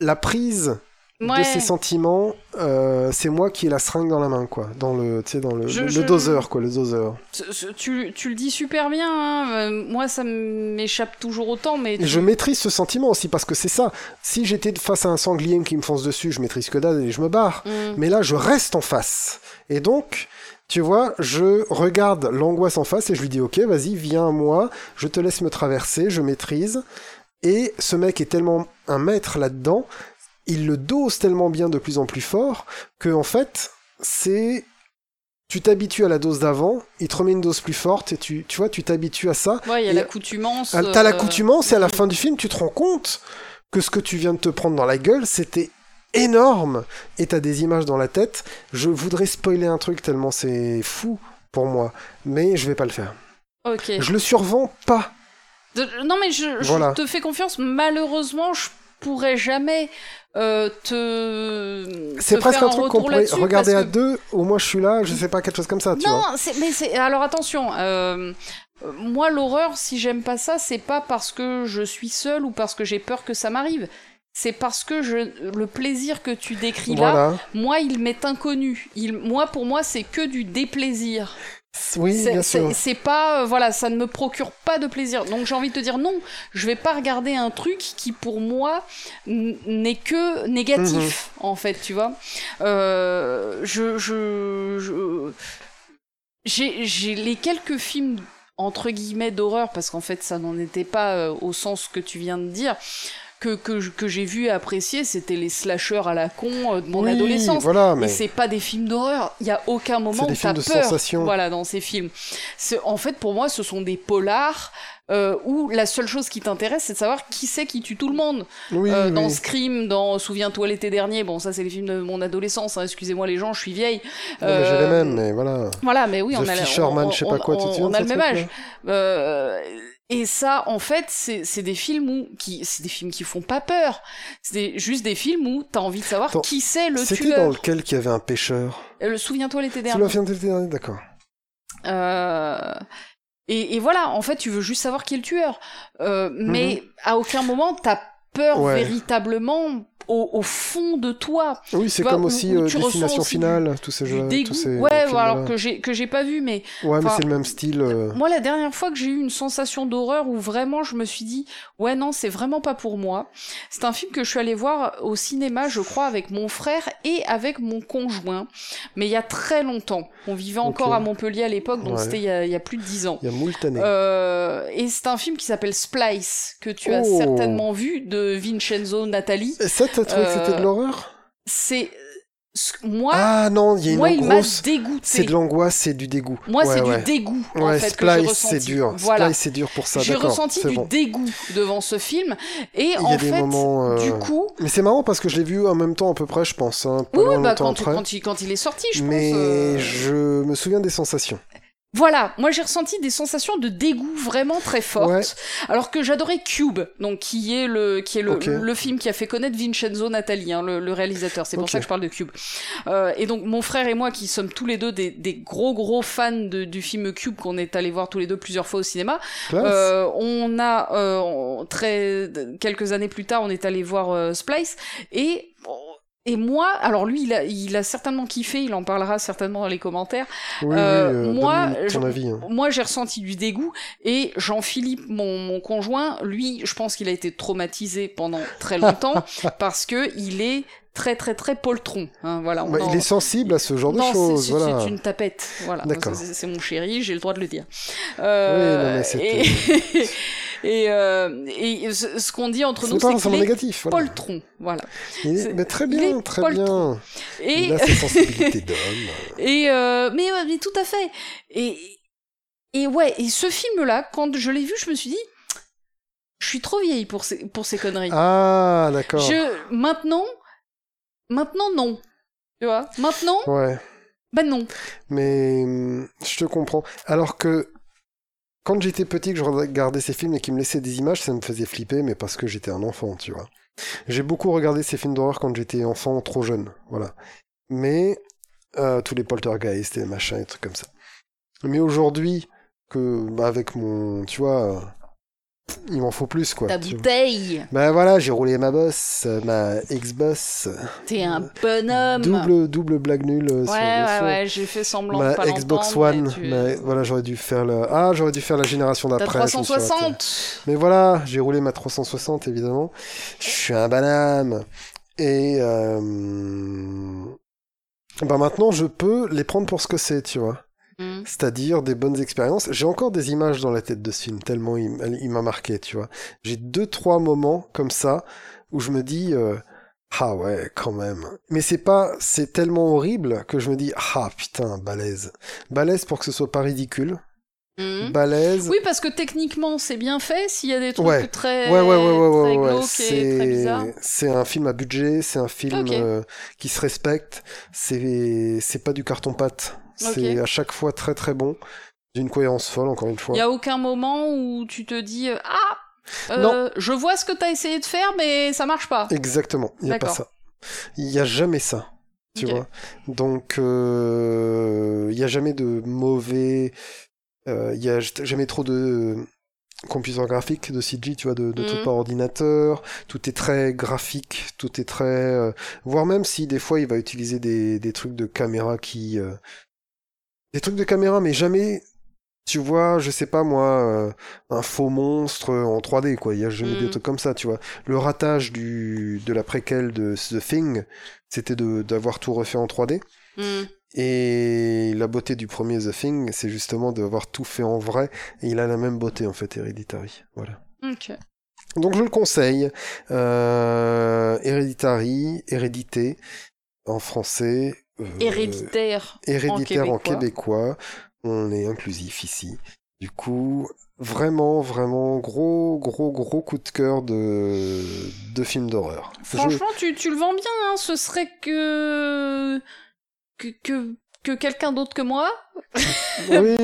A: la prise de
B: Ouais.
A: ses sentiments, euh, c'est moi qui ai la seringue dans la main, quoi. Dans le, tu sais, dans le,
B: Je-
A: le, le
B: je-
A: doseur, quoi, le doseur.
B: Ce- ce- Tu, tu le dis super bien, hein. euh, moi ça m'échappe toujours autant, mais
A: Et je maîtrise ce sentiment aussi, parce que c'est ça. Si j'étais face à un sanglier qui me fonce dessus, je maîtrise que dalle et je me barre.
B: Mm.
A: Mais là, je reste en face. Et donc, tu vois, je regarde l'angoisse en face et je lui dis, ok, vas-y, viens à moi, je te laisse me traverser, je maîtrise. Et ce mec est tellement un maître là-dedans, il le dose tellement bien de plus en plus fort, que en fait, c'est... Tu t'habitues à la dose d'avant, il te remet une dose plus forte, et tu, tu vois, tu t'habitues à ça,
B: ouais, il y a
A: Et-
B: l'accoutumance.
A: ah, T'as
B: euh,
A: l'accoutumance et à la fin du film, tu te rends compte que ce que tu viens de te prendre dans la gueule, c'était énorme. Et t'as des images dans la tête. Je voudrais spoiler un truc tellement c'est fou pour moi, mais je vais pas le faire.
B: Ok.
A: Je le survends pas.
B: De- Non, mais je, je
A: Voilà.
B: te fais confiance. Malheureusement, je pourrais jamais euh, te.
A: C'est
B: te
A: presque
B: faire
A: un truc qu'on
B: retour
A: pourrait
B: là-dessus,
A: regarder
B: parce
A: à deux. Au moins, je suis là. Je sais pas quelque chose comme ça, Ah, tu
B: non,
A: vois.
B: c'est- mais c'est alors attention. euh, euh, moi, l'horreur, si j'aime pas ça, c'est pas parce que je suis seule ou parce que j'ai peur que ça m'arrive. C'est parce que je, le plaisir que tu décris là,
A: Voilà.
B: moi, il m'est inconnu. Il, moi, pour moi, c'est que du déplaisir.
A: Oui,
B: C'est-
A: bien sûr.
B: C'est c'est pas, euh, voilà, ça ne me procure pas de plaisir. Donc j'ai envie de te dire non, je vais pas regarder un truc qui pour moi n- n'est que négatif,
A: Mhm.
B: en fait, tu vois. Euh, je, je, je- j'ai, j'ai les quelques films entre guillemets d'horreur parce qu'en fait ça n'en était pas euh, au sens que tu viens de dire. Que, que, je- que j'ai vu et apprécié, c'était les slashers à la con euh, de mon
A: Oui,
B: adolescence.
A: Voilà,
B: Mais
A: mais
B: c'est pas des films d'horreur. Il y a aucun moment
A: c'est
B: où
A: des
B: t'as
A: films de
B: peur.
A: sensation.
B: Voilà, dans ces films. C'est- En fait, pour moi, ce sont des polars euh, où la seule chose qui t'intéresse, c'est de savoir qui c'est qui tue tout le monde.
A: Oui,
B: Euh,
A: oui.
B: Dans Scream, dans Souviens-toi l'été dernier, bon, ça, c'est les films de mon adolescence, hein, excusez-moi les gens, je suis vieille.
A: Non, mais J'ai les
B: Euh,
A: mêmes, mais voilà.
B: Voilà, mais oui,
A: The
B: on a la-
A: Fisherman,
B: on-
A: je sais pas
B: on-
A: quoi, tu te
B: on-
A: souviens
B: on
A: de
B: a
A: ce
B: le même
A: truc-là
B: âge. Euh, et ça, en fait, c'est c'est des films où qui, c'est des films qui font pas peur. C'est des- juste des films où t'as envie de savoir
A: Attends,
B: qui c'est le
A: C'était dans
B: tueur.
A: lequel qu'il y avait un pêcheur
B: Euh, Le... Souviens-toi l'été
A: C'est
B: dernier.
A: le film de l'été dernier, d'accord.
B: Euh, et, et voilà, en fait, tu veux juste savoir qui est le tueur. Euh, mais à aucun moment, t'as peur
A: Mhm. Ouais.
B: véritablement au, au fond de toi.
A: Oui, c'est
B: Tu vois,
A: comme
B: où-
A: aussi
B: où
A: euh,
B: tu ressens
A: Destination
B: aussi
A: Finale, tous ces
B: Du
A: jeux,
B: dégoût.
A: tous ces
B: ouais,
A: films-là.
B: alors que j'ai que j'ai pas vu, mais
A: Ouais, mais
B: enfin,
A: c'est le même style. euh,
B: moi, la dernière fois que j'ai eu une sensation d'horreur où vraiment je me suis dit, ouais, non, c'est vraiment pas pour moi. C'est un film que je suis allée voir au cinéma, je crois, avec mon frère et avec mon conjoint. Mais il y a très longtemps. On vivait encore
A: Ok.
B: à Montpellier à l'époque, donc
A: Ouais.
B: c'était il y a- il y a plus de dix ans.
A: Il y a moult années.
B: Euh, et c'est un film qui s'appelle Splice, que tu as
A: Oh.
B: certainement vu, de Vincenzo Natali.
A: Et ça, t'as trouvé que c'était de
B: euh,
A: l'horreur
B: C'est. ce- Moi,
A: Ah non, il y a une
B: moi il m'a
A: grosse. C'est
B: dégoûté.
A: de l'angoisse, c'est du dégoût.
B: Moi,
A: ouais,
B: c'est
A: ouais.
B: du dégoût, en
A: Ouais,
B: fait, que j'ai
A: Splice,
B: ressenti.
A: c'est dur.
B: Voilà.
A: Splice, c'est dur pour ça,
B: J'ai
A: d'accord.
B: ressenti
A: c'est
B: du
A: bon.
B: dégoût devant ce film. Et
A: Il y a
B: en
A: des
B: fait,
A: moments, euh,
B: du coup.
A: Mais c'est marrant parce que je l'ai vu en même temps à peu près, je pense. Hein, pas
B: Oui,
A: loin
B: oui, bah,
A: longtemps
B: quand,
A: après.
B: quand il, quand il est sorti, je
A: mais
B: pense. euh,
A: je me souviens des sensations.
B: Voilà, moi j'ai ressenti des sensations de dégoût vraiment très fortes,
A: Ouais.
B: alors que j'adorais Cube, donc qui est le qui est le,
A: Ok.
B: le film qui a fait connaître Vincenzo Natali, hein, le, le réalisateur. C'est pour
A: Ok.
B: ça que je parle de Cube. Euh, et donc mon frère et moi, qui sommes tous les deux des, des gros gros fans de- du film Cube qu'on est allé voir tous les deux plusieurs fois au cinéma,
A: Classe.
B: euh, on a euh, on- très quelques années plus tard, on est allé voir euh, Splice et et moi, alors lui, il a, il a certainement kiffé, il en parlera certainement dans les commentaires.
A: oui,
B: euh,
A: oui, euh,
B: moi,
A: donne-nous ton
B: je-
A: avis. hein.
B: Moi, j'ai ressenti du dégoût et Jean-Philippe, mon, mon conjoint, lui, je pense qu'il a été traumatisé pendant très longtemps parce que il est très très très poltron. hein, voilà. on
A: Bah,
B: en-
A: Il est sensible à ce genre
B: non,
A: de
B: c'est-
A: choses.
B: c'est
A: voilà.
B: c'est une tapette. Voilà.
A: D'accord.
B: C'est- C'est mon chéri, j'ai le droit de le dire.
A: Oui,
B: Euh,
A: non, mais
B: et et, euh, et ce, ce qu'on dit entre
A: C'est
B: nous,
A: pas
B: c'est
A: forcément
B: qu'il est
A: négatif. voilà.
B: poltron. Voilà.
A: Il est-
B: c'est-
A: Mais très
B: il
A: bien,
B: est
A: très
B: poltron.
A: bien.
B: Et,
A: Il a ses sensibilités d'homme.
B: Et euh, mais, ouais, mais tout à fait. Et et ouais, et ce film-là, quand je l'ai vu, je me suis dit, je suis trop vieille pour ces pour ces conneries.
A: Ah, d'accord.
B: je maintenant, maintenant non, tu vois. Maintenant,
A: Ouais,
B: bah non.
A: mais hum, je te comprends. Alors que quand j'étais petit, que je regardais ces films et qu'ils me laissaient des images, ça me faisait flipper, mais parce que j'étais un enfant, tu vois. J'ai beaucoup regardé ces films d'horreur quand j'étais enfant, trop jeune, voilà. Mais euh, tous les poltergeists et machins et trucs comme ça. Mais aujourd'hui, que bah, avec mon, tu vois, il m'en faut plus, quoi.
B: Ta
A: tu vois.
B: bouteille
A: Ben voilà, j'ai roulé ma bosse, euh, ma ex-bosse.
B: T'es un bonhomme
A: Double, double blague nulle euh,
B: Ouais,
A: sur le
B: ouais,
A: son.
B: ouais, j'ai fait semblant de
A: Ma
B: pas
A: Xbox
B: l'entendre,
A: One,
B: mais tu-
A: mais voilà, j'aurais dû faire le... Ah, j'aurais dû faire la génération
B: T'as
A: d'après. je me suis raté.
B: 360
A: Mais voilà, j'ai roulé ma 360, évidemment. Je suis un banane. Et... Euh... Ben maintenant, je peux les prendre pour ce que c'est, tu vois.
B: Mm.
A: C'est-à-dire des bonnes expériences. J'ai encore des images dans la tête de ce film, tellement il, elle- il m'a marqué, tu vois. J'ai deux, trois moments comme ça où je me dis, euh, ah ouais, quand même. Mais c'est pas, c'est tellement horrible que je me dis, ah putain, balèze. Balèze pour que ce soit pas ridicule.
B: Mm.
A: Balèze.
B: Oui, parce que techniquement, c'est bien fait. S'il y a des trucs
A: bah, Ouais.
B: très,
A: Ouais, ouais, ouais, ouais, ouais,
B: très
A: ouais,
B: glauques et
A: C'est,
B: très bizarres.
A: c'est un film à budget, c'est un film
B: Ok.
A: euh, qui se respecte, c'est, c'est pas du carton-pâte.
B: Ok.
A: C'est à chaque fois très très bon, d'une cohérence folle, encore une
B: Il
A: fois.
B: n'y a aucun moment où tu te dis euh, Ah euh,
A: Non.
B: Je vois ce que t'as essayé de faire, mais ça marche pas.
A: Exactement, il n'y a pas
B: D'accord.
A: ça. Il n'y a jamais ça, tu
B: Ok.
A: vois. Donc, euh, il n'y a jamais de mauvais... euh, Il n'y a jamais trop de euh, computer graphique, de CG, tu vois, de, de
B: Mhm.
A: trucs par ordinateur. Tout est très graphique, tout est très... euh, voire même si des fois il va utiliser des, des trucs de caméra qui... euh, des trucs de caméra, mais jamais... Tu vois, je sais pas moi, euh, un faux monstre en 3D, quoi. Il y a jamais des
B: Mhm.
A: trucs comme ça, tu vois le ratage du, de la préquelle de The Thing, c'était de- d'avoir tout refait en 3D.
B: Mm.
A: Et la beauté du premier The Thing, c'est justement d'avoir tout fait en vrai. Et il a la même beauté, en fait, Hereditary. Voilà.
B: Ok.
A: Donc je le conseille. Euh, Hereditary, Hérédité, en français. euh,
B: Héréditaire.
A: héréditaire en
B: en
A: québécois. On est inclusif ici. Du coup, vraiment, vraiment, gros, gros, gros coup de cœur de, de film d'horreur. Je-
B: Franchement, tu, tu le vends bien. hein. Ce serait que. que, que... que quelqu'un d'autre que moi.
A: Oui,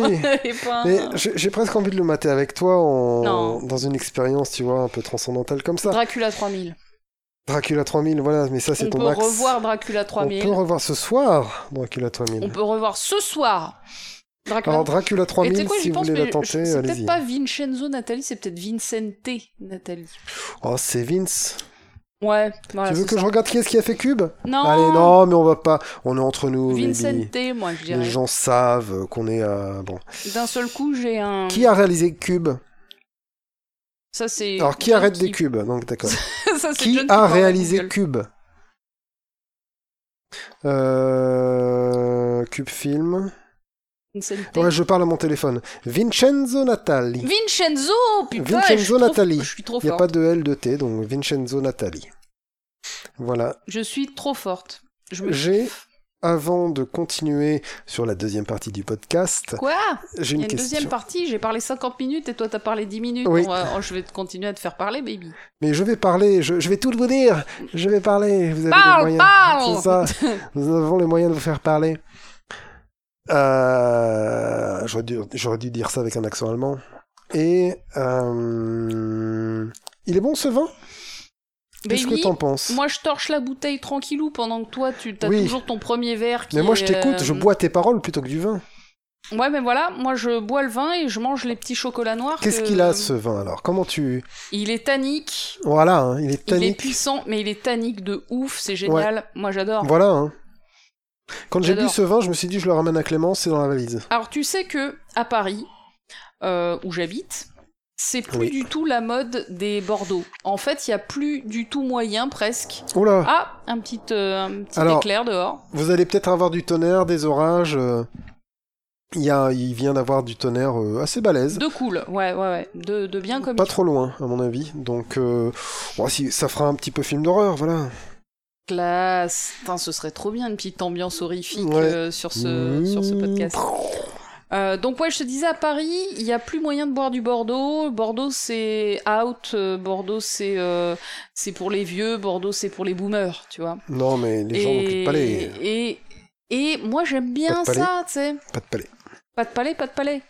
B: et pas un-
A: mais j'ai j'ai presque envie de le mater avec toi en...
B: Non.
A: dans une expérience, tu vois, un peu transcendantale comme ça.
B: Dracula 3000.
A: Dracula 3000, voilà, mais ça euh, c'est
B: On
A: ton
B: peut
A: max.
B: revoir Dracula 3000.
A: On peut revoir ce soir Dracula 3000.
B: On peut revoir ce soir. Dracula
A: Alors Dracula
B: Et tu sais
A: 3000,
B: quoi, j'y
A: si vous
B: pense,
A: voulez
B: mais
A: la
B: je-
A: tenter,
B: C'est peut-être
A: allez-y.
B: pas Vincenzo Nathalie, c'est peut-être Vincente Nathalie.
A: Oh, c'est Vince.
B: Ouais, voilà.
A: tu veux
B: c'est
A: que
B: ça.
A: je regarde qui est-ce qui a fait Cube
B: Non,
A: Allez, non, mais on va pas. On est entre nous, baby.
B: Vincente, moi je
A: Les
B: dirais.
A: gens savent qu'on est à... Bon.
B: D'un seul coup, j'ai un.
A: Qui a réalisé Cube
B: Ça, c'est.
A: Alors, qui
B: John
A: arrête des
B: qui-
A: cubes Donc, d'accord.
B: Ça, c'est
A: Qui
B: John
A: a
B: parle à
A: réalisé
B: Google.
A: Cube euh... Cube Film.
B: Vincente.
A: Ouais, je parle à mon téléphone. Vincenzo Natali.
B: Vincenzo Putain,
A: Vincenzo
B: je suis trop-
A: Nathalie.
B: Je suis trop
A: Il n'y a
B: forte.
A: pas de L de T, donc Vincenzo Natali. Voilà.
B: Je suis trop forte. Je me...
A: J'ai, avant de continuer sur la deuxième partie du podcast,
B: Quoi
A: j'ai
B: Il
A: une,
B: y a une
A: question.
B: deuxième partie, j'ai parlé 50 minutes et toi t'as parlé 10 minutes.
A: Oui.
B: On va- oh, je vais te continuer à te faire parler, baby.
A: Mais je vais parler, je, je vais tout vous dire. Je vais parler. Vous avez
B: Parle,
A: les moyens.
B: parle
A: C'est ça. Nous avons les moyens de vous faire parler. Euh, j'aurais dû, j'aurais dû dire ça avec un accent allemand. Et euh, il est bon ce vin Qu'est-ce que
B: Baby,
A: t'en penses
B: Moi, je torche la bouteille tranquillou pendant que toi, tu as
A: Oui.
B: toujours ton premier verre. Qui
A: Mais moi
B: est,
A: je t'écoute,
B: euh,
A: je bois tes paroles plutôt que du vin.
B: Ouais, mais voilà, moi, je bois le vin et je mange les petits chocolats noirs.
A: Qu'est-ce
B: que-
A: qu'il a ce vin alors Comment tu
B: Il est tannique,
A: Voilà, hein, il est
B: il est
A: tannique.
B: puissant, mais il est tannique de ouf, c'est génial. Moi, j'adore.
A: Voilà. hein. Quand j'ai bu
B: J'adore.
A: ce vin, je me suis dit je le ramène à Clémence, c'est dans la valise.
B: Alors, tu sais que à Paris, euh, où j'habite, c'est plus
A: Oui.
B: du tout la mode des Bordeaux. En fait, il y a plus du tout moyen, presque.
A: Oh là
B: Ah, un petit, euh, un petit
A: Alors-
B: éclair dehors.
A: Vous allez peut-être avoir du tonnerre, des orages. euh, Il, y a, il vient d'avoir du tonnerre euh, assez balèze.
B: De cool, ouais, ouais, ouais. De, de bien comme
A: Pas trop loin, à mon avis. Donc, euh, bon, si, ça fera un petit peu film d'horreur, voilà.
B: Classe. Putain, ce serait trop bien une petite ambiance horrifique
A: Ouais. Mmh.
B: euh, sur, ce, sur ce podcast. Euh, donc ouais, je te disais à Paris, il y a plus moyen de boire du Bordeaux. Bordeaux c'est out, euh, Bordeaux c'est euh, c'est pour les vieux, Bordeaux c'est pour les boomers, tu vois.
A: Non, mais les gens n'ont plus de palais.
B: et et moi j'aime bien
A: Pas de palais.
B: ça, tu sais.
A: Pas de palais.
B: Pas de palais, pas de palais.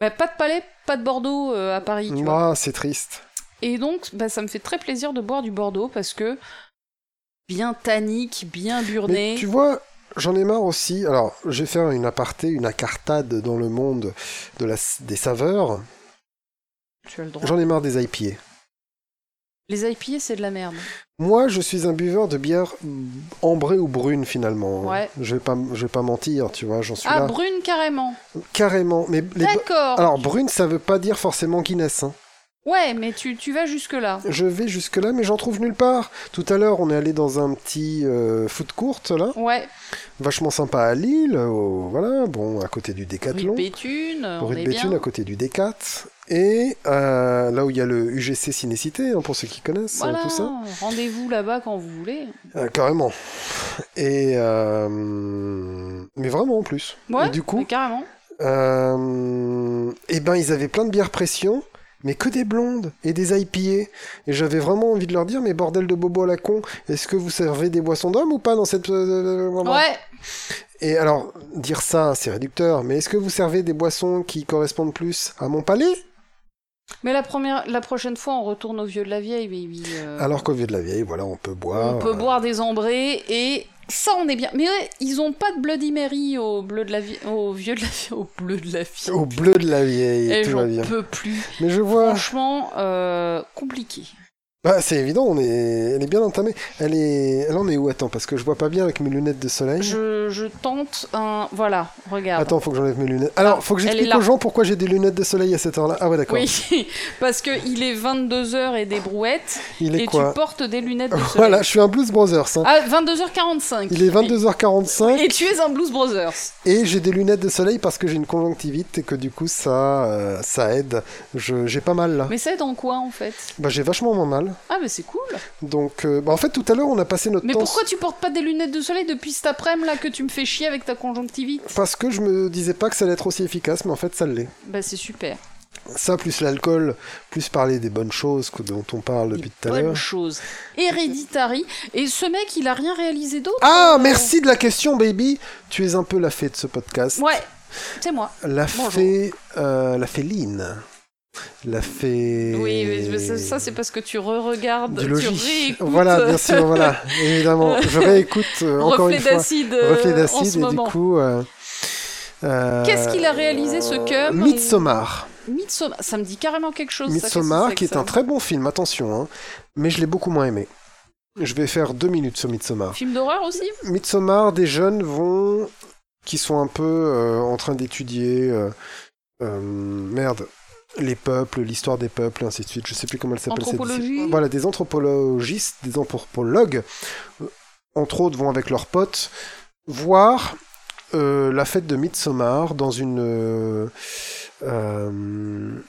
B: Bah, pas de palais, pas de Bordeaux euh, à Paris, tu vois.
A: Ah, c'est triste.
B: Et donc, bah, ça me fait très plaisir de boire du Bordeaux parce que bien tannique, bien
A: Mais
B: burné.
A: tu vois, j'en ai marre aussi. Alors, je vais faire une aparté, une incartade dans le monde de la, des saveurs.
B: Tu as le droit.
A: J'en ai marre des IPA.
B: Les IPA, c'est de la merde.
A: Moi, je suis un buveur de bière mm, ambrée ou brune finalement.
B: Ouais.
A: Je vais pas, m- je vais pas mentir, tu vois, j'en suis
B: Ah,
A: là
B: brune carrément.
A: carrément. Mais les bo- Ah.
B: D'accord.
A: alors brune, ça veut pas dire forcément Guinness. hein.
B: Ouais, mais tu, tu vas jusque-là.
A: Je vais jusque là, mais j'en trouve nulle part. Tout à l'heure, on est allé dans un petit euh, food court là,
B: Ouais.
A: vachement sympa à Lille. au- voilà, bon, à côté du
B: Rue
A: Décathlon.
B: de Béthune, on
A: Rue de
B: est
A: Béthune,
B: bien.
A: à côté du Décat. Et euh, là où il y a le UGC Cinécité, hein, pour ceux qui connaissent euh,
B: Voilà.
A: tout ça.
B: Rendez-vous là-bas quand vous voulez.
A: Euh, carrément. Et. euh, mais vraiment en plus.
B: Ouais,
A: Et du
B: mais
A: coup,
B: carrément.
A: euh, eh ben, ils avaient plein de bières pression, mais que des blondes et des IPA. Et j'avais vraiment envie de leur dire, mais bordel de bobo à la con, est-ce que vous servez des boissons d'hommes ou pas dans cette. euh,
B: Ouais.
A: Et alors, dire ça, c'est réducteur, mais est-ce que vous servez des boissons qui correspondent plus à mon palais
B: Mais la, première, la prochaine fois, on retourne au vieux de la vieille, baby. euh,
A: Alors qu'au vieux de la vieille, voilà, on peut boire.
B: on peut
A: euh,
B: boire des ambrés et ça, on est bien. Mais ouais, ils ont pas de Bloody Mary au bleu de la vie, au vieux de la vie, au bleu de la vie.
A: Au bleu de la vieille,
B: et
A: tout va bien. Ah.
B: j'en peux plus.
A: Mais je vois.
B: Franchement, euh, compliqué.
A: Bah, c'est évident, on est... elle est bien entamée. Elle est. Elle en est où Attends, parce que je vois pas bien avec mes lunettes de soleil.
B: Je, je tente un. Voilà,
A: Mmh.
B: regarde.
A: Attends, faut que j'enlève mes lunettes. Alors,
B: Ah,
A: faut que
B: elle est
A: j'explique
B: là.
A: aux gens pourquoi j'ai des lunettes de soleil à cette heure-là. Ah ouais, d'accord.
B: Oui, parce que il est 22h et des brouettes,
A: Il est
B: et
A: quoi
B: tu portes des lunettes de soleil.
A: Voilà, je suis un Blues Brothers. hein.
B: Ah, 22h45.
A: Il est 22h45
B: Et tu es un Blues Brothers.
A: et j'ai des lunettes de soleil parce que j'ai une conjonctivite et que du coup ça, euh, ça aide. Je- J'ai pas mal là.
B: Mais ça aide en quoi en fait
A: Bah j'ai vachement moins mal.
B: Ah, mais c'est cool.
A: Donc euh, bah, en fait tout à l'heure on a passé notre
B: Mais
A: temps.
B: pourquoi tu portes pas des lunettes de soleil depuis cet après-midi là que tu me fais chier avec ta conjonctivite
A: Parce que je me disais pas que ça allait être aussi efficace, mais en fait ça l'est.
B: Bah, c'est super.
A: Ça plus l'alcool, plus parler des bonnes choses que- dont on parle depuis tout à
B: Bonne
A: l'heure.
B: chose. Hereditary. Et ce mec, il a rien réalisé d'autre
A: Ah,
B: euh,
A: merci de la question, baby. Tu es un peu la fée de ce podcast.
B: Ouais, c'est moi.
A: La
B: Bonjour.
A: fée, euh, la fée Lynn. La fée.
B: Oui, mais ça, ça, c'est parce que tu re-regardes,
A: du
B: tu
A: logis.
B: réécoutes. euh,
A: Voilà, bien sûr, voilà. Évidemment, je réécoute euh, encore
B: reflet
A: une fois.
B: d'acide euh,
A: Reflet
B: en
A: d'acide
B: ce
A: et
B: moment.
A: du coup. euh, euh,
B: Qu'est-ce qu'il a réalisé, ce cum
A: Midsommar.
B: Midsommar, ça me dit carrément quelque chose. ça,
A: Midsommar,
B: qu'est-ce que
A: qui est
B: c'est que
A: un très bon film, attention, hein, mais je l'ai beaucoup moins aimé. Je vais faire deux minutes sur Midsommar.
B: ça film d'horreur aussi.
A: Midsommar, des jeunes vont qui sont un peu euh, en train d'étudier euh, euh, merde les peuples, l'histoire des peuples, et ainsi de suite. Je sais plus comment elle s'appelle. cette
B: Anthropologie.
A: discipline. Voilà, des anthropologistes, des anthropologues, euh, entre autres, vont avec leurs potes voir euh, la fête de Midsommar dans une euh, euh,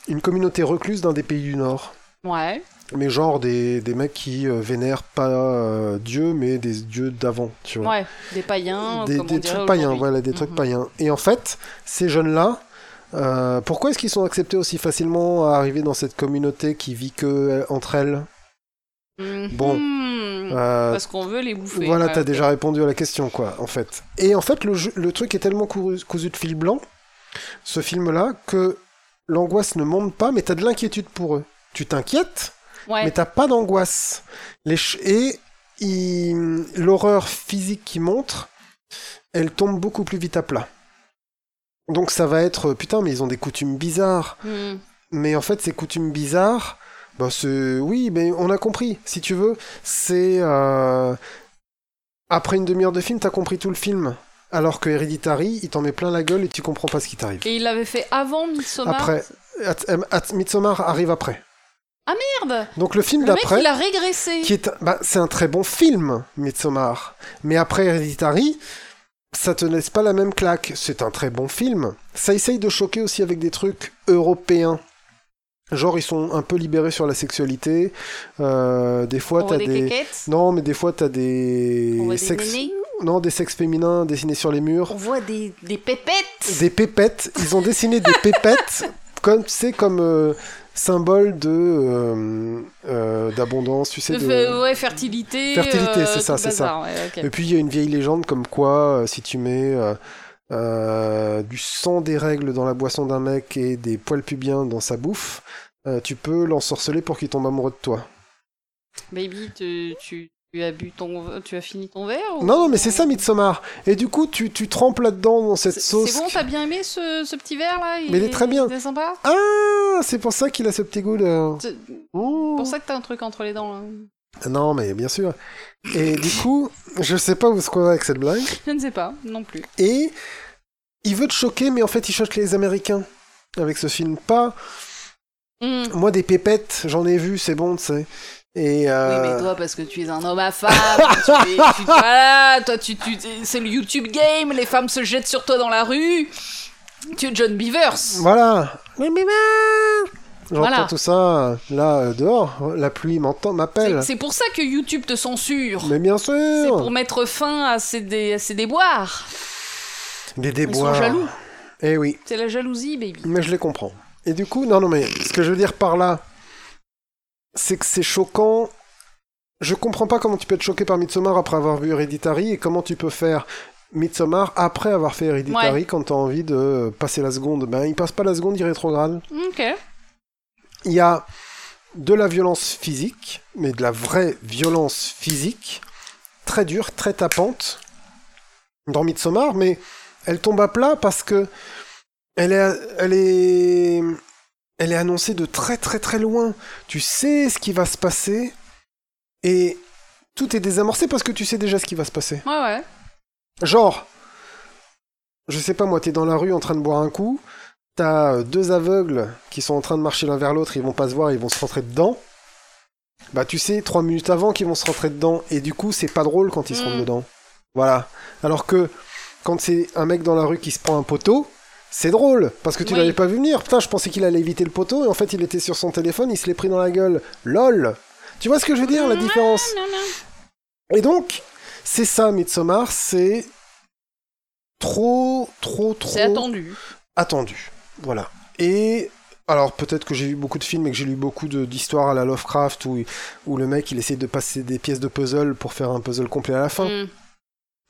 A: une communauté recluse d'un des pays du Nord.
B: Ouais.
A: Mais genre des, des mecs qui euh, vénèrent pas euh, Dieu, mais des dieux d'avant, tu vois
B: ouais, des païens,
A: des,
B: Hein, comme
A: des
B: on dirait
A: trucs païens,
B: aujourd'hui.
A: voilà, des trucs
B: Mhm.
A: païens. Et en fait, ces jeunes-là, euh, pourquoi est-ce qu'ils sont acceptés aussi facilement à arriver dans cette communauté qui vit que euh, entre elles
B: Mhm.
A: Euh,
B: Parce qu'on veut les bouffer.
A: Voilà,
B: ouais.
A: t'as déjà répondu à la question, quoi, en fait. Et en fait, le, jeu- le truc est tellement couru- cousu de fil blanc, ce film-là, que l'angoisse ne monte pas, mais t'as de l'inquiétude pour eux. Tu t'inquiètes,
B: Ouais.
A: mais t'as pas d'angoisse. Les ch- et il- l'horreur physique qui montre, elle tombe beaucoup plus vite à plat. Donc ça va être euh, putain, mais ils ont des coutumes bizarres.
B: Mhm.
A: Mais en fait, ces coutumes bizarres, bah c'est oui, mais on a compris. Si tu veux, c'est euh, après une demi-heure de film, t'as compris tout le film. Alors que Hereditary, il t'en met plein la gueule et tu comprends pas ce qui t'arrive.
B: Et il l'avait fait avant Midsommar.
A: Après, At- euh, At- Midsommar arrive après.
B: Merde
A: Donc le film
B: Le mec,
A: d'après.
B: il a régressé.
A: qui est un- bah, c'est un très bon film, Midsommar. Mais après Hereditary, ça te laisse pas la même claque. C'est un très bon film. Ça essaye de choquer aussi avec des trucs européens. Genre, ils sont un peu libérés sur la sexualité. Euh, des fois,
B: On voit
A: t'as
B: des
A: des...
B: quéquettes,
A: Non, mais des fois, t'as des...
B: on voit des
A: sexes...
B: nénés,
A: non, des sexes féminins dessinés sur les murs.
B: on voit des, des pépettes.
A: Des pépettes. Ils ont dessiné des pépettes. Comme, c'est comme euh, symbole de... euh, euh, d'abondance, tu sais.
B: De
A: de-
B: fa- Ouais, fertilité.
A: Fertilité,
B: euh,
A: c'est ça,
B: tout
A: c'est ça.
B: bazar, ouais, ok.
A: Et puis il y a une vieille légende comme quoi euh, si tu mets euh, euh, du sang des règles dans la boisson d'un mec et des poils pubiens dans sa bouffe, euh, tu peux l'ensorceler pour qu'il tombe amoureux de toi.
B: Baby, tu, tu, Tu as bu ton, tu as fini ton verre ou-
A: Non, non, mais c'est ça, Midsommar. Et du coup, tu, tu trempes là-dedans dans cette
B: C'est-
A: sauce.
B: C'est bon,
A: qui-
B: t'as bien aimé ce, ce petit verre là
A: Mais il est très bien.
B: Il est sympa.
A: Ah, c'est pour ça qu'il a ce petit goût de.
B: C'est
A: Ouh.
B: pour ça que t'as un truc entre les dents. là.
A: Non, mais bien sûr. Et du coup, je sais pas où se qu'on va avec cette blague.
B: Je ne sais pas, non plus.
A: Et il veut te choquer, mais en fait, il choque les Américains avec ce film. Pas
B: Hum.
A: moi des pépettes, j'en ai vu, c'est bon, tu sais. Et
B: Oui,
A: euh,
B: mais toi, parce que tu es un homme à femme, tu es- tu- voilà, toi, tu, tu- c'est le YouTube game, les femmes se jettent sur toi dans la rue. Tu es John Beavers.
A: voilà. Mais maman. J'entends
B: Voilà.
A: tout ça là euh, dehors. La pluie m'entend, m'appelle.
B: C'est- C'est pour ça que YouTube te censure.
A: Mais bien sûr.
B: C'est pour mettre fin à ces, dé- à ces déboires.
A: Des
B: Ils sont
A: déboires.
B: jaloux.
A: Eh oui.
B: C'est la jalousie, baby.
A: Mais je les comprends. Et du coup, non, non, mais ce que je veux dire par là, c'est que c'est choquant. Je comprends pas comment tu peux être choqué par Midsommar après avoir vu Hereditary et comment tu peux faire Midsommar après avoir fait Hereditary quand t'as envie de euh, passer la seconde. Ben, il passe pas la seconde, il rétrograde.
B: Ok.
A: Il y a de la violence physique, mais de la vraie violence physique, très dure, très tapante, dans Midsommar, mais elle tombe à plat parce que elle est, elle est, elle est annoncée de très très très loin. Tu sais ce qui va se passer et tout est désamorcé parce que tu sais déjà ce qui va se passer.
B: Ouais, ouais.
A: Genre, je sais pas moi, t'es dans la rue en train de boire un coup, t'as euh, deux aveugles qui sont en train de marcher l'un vers l'autre, ils vont pas se voir, ils vont se rentrer dedans. Bah tu sais, trois minutes avant qu'ils vont se rentrer dedans, et du coup c'est pas drôle quand ils se
B: Mm.
A: rentrent dedans. Voilà. Alors que quand c'est un mec dans la rue qui se prend un poteau, c'est drôle, parce que tu
B: Oui.
A: l'avais pas vu venir. Putain, je pensais qu'il allait éviter le poteau, et en fait il était sur son téléphone, il se l'est pris dans la gueule. LOL Tu vois ce que je veux dire, la
B: Mm.
A: différence
B: Non, non.
A: et donc, c'est ça, Midsommar, c'est trop, trop, trop
B: C'est attendu.
A: attendu. Voilà. Et alors, peut-être que j'ai vu beaucoup de films et que j'ai lu beaucoup de- d'histoires à la Lovecraft où, où le mec il essaie de passer des pièces de puzzle pour faire un puzzle complet à la fin.
B: Mm.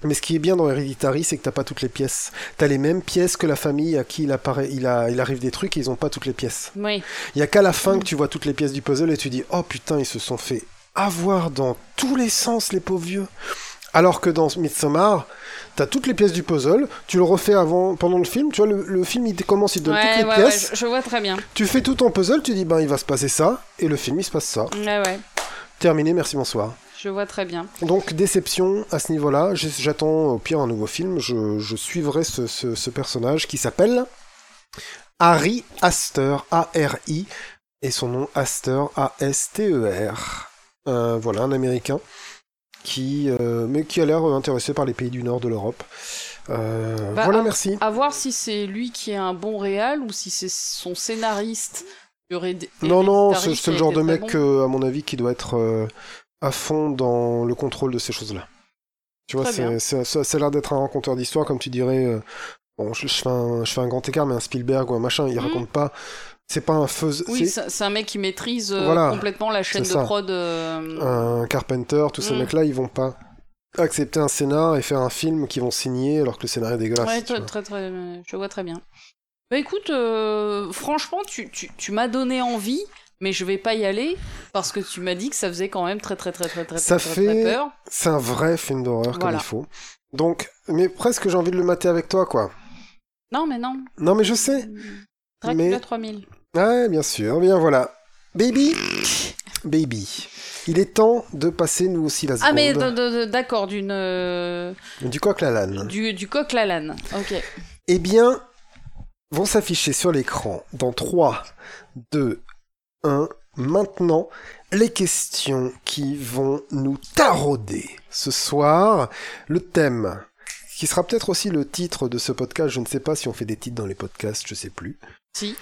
A: Mais ce qui est bien dans Hereditary, c'est que t'as pas toutes les pièces. T'as les mêmes pièces que la famille à qui il, apparaît, il, a- il arrive des trucs et ils ont pas toutes les pièces.
B: Oui.
A: Il y a qu'à la fin que tu vois toutes les pièces du puzzle et tu dis oh putain ils se sont fait avoir dans tous les sens les pauvres vieux. Alors que dans Midsommar, t'as toutes les pièces du puzzle, tu le refais avant pendant le film, tu vois le, le film il te commence, il te donne toutes
B: Ouais,
A: les
B: ouais, ouais,
A: pièces,
B: je, je vois très bien.
A: tu fais tout ton puzzle, tu dis ben il va se passer ça et le film il se passe ça.
B: Ouais, ouais.
A: Terminé, merci bonsoir.
B: Je vois très bien.
A: Donc déception à ce niveau-là, J- j'attends au pire un nouveau film, je, je suivrai ce, ce- ce personnage qui s'appelle Harry Astor, A-R-I, et son nom Astor, A-S-T-E-R. E Euh, voilà, un Américain, qui, euh, mais qui a l'air intéressé par les pays du nord de l'Europe. Euh,
B: Bah,
A: voilà,
B: ah,
A: merci.
B: À voir si c'est lui qui est un bon réal ou si c'est son scénariste.
A: Non, non, c'est c'est le genre de mec,
B: que
A: euh, à mon avis, qui doit être euh, à fond dans le contrôle de ces choses-là. Tu vois,
B: Très
A: c'est-
B: bien.
A: c'est- ça, ça a l'air d'être un raconteur d'histoire, comme tu dirais. euh, bon, je, je fais un, je fais un grand écart, mais un Spielberg ou un machin, il
B: Mhm.
A: raconte pas. C'est pas un feu.
B: Oui,
A: c'est
B: c'est c'est un mec qui maîtrise euh,
A: Voilà,
B: complètement la chaîne de
A: c'est ça. Ah,
B: prod. euh,
A: un Carpenter, tous ces
B: Mhm.
A: mecs-là, ils vont pas accepter un scénar et faire un film qu'ils vont signer alors que le scénario est dégueulasse.
B: ouais,
A: tu
B: très,
A: vois.
B: très, très, euh, je vois très bien. Bah écoute, euh, franchement, tu, tu, tu m'as donné envie, mais je vais pas y aller parce que tu m'as dit que ça faisait quand même très très très très très
A: Ça
B: très,
A: fait-
B: très peur.
A: C'est un vrai film d'horreur comme
B: Voilà.
A: il faut. Donc, mais presque j'ai envie de le mater avec toi, quoi.
B: Non mais non.
A: Non, mais je sais.
B: Dracula
A: Mais-
B: 3000.
A: Ouais, bien sûr. Bien voilà. Baby Baby. Il est temps de passer nous aussi la seconde.
B: Ah mais de- de- de- d'accord, d'une euh,
A: Du coq la lane.
B: du, du coq la lane. Ok.
A: Eh bien, vont s'afficher sur l'écran dans 3, 2, 1, maintenant, les questions qui vont nous tarauder ce soir. Le thème, qui sera peut-être aussi le titre de ce podcast, je ne sais pas si on fait des titres dans les podcasts, je sais plus.
B: Si.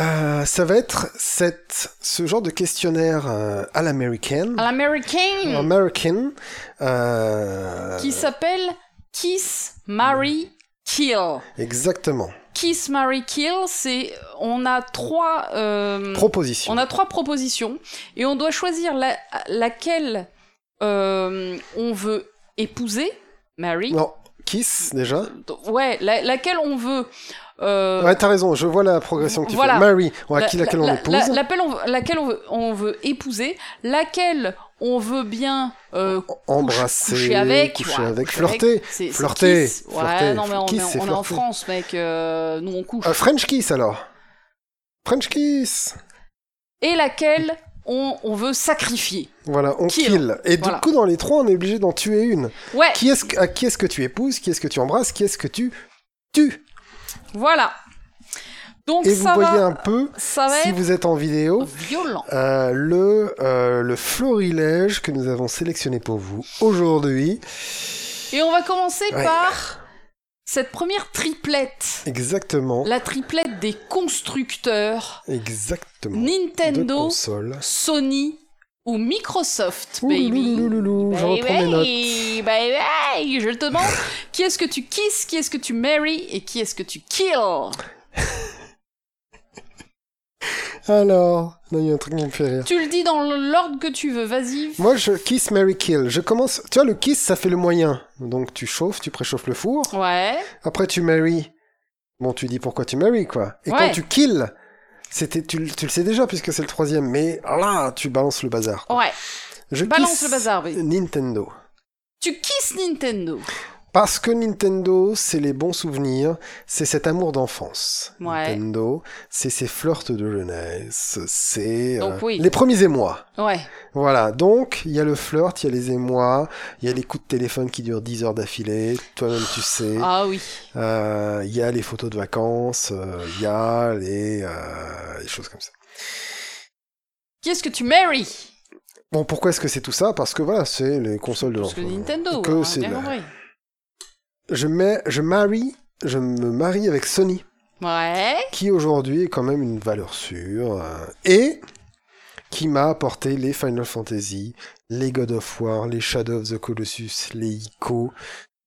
A: Euh, ça va être cette, ce genre de questionnaire euh, à l'américaine.
B: À l'américaine
A: American. euh,
B: hmm. qui s'appelle Kiss Marry Kill.
A: Exactement.
B: Kiss Marry Kill, c'est on a trois euh,
A: Proposition.
B: on a trois propositions et on doit choisir la- laquelle euh, on veut épouser, Marry.
A: Non, Kiss déjà.
B: Donc, Ouais, la- laquelle on veut euh,
A: Ouais, t'as raison, je vois la progression que tu
B: Voilà.
A: fais. Mary, on
B: la-
A: a qui laquelle
B: la-
A: on
B: la-
A: épouse.
B: la- l'appel on veut- laquelle on veut, on veut épouser, laquelle on veut bien euh,
A: Embrasser,
B: coucher avec,
A: coucher
B: ouais,
A: avec,
B: coucher
A: flirter.
B: avec, c'est- c'est
A: flirter,
B: kiss. Ouais,
A: flirter,
B: non mais on,
A: kiss,
B: est-
A: c'est
B: on est en
A: flirter.
B: France, mec. euh, nous on couche.
A: Euh, French kiss alors. French kiss.
B: Et laquelle on, on veut sacrifier.
A: Voilà, on
B: Kill.
A: kill. Et
B: Voilà.
A: du coup, dans les trois, on est obligé d'en tuer une.
B: Ouais,
A: Qui est-ce que- à qui est-ce que tu épouses Qui est-ce que tu embrasses Qui est-ce que tu tues
B: voilà. Donc
A: Et vous
B: ça
A: voyez
B: va,
A: un peu,
B: ça va
A: si
B: être
A: vous êtes en vidéo,
B: violent.
A: euh, le, euh, le florilège que nous avons sélectionné pour vous aujourd'hui.
B: Et on va commencer
A: Ouais.
B: par cette première triplette.
A: Exactement.
B: La triplette des constructeurs
A: Exactement. de
B: Nintendo,
A: console.
B: Sony ou Microsoft, baby.
A: Oulouloulouloulou, je reprends mes notes.
B: Baby, baby, je te demande qui est-ce que tu kisses, qui est-ce que tu marries et qui est-ce que tu kills.
A: Alors, non, il y a un truc qui me fait rire.
B: Tu le dis dans l'ordre que tu veux, vas-y.
A: Moi, je kiss, Mary kill. Je commence. Tu vois, le kiss, ça fait le moyen. Donc, tu chauffes, tu préchauffes le four.
B: Ouais.
A: Après, tu marries. Bon, tu dis pourquoi tu marries, quoi. Et
B: Ouais.
A: quand tu kills, c'était, tu, le- tu le sais déjà puisque c'est le troisième, mais là, tu balances le bazar. quoi.
B: Ouais.
A: Je
B: Oh, balance
A: kiss
B: le bazar, oui.
A: Nintendo.
B: Tu kisses Nintendo.
A: Parce que Nintendo, c'est les bons souvenirs, c'est cet amour d'enfance.
B: Ouais.
A: Nintendo, c'est ces flirts de jeunesse, c'est euh,
B: Donc, oui.
A: les premiers émois.
B: Ouais.
A: Voilà, donc il y a le flirt, il y a les émois, il y a les coups de téléphone qui durent 10 heures d'affilée, toi-même tu sais.
B: Ah oui.
A: Euh, Il y a les photos de vacances, euh, il y a les, euh, les choses comme ça.
B: Qui est-ce que tu marries
A: Bon, pourquoi est-ce que c'est tout ça Parce que voilà, c'est les consoles de
B: Parce que
A: l'enfant.
B: Nintendo,
A: Que
B: ouais, on a
A: c'est
B: bien
A: la-
B: compris.
A: Je mets, je marie, je me marie avec Sony,
B: Ouais.
A: qui aujourd'hui est quand même une valeur sûre euh, et qui m'a apporté les Final Fantasy, les God of War, les Shadow of the Colossus, les Ico,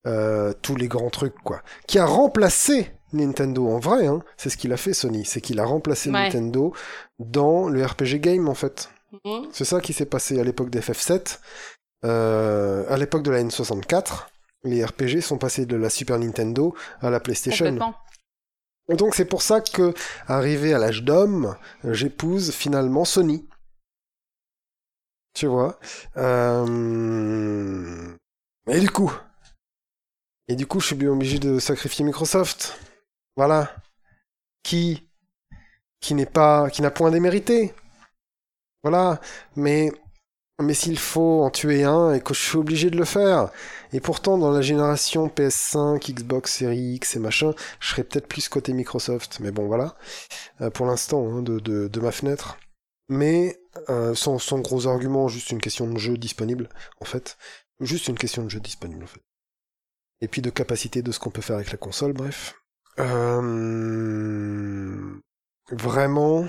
A: euh, tous les grands trucs quoi. Qui a remplacé Nintendo en vrai, hein. c'est ce qu'il a fait Sony, c'est qu'il a remplacé
B: Ouais.
A: Nintendo dans le RPG game en fait.
B: Mhm.
A: C'est ça qui s'est passé à l'époque d'FF7. Euh, à l'époque de la N64, les RPG sont passés de la Super Nintendo à la PlayStation.
B: Complètement.
A: Et donc c'est pour ça que, arrivé à l'âge d'homme, euh, j'épouse finalement Sony. Tu vois Euh, Et du coup Et du coup, je suis bien obligé de sacrifier Microsoft. Voilà. Qui qui n'est pas qui n'a point démérité. Voilà, mais mais s'il faut en tuer un et que je suis obligé de le faire. Et pourtant dans la génération PS5, Xbox Series X et machin, je serais peut-être plus côté Microsoft, mais bon voilà, Euh, pour l'instant, hein, de, de- de ma fenêtre. Mais euh, sans, sans gros argument, juste une question de jeu disponible, en fait. Juste une question de jeu disponible, en fait. Et puis de capacité de ce qu'on peut faire avec la console, bref. Euh, Vraiment...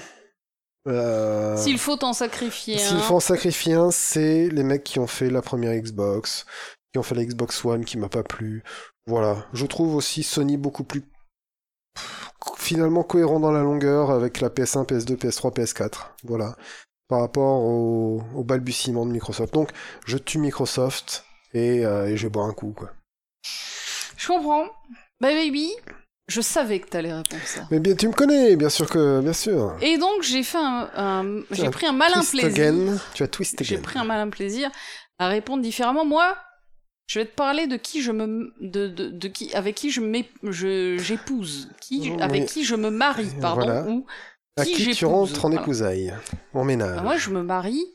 A: euh,
B: S'il faut t'en sacrifier
A: S'il
B: un.
A: faut en sacrifier un, c'est les mecs qui ont fait la première Xbox, qui ont fait la Xbox One qui m'a pas plu. Voilà. Je trouve aussi Sony beaucoup plus pff, finalement cohérent dans la longueur avec la PS1, PS2, PS3, PS4. Voilà. Par rapport au, au balbutiement de Microsoft. Donc, je tue Microsoft et, euh, et je bois un coup, quoi.
B: Je comprends. Bah baby, je savais que t'allais répondre ça.
A: Mais bien, tu me connais, bien sûr que, bien sûr.
B: Et donc j'ai fait un, un- j'ai
A: un
B: pris un malin
A: Twist
B: plaisir.
A: again. Tu as twist
B: J'ai
A: again.
B: pris un malin plaisir à répondre différemment. Moi, je vais te parler de qui je me, de, de, de qui, avec qui je m'ép- je- j'épouse, qui,
A: Oui.
B: avec qui je me marie, pardon,
A: Voilà.
B: ou
A: À
B: qui
A: qui tu
B: j'épouse.
A: rentres en
B: Voilà.
A: épousaille En ménage.
B: Bah, moi, je me marie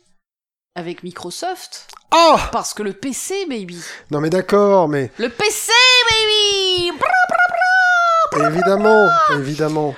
B: avec Microsoft
A: Ah
B: parce que le PC, baby,
A: Non mais d'accord, mais
B: le PC, baby, Brrr.
A: Évidemment,
B: Ah.
A: évidemment.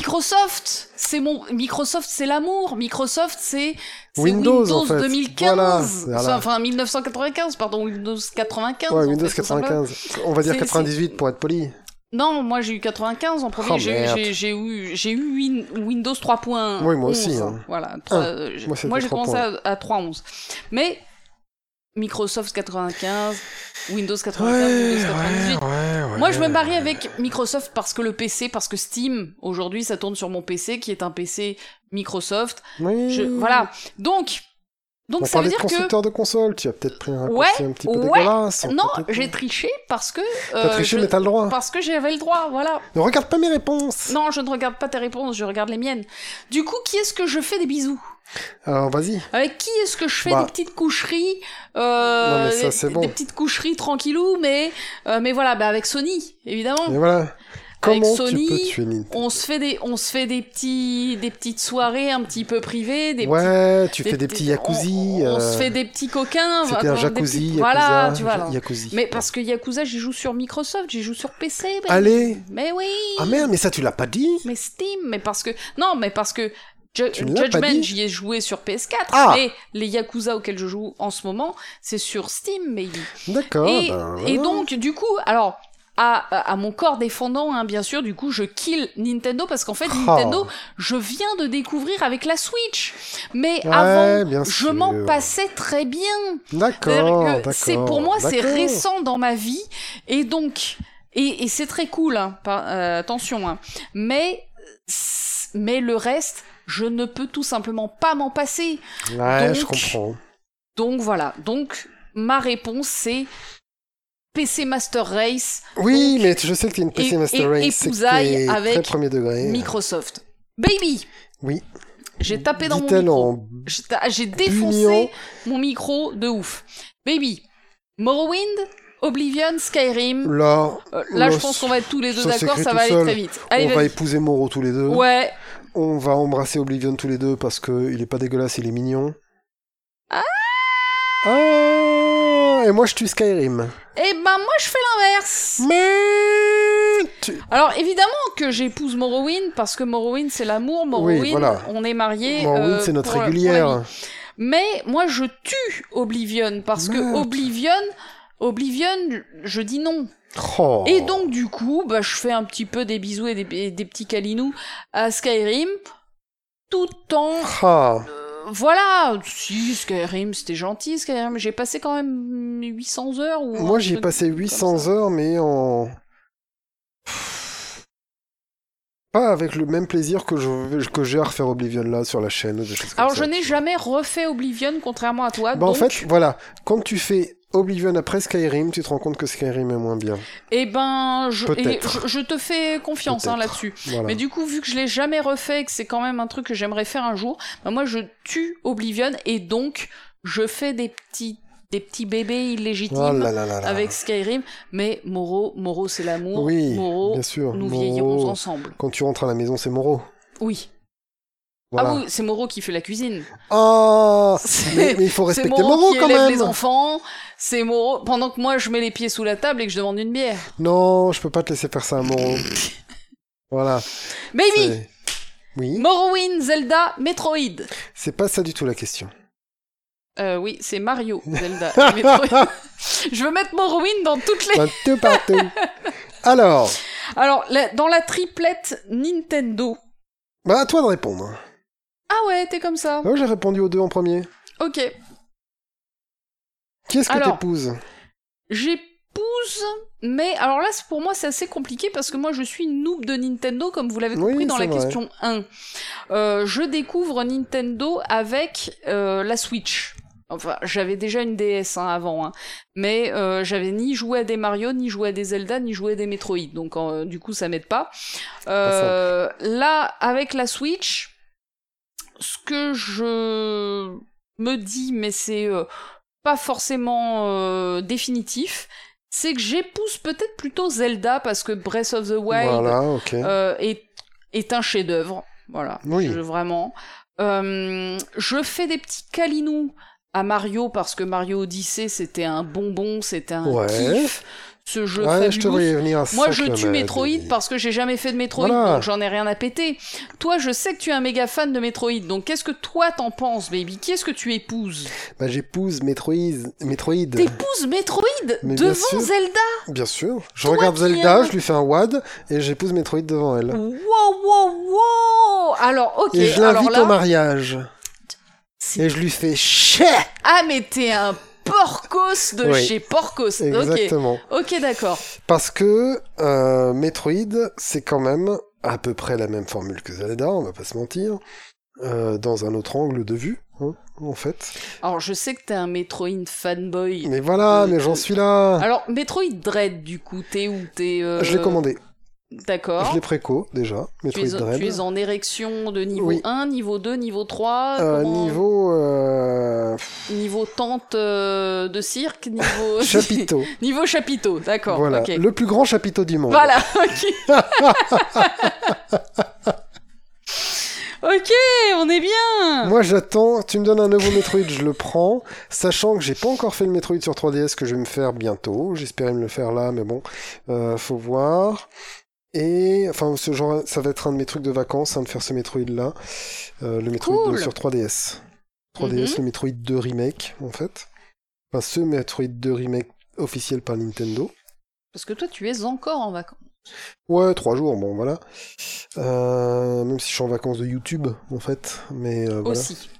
B: Microsoft, c'est mon, Microsoft, c'est l'amour, Microsoft, c'est c'est
A: Windows, en fait.
B: 2015,
A: Voilà, voilà.
B: enfin 1995, pardon, Windows 95,
A: Ouais,
B: en
A: Windows
B: fait, tout simplement.
A: 95. On va dire
B: C'est-
A: 98 pour être poli.
B: Non, moi j'ai eu 95 en premier.
A: Oh,
B: j'ai,
A: merde.
B: j'ai, j'ai eu, j'ai eu Win- Windows 3.1.
A: Oui, moi aussi, hein.
B: Voilà. trois- euh, j'ai-
A: Moi, c'était
B: moi j'ai commencé à, à 3.11. Mais Microsoft 95, Windows 95, Windows 98.
A: ouais.
B: Moi, je me marie avec Microsoft parce que le PC, parce que Steam, aujourd'hui, ça tourne sur mon PC qui est un PC Microsoft.
A: Oui.
B: Je- voilà. Donc,
A: Hmm. On
B: Donc ça veut
A: parlait de
B: dire que
A: constructeur de console, tu as peut-être pris un raccourci un petit peu
B: ouais,
A: dégueulasse.
B: non,
A: peut-être.
B: j'ai triché parce que
A: hein. T'as
B: euh,
A: triché,
B: je-
A: mais t'as le droit.
B: parce que j'avais le droit, voilà.
A: Ne regarde pas mes réponses.
B: Non, je ne regarde pas tes réponses, je regarde les miennes. Du coup, qui est-ce que je fais des bisous
A: Alors, vas-y.
B: Avec qui est-ce que je fais
A: Bah.
B: des petites coucheries euh,
A: Non, mais ça,
B: des-
A: c'est
B: des,
A: bon.
B: petites coucheries tranquillou, mais euh, mais voilà, bah avec Sony, évidemment.
A: Et voilà. Comment
B: Sony,
A: tu peux tuer Nintendo
B: On se fait des on se fait des petits des petites soirées un petit peu privées, des petits-
A: Ouais, tu fais des petits
B: on-
A: jacuzzi.
B: On,
A: euh,
B: se fait des petits coquins.
A: C'était
B: voilà,
A: un
B: des
A: jacuzzi.
B: petits-
A: Yakuza,
B: Voilà, tu vois. alors.
A: Jacuzzi.
B: Mais parce que Yakuza, j'y joue sur Microsoft, j'y joue sur PC. ben-
A: Allez
B: Mais oui.
A: Ah merde, mais ça, tu l'as pas dit
B: Mais Steam, mais parce que non, mais parce que Ju-
A: Tu ne l'as pas
B: Judgment,
A: dit
B: j'y ai joué sur PS4.
A: Ah
B: Mais les Yakuza auxquels je joue en ce moment, c'est sur Steam, baby.
A: D'accord.
B: et,
A: ben, voilà.
B: et donc, du coup, alors. À, à mon corps défendant, hein, bien sûr, du coup, je kill Nintendo parce qu'en fait,
A: Oh.
B: Nintendo, je viens de découvrir avec la Switch. Mais
A: Ouais,
B: avant,
A: bien
B: je m'en
A: sûr.
B: passais très bien.
A: D'accord.
B: C'est-à-dire que
A: d'accord,
B: c'est pour moi c'est
A: d'accord.
B: récent dans ma vie et donc et, et c'est très cool hein, par- euh, attention hein. mais c'est- mais le reste je ne peux tout simplement pas m'en passer
A: Ouais, je
B: Donc,
A: comprends.
B: donc voilà donc ma réponse c'est PC Master Race
A: Oui,
B: donc,
A: mais je sais que t'es une PC
B: et-
A: Master
B: et-
A: Race. c'est que
B: épousaille
A: t'es
B: avec
A: Très premier degré.
B: Microsoft baby
A: Eh. Oui.
B: j'ai tapé dans mon
A: Dit-elle
B: micro
A: en
B: J'ai ta- j'ai défoncé
A: bunion.
B: mon micro de ouf baby Morrowind Oblivion Skyrim
A: Là,
B: Euh, là, je
A: Los-
B: pense qu'on va être tous les deux
A: ça
B: d'accord,
A: s'écrit
B: ça
A: tout
B: va aller
A: seul.
B: très vite. Allez,
A: on va
B: vas-y.
A: épouser Moro tous les deux.
B: Ouais,
A: On va embrasser Oblivion tous les deux parce que il est pas dégueulasse, il est mignon.
B: Ah
A: Ah Et moi je tue Skyrim.
B: et ben moi je fais l'inverse.
A: Mais tu-
B: Alors évidemment que j'épouse Morrowind parce que Morrowind c'est l'amour, Morrowind
A: voilà.
B: on est mariés.
A: Morrowind,
B: euh,
A: c'est notre
B: pour- pour la vie.
A: régulière.
B: Mais moi je tue Oblivion parce que
A: Merde.
B: Oblivion, Oblivion, je dis non.
A: Oh.
B: Et donc du coup, bah, je fais un petit peu des bisous et des, et des petits câlinous à Skyrim tout en
A: Ah.
B: voilà, si Skyrim c'était gentil, Skyrim, j'ai passé quand même 800 heures ou
A: Moi
B: un
A: j'y ai
B: truc
A: passé
B: comme
A: 800
B: ça.
A: heures, mais en. Pas avec le même plaisir que je que j'ai à refaire Oblivion là sur la chaîne. des choses comme
B: Alors je
A: ça.
B: n'ai jamais refait Oblivion contrairement à toi.
A: Bah, en
B: donc,
A: fait, voilà, quand tu fais Oblivion après Skyrim, tu te rends compte que Skyrim est moins bien.
B: eh ben je, et
A: Peut-être.
B: je, je te fais confiance hein,
A: Peut-être. Bah.
B: là-dessus.
A: Voilà.
B: Mais du coup, vu que je l'ai jamais refait et que c'est quand même un truc que j'aimerais faire un jour, bah, moi je tue Oblivion et donc je fais des petits des petits bébés illégitimes
A: Oh là là là là.
B: avec Skyrim, mais Moro, Moro c'est l'amour,
A: Oui,
B: Moro,
A: bien sûr.
B: nous
A: Moreau.
B: vieillirons ensemble.
A: Quand tu rentres à la maison, c'est Moro.
B: Oui.
A: Voilà.
B: Ah oui, c'est Moro qui fait la cuisine.
A: Ah
B: C'est-
A: mais, mais il faut
B: C'est
A: respecter
B: Moreau,
A: Moro
B: qui
A: quand
B: élève
A: même.
B: les enfants, c'est Moreau, pendant que moi je mets les pieds sous la table et que je demande une bière.
A: Non, je peux pas te laisser faire ça à Moro. voilà.
B: Baby
A: c'est- Oui,
B: Morrowind, Zelda, Metroid
A: c'est pas ça du tout la question.
B: Euh, oui, c'est Mario, Zelda, et Metroid. je veux mettre Morrowind dans toutes les...
A: Un peu partout. Alors,
B: Alors, la- dans la triplette Nintendo...
A: bah à toi de répondre.
B: Ah ouais, t'es comme ça.
A: Moi j'ai répondu aux deux en premier.
B: Ok.
A: Qui est-ce que
B: Alors.
A: t'épouses
B: J'épouse... Mais alors là, c'est- pour moi, c'est assez compliqué parce que moi, je suis une noob de Nintendo, comme vous l'avez
A: Oui,
B: compris dans
A: c'est
B: la
A: vrai.
B: question 1. Euh, je découvre Nintendo avec euh, la Switch. Enfin, j'avais déjà une DS hein, avant, hein. mais euh, j'avais ni joué à des Mario, ni joué à des Zelda, ni joué à des Metroid. Donc, euh, du coup, ça m'aide pas. Euh, là, avec la Switch, ce que je me dis, mais c'est euh, pas forcément euh, définitif, c'est que j'épouse peut-être plutôt Zelda parce que Breath of the Wild
A: Voilà, ok.
B: euh, est, est un chef-d'œuvre. Voilà.
A: Oui.
B: Je- vraiment. Euh, je fais des petits câlinous à Mario parce que Mario Odyssey, c'était un bonbon, c'était un
A: Ouais.
B: kiff. Ce jeu
A: ouais,
B: fabuleux.
A: je te voyais venir à
B: Moi,
A: 100
B: je tue
A: kilomètres,
B: Metroid
A: baby.
B: parce que j'ai jamais fait de Metroid,
A: Voilà.
B: donc j'en ai rien à péter. Toi, je sais que tu es un méga fan de Metroid, donc qu'est-ce que toi t'en penses, baby Qui est-ce que tu épouses
A: Bah j'épouse Metroid. Metroid.
B: T'épouses Metroid
A: Mais bien
B: devant
A: sûr.
B: Zelda
A: Bien sûr. Je
B: Toi
A: regarde
B: qui
A: Zelda,
B: aimes-
A: je lui fais un wad et j'épouse Metroid devant elle.
B: Wow, wow, wow Alors, ok,
A: Et je
B: alors
A: l'invite
B: là...
A: au mariage.
B: c'est-
A: Et je lui fais chè
B: Ah, mais t'es un porcos de
A: Oui.
B: chez porcos. Ok,
A: Exactement.
B: ok, d'accord.
A: Parce que euh, Metroid, c'est quand même à peu près la même formule que Zelda, on va pas se mentir, euh, dans un autre angle de vue, hein, en fait.
B: Alors, je sais que t'es un Metroid fanboy.
A: Mais voilà,
B: Oui,
A: mais j'en
B: tu-
A: suis là.
B: Alors, Metroid Dread, du coup, t'es où T'es. euh,
A: Je l'ai commandé.
B: D'accord.
A: Je l'ai préco, déjà.
B: Tu
A: Metroid
B: es, en,
A: Dread.
B: tu es en érection de niveau
A: Oui.
B: 1, niveau 2, niveau 3,
A: Euh,
B: comment-
A: niveau euh,
B: niveau tente euh, de cirque, niveau
A: chapiteau.
B: niveau chapiteau, d'accord.
A: voilà.
B: ok.
A: Le plus grand chapiteau du monde.
B: Voilà, ok. ok, on est bien.
A: Moi j'attends, tu me donnes un nouveau Metroid, je le prends, sachant que j'ai pas encore fait le Metroid sur 3DS que je vais me faire bientôt. J'espérais me le faire là, mais bon, euh, faut voir. Et enfin, ce genre, ça va être un de mes trucs de vacances, hein, de faire ce Metroid là, Euh, le Metroid
B: Cool. Mhm.
A: de- sur 3DS. 3DS, le Metroid 2 remake en fait. Enfin, ce Metroid 2 remake officiel par Nintendo.
B: Parce que toi, tu es encore en vacances.
A: Ouais, trois jours, bon voilà. Euh, même si je suis en vacances de YouTube, en fait. Mais euh, voilà.
B: Aussi.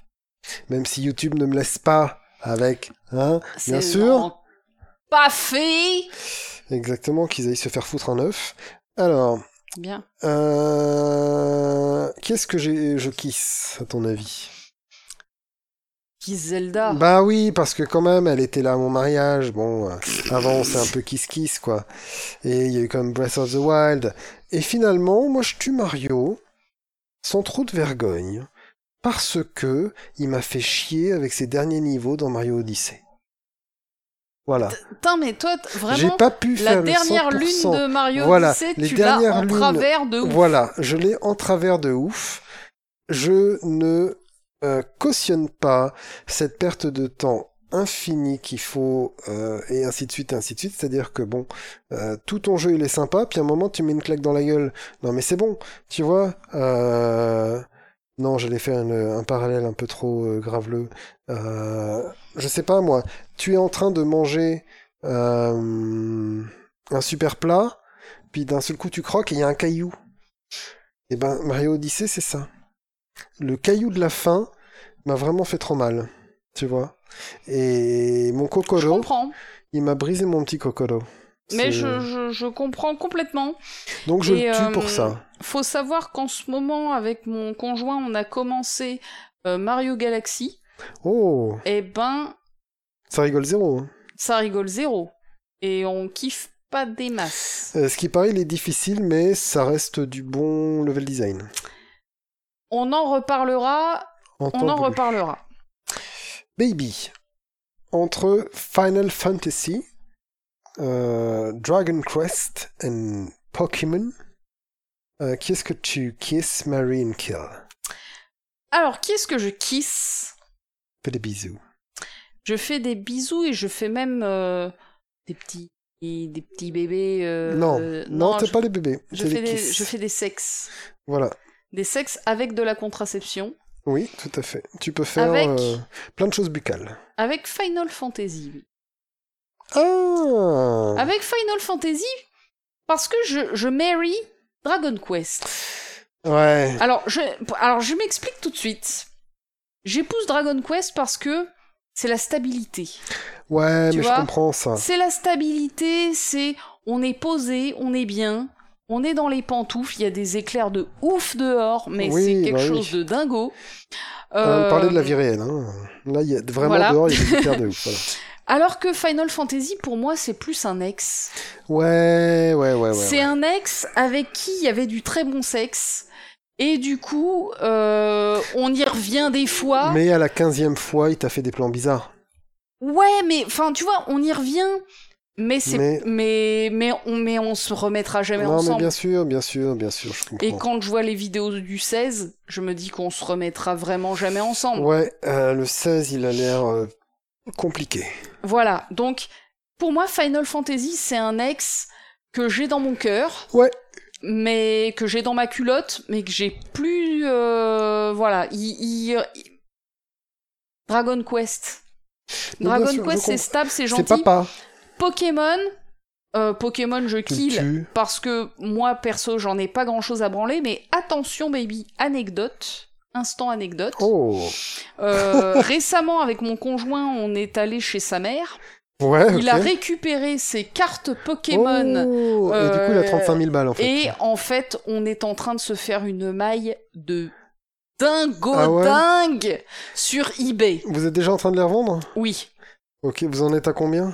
A: Même si YouTube ne me laisse pas avec. Hein
B: C'est
A: Bien sûr.
B: vraiment Pas fait.
A: Exactement, qu'ils aillent se faire foutre un œuf. Alors,
B: Bien.
A: euh, qu'est-ce que j'ai, je kiss, à ton avis
B: Qui Zelda.
A: Bah oui, parce que quand même, elle était là à mon mariage. Bon, euh, avant, on s'est un peu kiss-kiss, quoi. Et il y a eu quand même Breath of the Wild. Et finalement, moi, je tue Mario sans trop de vergogne parce que il m'a fait chier avec ses derniers niveaux dans Mario Odyssey. Voilà.
B: Putain, mais toi, t-
A: J'ai
B: vraiment.
A: pas pu
B: La
A: faire
B: dernière
A: le 100%.
B: lune de Mario
A: Voilà,
B: Odyssey,
A: les
B: tu l'as en
A: dernières lunes.
B: travers de ouf.
A: Voilà, je l'ai en travers de ouf. Je ne euh, cautionne pas cette perte de temps infinie qu'il faut, euh, et ainsi de suite, et ainsi de suite. C'est-à-dire que, bon, euh, tout ton jeu, il est sympa, puis à un moment, tu mets une claque dans la gueule. Non, mais c'est bon, tu vois. euh, Non, j'allais faire une- un parallèle un peu trop euh, graveleux. Euh, je sais pas, moi, tu es en train de manger euh, un super plat, puis d'un seul coup, tu croques et il y a un caillou. Eh ben, Mario Odyssey, c'est ça. Le caillou de la fin m'a vraiment fait trop mal, tu vois. Et mon
B: Je
A: Kokoro,
B: comprends.
A: il m'a brisé mon petit Kokoro.
B: Mais
A: C'est- euh,
B: je, je, je comprends complètement.
A: Donc je
B: Et,
A: le tue
B: euh,
A: pour ça.
B: Faut savoir qu'en ce moment, avec mon conjoint, on a commencé euh, Mario Galaxy.
A: Oh,
B: Eh ben,
A: ça rigole zéro. hein.
B: ça rigole zéro. Et on kiffe pas des masses.
A: Euh, ce qui paraît, il est difficile, mais ça reste du bon level design.
B: On en reparlera, on en
A: Entendu.
B: reparlera.
A: Baby, entre Final Fantasy, euh, Dragon Quest et Pokémon, euh, qui est-ce que tu kiss, marry and kill
B: Alors, qui est-ce que je kiss
A: Fais des bisous.
B: Je fais des bisous et je fais même euh, des petits des petits bébés. euh,
A: non,
B: euh,
A: non, t'es
B: je,
A: pas les bébés,
B: je
A: t'es
B: fais
A: les
B: des,
A: kisses.
B: je fais des sexes.
A: Voilà,
B: Des sexes avec de la contraception.
A: oui, tout à fait. Tu peux faire
B: Avec-
A: euh, plein de choses buccales.
B: Avec Final Fantasy. oui.
A: Ah
B: Avec Final Fantasy, parce que je, je marry Dragon Quest.
A: Ouais,
B: Alors, je, alors je m'explique tout de suite. J'épouse Dragon Quest parce que c'est la stabilité.
A: ouais,
B: Tu
A: mais
B: vois, Euh,
A: je comprends ça.
B: C'est la stabilité, c'est on est posé, on est bien, on est dans les pantoufles, il y a des éclairs de ouf dehors, mais
A: Oui,
B: c'est quelque
A: bah oui.
B: chose de dingo.
A: Euh,
B: Euh,
A: On parlait de la vie réelle. Hein. Là, il y a vraiment
B: voilà.
A: dehors, il y a des éclairs de ouf. voilà.
B: Alors que Final Fantasy, pour moi, c'est plus un ex.
A: Ouais, ouais, ouais, ouais.
B: c'est
A: ouais.
B: un ex avec qui il y avait du très bon sexe. Et du coup, euh, on y revient des fois.
A: Mais à la quinzième fois, il t'a fait des plans bizarres.
B: Ouais, mais enfin, tu vois, on y revient. Mais c'est mais
A: Mais-
B: mais on mais on se remettra jamais
A: non, mais
B: ensemble.
A: bien sûr, bien sûr, bien sûr, je comprends.
B: Et quand je vois les vidéos du 16, je me dis qu'on se remettra vraiment jamais ensemble.
A: Ouais, euh, le 16, il a l'air euh, compliqué.
B: Voilà. Donc pour moi Final Fantasy, c'est un ex que j'ai dans mon cœur.
A: Ouais.
B: Mais que j'ai dans ma culotte, mais que j'ai plus euh, voilà, il- il- il- Dragon Quest.
A: Mais bien
B: Dragon
A: sûr, je
B: Quest, c'est
A: comprends.
B: stable, c'est
A: C'est
B: gentil.
A: papa
B: Pokémon euh, Pokémon, je
A: qui
B: kill.
A: tue.
B: parce que moi perso j'en ai pas grand chose à branler mais attention baby anecdote instant anecdote
A: Oh
B: Euh, récemment avec mon conjoint on est allé chez sa mère
A: Ouais, ok.
B: il a récupéré ses cartes Pokémon
A: Oh, Et du coup, il
B: euh,
A: a 35 000 balles, en fait.
B: et en fait on est en train de se faire une maille de dingo
A: Ah ouais
B: dingue sur eBay.
A: Vous êtes déjà en train de les revendre
B: Oui.
A: Ok, vous en êtes à combien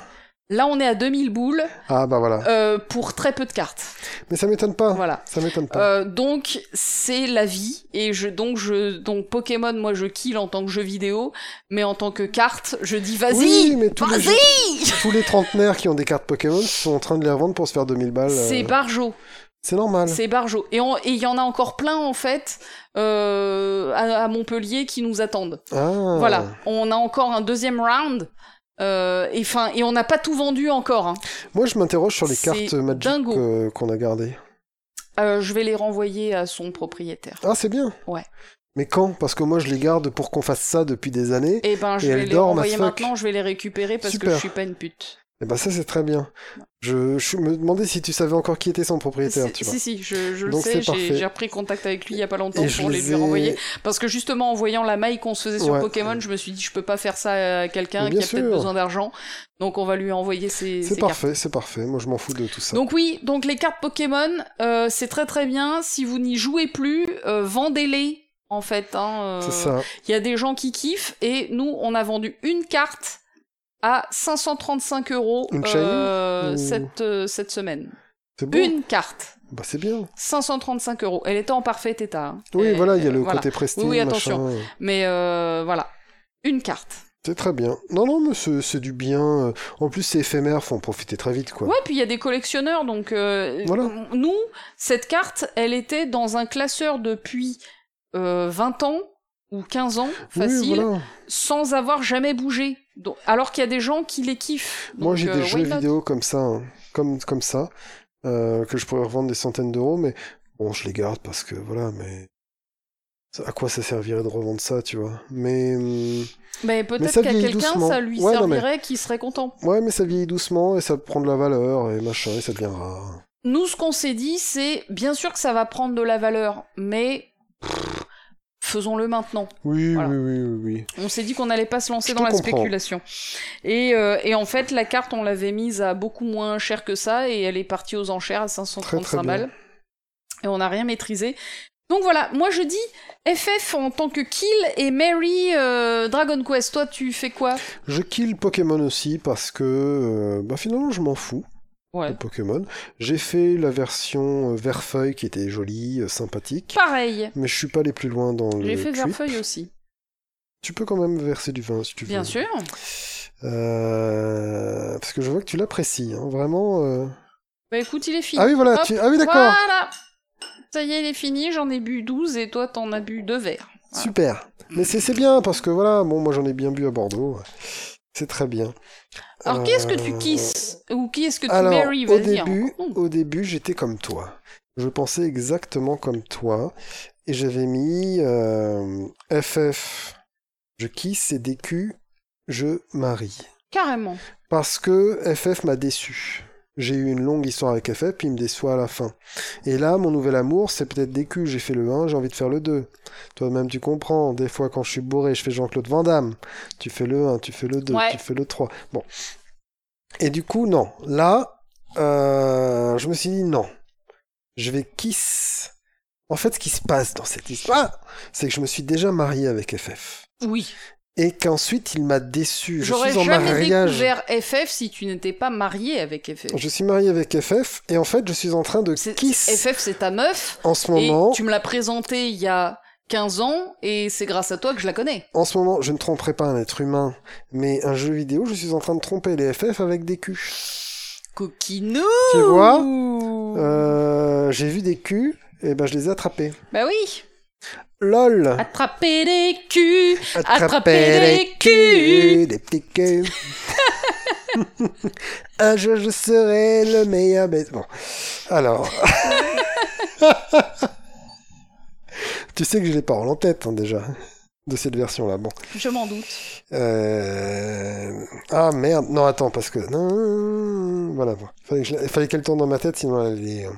B: Là, on est à 2000 boules
A: Ah bah voilà.
B: euh, pour très peu de cartes.
A: Mais ça m'étonne pas.
B: Voilà.
A: Ça m'étonne pas.
B: Euh, donc, c'est la vie. Et je, donc, je, donc, Pokémon, moi, je kill en tant que jeu vidéo. Mais en tant que carte, je dis vas-y
A: oui, mais tous les,
B: vas-y
A: tous les trentenaires qui ont des cartes Pokémon sont en train de les revendre pour se faire 2000 balles. euh,
B: C'est barjo.
A: C'est normal.
B: C'est barjo. Et en- et il y en a encore plein, en fait, euh, à, à Montpellier qui nous attendent.
A: Ah.
B: Voilà. On a encore un deuxième round. Euh, et, fin, et on n'a pas tout vendu encore. hein.
A: Moi, je m'interroge sur les
B: C'est
A: cartes Magic
B: dingo.
A: euh, qu'on a gardées.
B: Euh, je vais les renvoyer à son propriétaire.
A: Ah, c'est bien.
B: Ouais.
A: Mais quand Parce que moi, je les garde pour qu'on fasse ça depuis des années.
B: Et ben, je
A: Et
B: vais
A: elles
B: les
A: dorment à
B: renvoyer
A: fuck.
B: maintenant, je vais les récupérer parce que
A: Super.
B: je suis pas une pute.
A: Et bah ça, c'est très bien. Je, je me demandais si tu savais encore qui était son propriétaire,
B: Si-
A: tu vois.
B: si, si, je, je le
A: Donc, c'est
B: sais,
A: parfait.
B: j'ai j'ai repris contact avec lui il y a pas longtemps
A: Et je
B: pour les
A: les
B: lui
A: ai-
B: renvoyer. Parce que justement, en voyant la maille qu'on se faisait sur
A: Ouais.
B: Pokémon, je me suis dit, je peux pas faire ça à quelqu'un
A: Mais
B: qui
A: bien
B: a peut-être
A: sûr.
B: besoin d'argent. Donc on va lui envoyer ses,
A: C'est
B: ses cartes.
A: parfait, c'est parfait. Moi, je m'en fous de tout ça.
B: Donc oui, donc les cartes Pokémon, euh, c'est très très bien. Si vous n'y jouez plus, euh, vendez-les en fait. hein, euh,
A: c'est ça.
B: Il y a des gens qui kiffent et nous, on a vendu une carte à 535 euros
A: Une
B: euh,
A: Shiny ou-
B: cette, euh, cette semaine.
A: C'est bon.
B: Une carte,
A: Bah c'est bien.
B: 535 euros. Elle était en parfait état. hein.
A: Oui,
B: Et-
A: voilà, il y a le
B: voilà.
A: côté prestige,
B: Oui, oui, attention.
A: machin.
B: Mais euh, voilà, une carte.
A: C'est très bien. Non, non, mais c'est c'est du bien. En plus, c'est éphémère, faut en profiter très vite, quoi.
B: Ouais, puis il y a des collectionneurs, donc euh,
A: Voilà.
B: nous, cette carte, elle était dans un classeur depuis euh, 20 ans ou 15 ans, facile,
A: Oui, voilà.
B: sans avoir jamais bougé. Donc- alors qu'il y a des gens qui les kiffent.
A: Moi,
B: Donc,
A: j'ai
B: euh,
A: des
B: why
A: jeux
B: not
A: vidéo comme ça, hein, comme, comme ça, euh, que je pourrais revendre des centaines d'euros, mais bon, je les garde parce que voilà, mais ça- à quoi ça servirait de revendre ça, tu vois Mais hum,
B: Mais
A: Mais
B: peut-être
A: ça
B: qu'à
A: vieillit
B: quelqu'un,
A: doucement.
B: ça lui
A: Ouais, non, mais-
B: servirait, qui serait content.
A: ouais, mais ça vieillit doucement et ça prend de la valeur et machin et ça devient rare.
B: Nous, ce qu'on s'est dit, c'est bien sûr que ça va prendre de la valeur, mais pff, faisons-le maintenant.
A: Oui,
B: Voilà.
A: oui, oui, oui, oui.
B: On s'est dit qu'on n'allait pas se lancer
A: Je te
B: dans la
A: comprends.
B: spéculation. Et, euh, et en fait, la carte, on l'avait mise à beaucoup moins cher que ça, et elle est partie aux enchères à 535
A: Très, très bien.
B: balles. Et on n'a rien maîtrisé. Donc voilà, moi je dis FF en tant que Kill et Mary euh, Dragon Quest. Toi, tu fais quoi
A: Je kill Pokémon aussi parce que euh, bah finalement je m'en fous
B: Ouais.
A: de Pokémon. J'ai fait la version euh, Verfeuille qui était jolie, euh, sympathique,
B: Pareil.
A: mais je suis pas allé plus loin dans le.
B: J'ai fait
A: trip.
B: Verfeuille aussi.
A: Tu peux quand même verser du vin si tu veux.
B: Bien sûr.
A: Euh, parce que je vois que tu l'apprécies, hein, vraiment. euh.
B: Bah écoute, il est fini.
A: Ah oui, voilà,
B: Hop,
A: tu- ah oui, d'accord,
B: Voilà Ça y est, il est fini, j'en ai bu 12 et toi t'en as bu 2 verres. Voilà.
A: super. Mais c'est c'est bien parce que voilà, bon, moi j'en ai bien bu à Bordeaux, c'est très bien.
B: Alors qui est-ce que tu
A: Euh,
B: kisses Ou qui est-ce que tu
A: Alors,
B: marries
A: au
B: Vas-y, hein.
A: début,
B: Non.
A: au début, j'étais comme toi. Je pensais exactement comme toi et j'avais mis euh, FF. Je kiss et DQ, je marie.
B: Carrément.
A: Parce que FF m'a déçu. J'ai eu une longue histoire avec FF, puis il me déçoit à la fin. Et là, mon nouvel amour, c'est peut-être des culs. J'ai fait le 1, j'ai envie de faire le 2. Toi-même, tu comprends. Des fois, quand je suis bourré, je fais Jean-Claude Van Damme. Tu fais le 1, tu fais le 2,
B: Ouais.
A: tu fais le 3. Bon. Et du coup, non. Là, euh, je me suis dit non. Je vais kiss. En fait, ce qui se passe dans cette histoire, c'est que je me suis déjà marié avec FF.
B: Oui.
A: Et qu'ensuite, il m'a déçu. Je
B: J'aurais
A: suis en
B: jamais
A: mariage. Oh.
B: découvert FF si tu n'étais pas marié avec FF.
A: Je suis marié avec FF et en fait je suis en train de
B: C'est-
A: kiss
B: FF c'est ta meuf
A: en ce
B: et
A: moment.
B: tu me l'as présentée il y a 15 ans et c'est grâce à toi que je la connais.
A: En ce moment, je ne tromperai pas un être humain, mais un jeu vidéo, je suis en train de tromper les FF avec des culs.
B: Coquinou
A: Tu vois Euh, J'ai vu des culs et ben je les ai attrapés.
B: Bah oui
A: LOL
B: Attraper les culs attraper les
A: culs Des petits culs Un jour je serai le meilleur mais... Bon, alors... tu sais que j'ai les paroles en tête hein, déjà, de cette version-là. Bon.
B: Je m'en doute.
A: Euh... Ah merde, non attends parce que non voilà, bon. fallait que je la- fallait qu'elle tourne dans ma tête sinon elle allait. euh.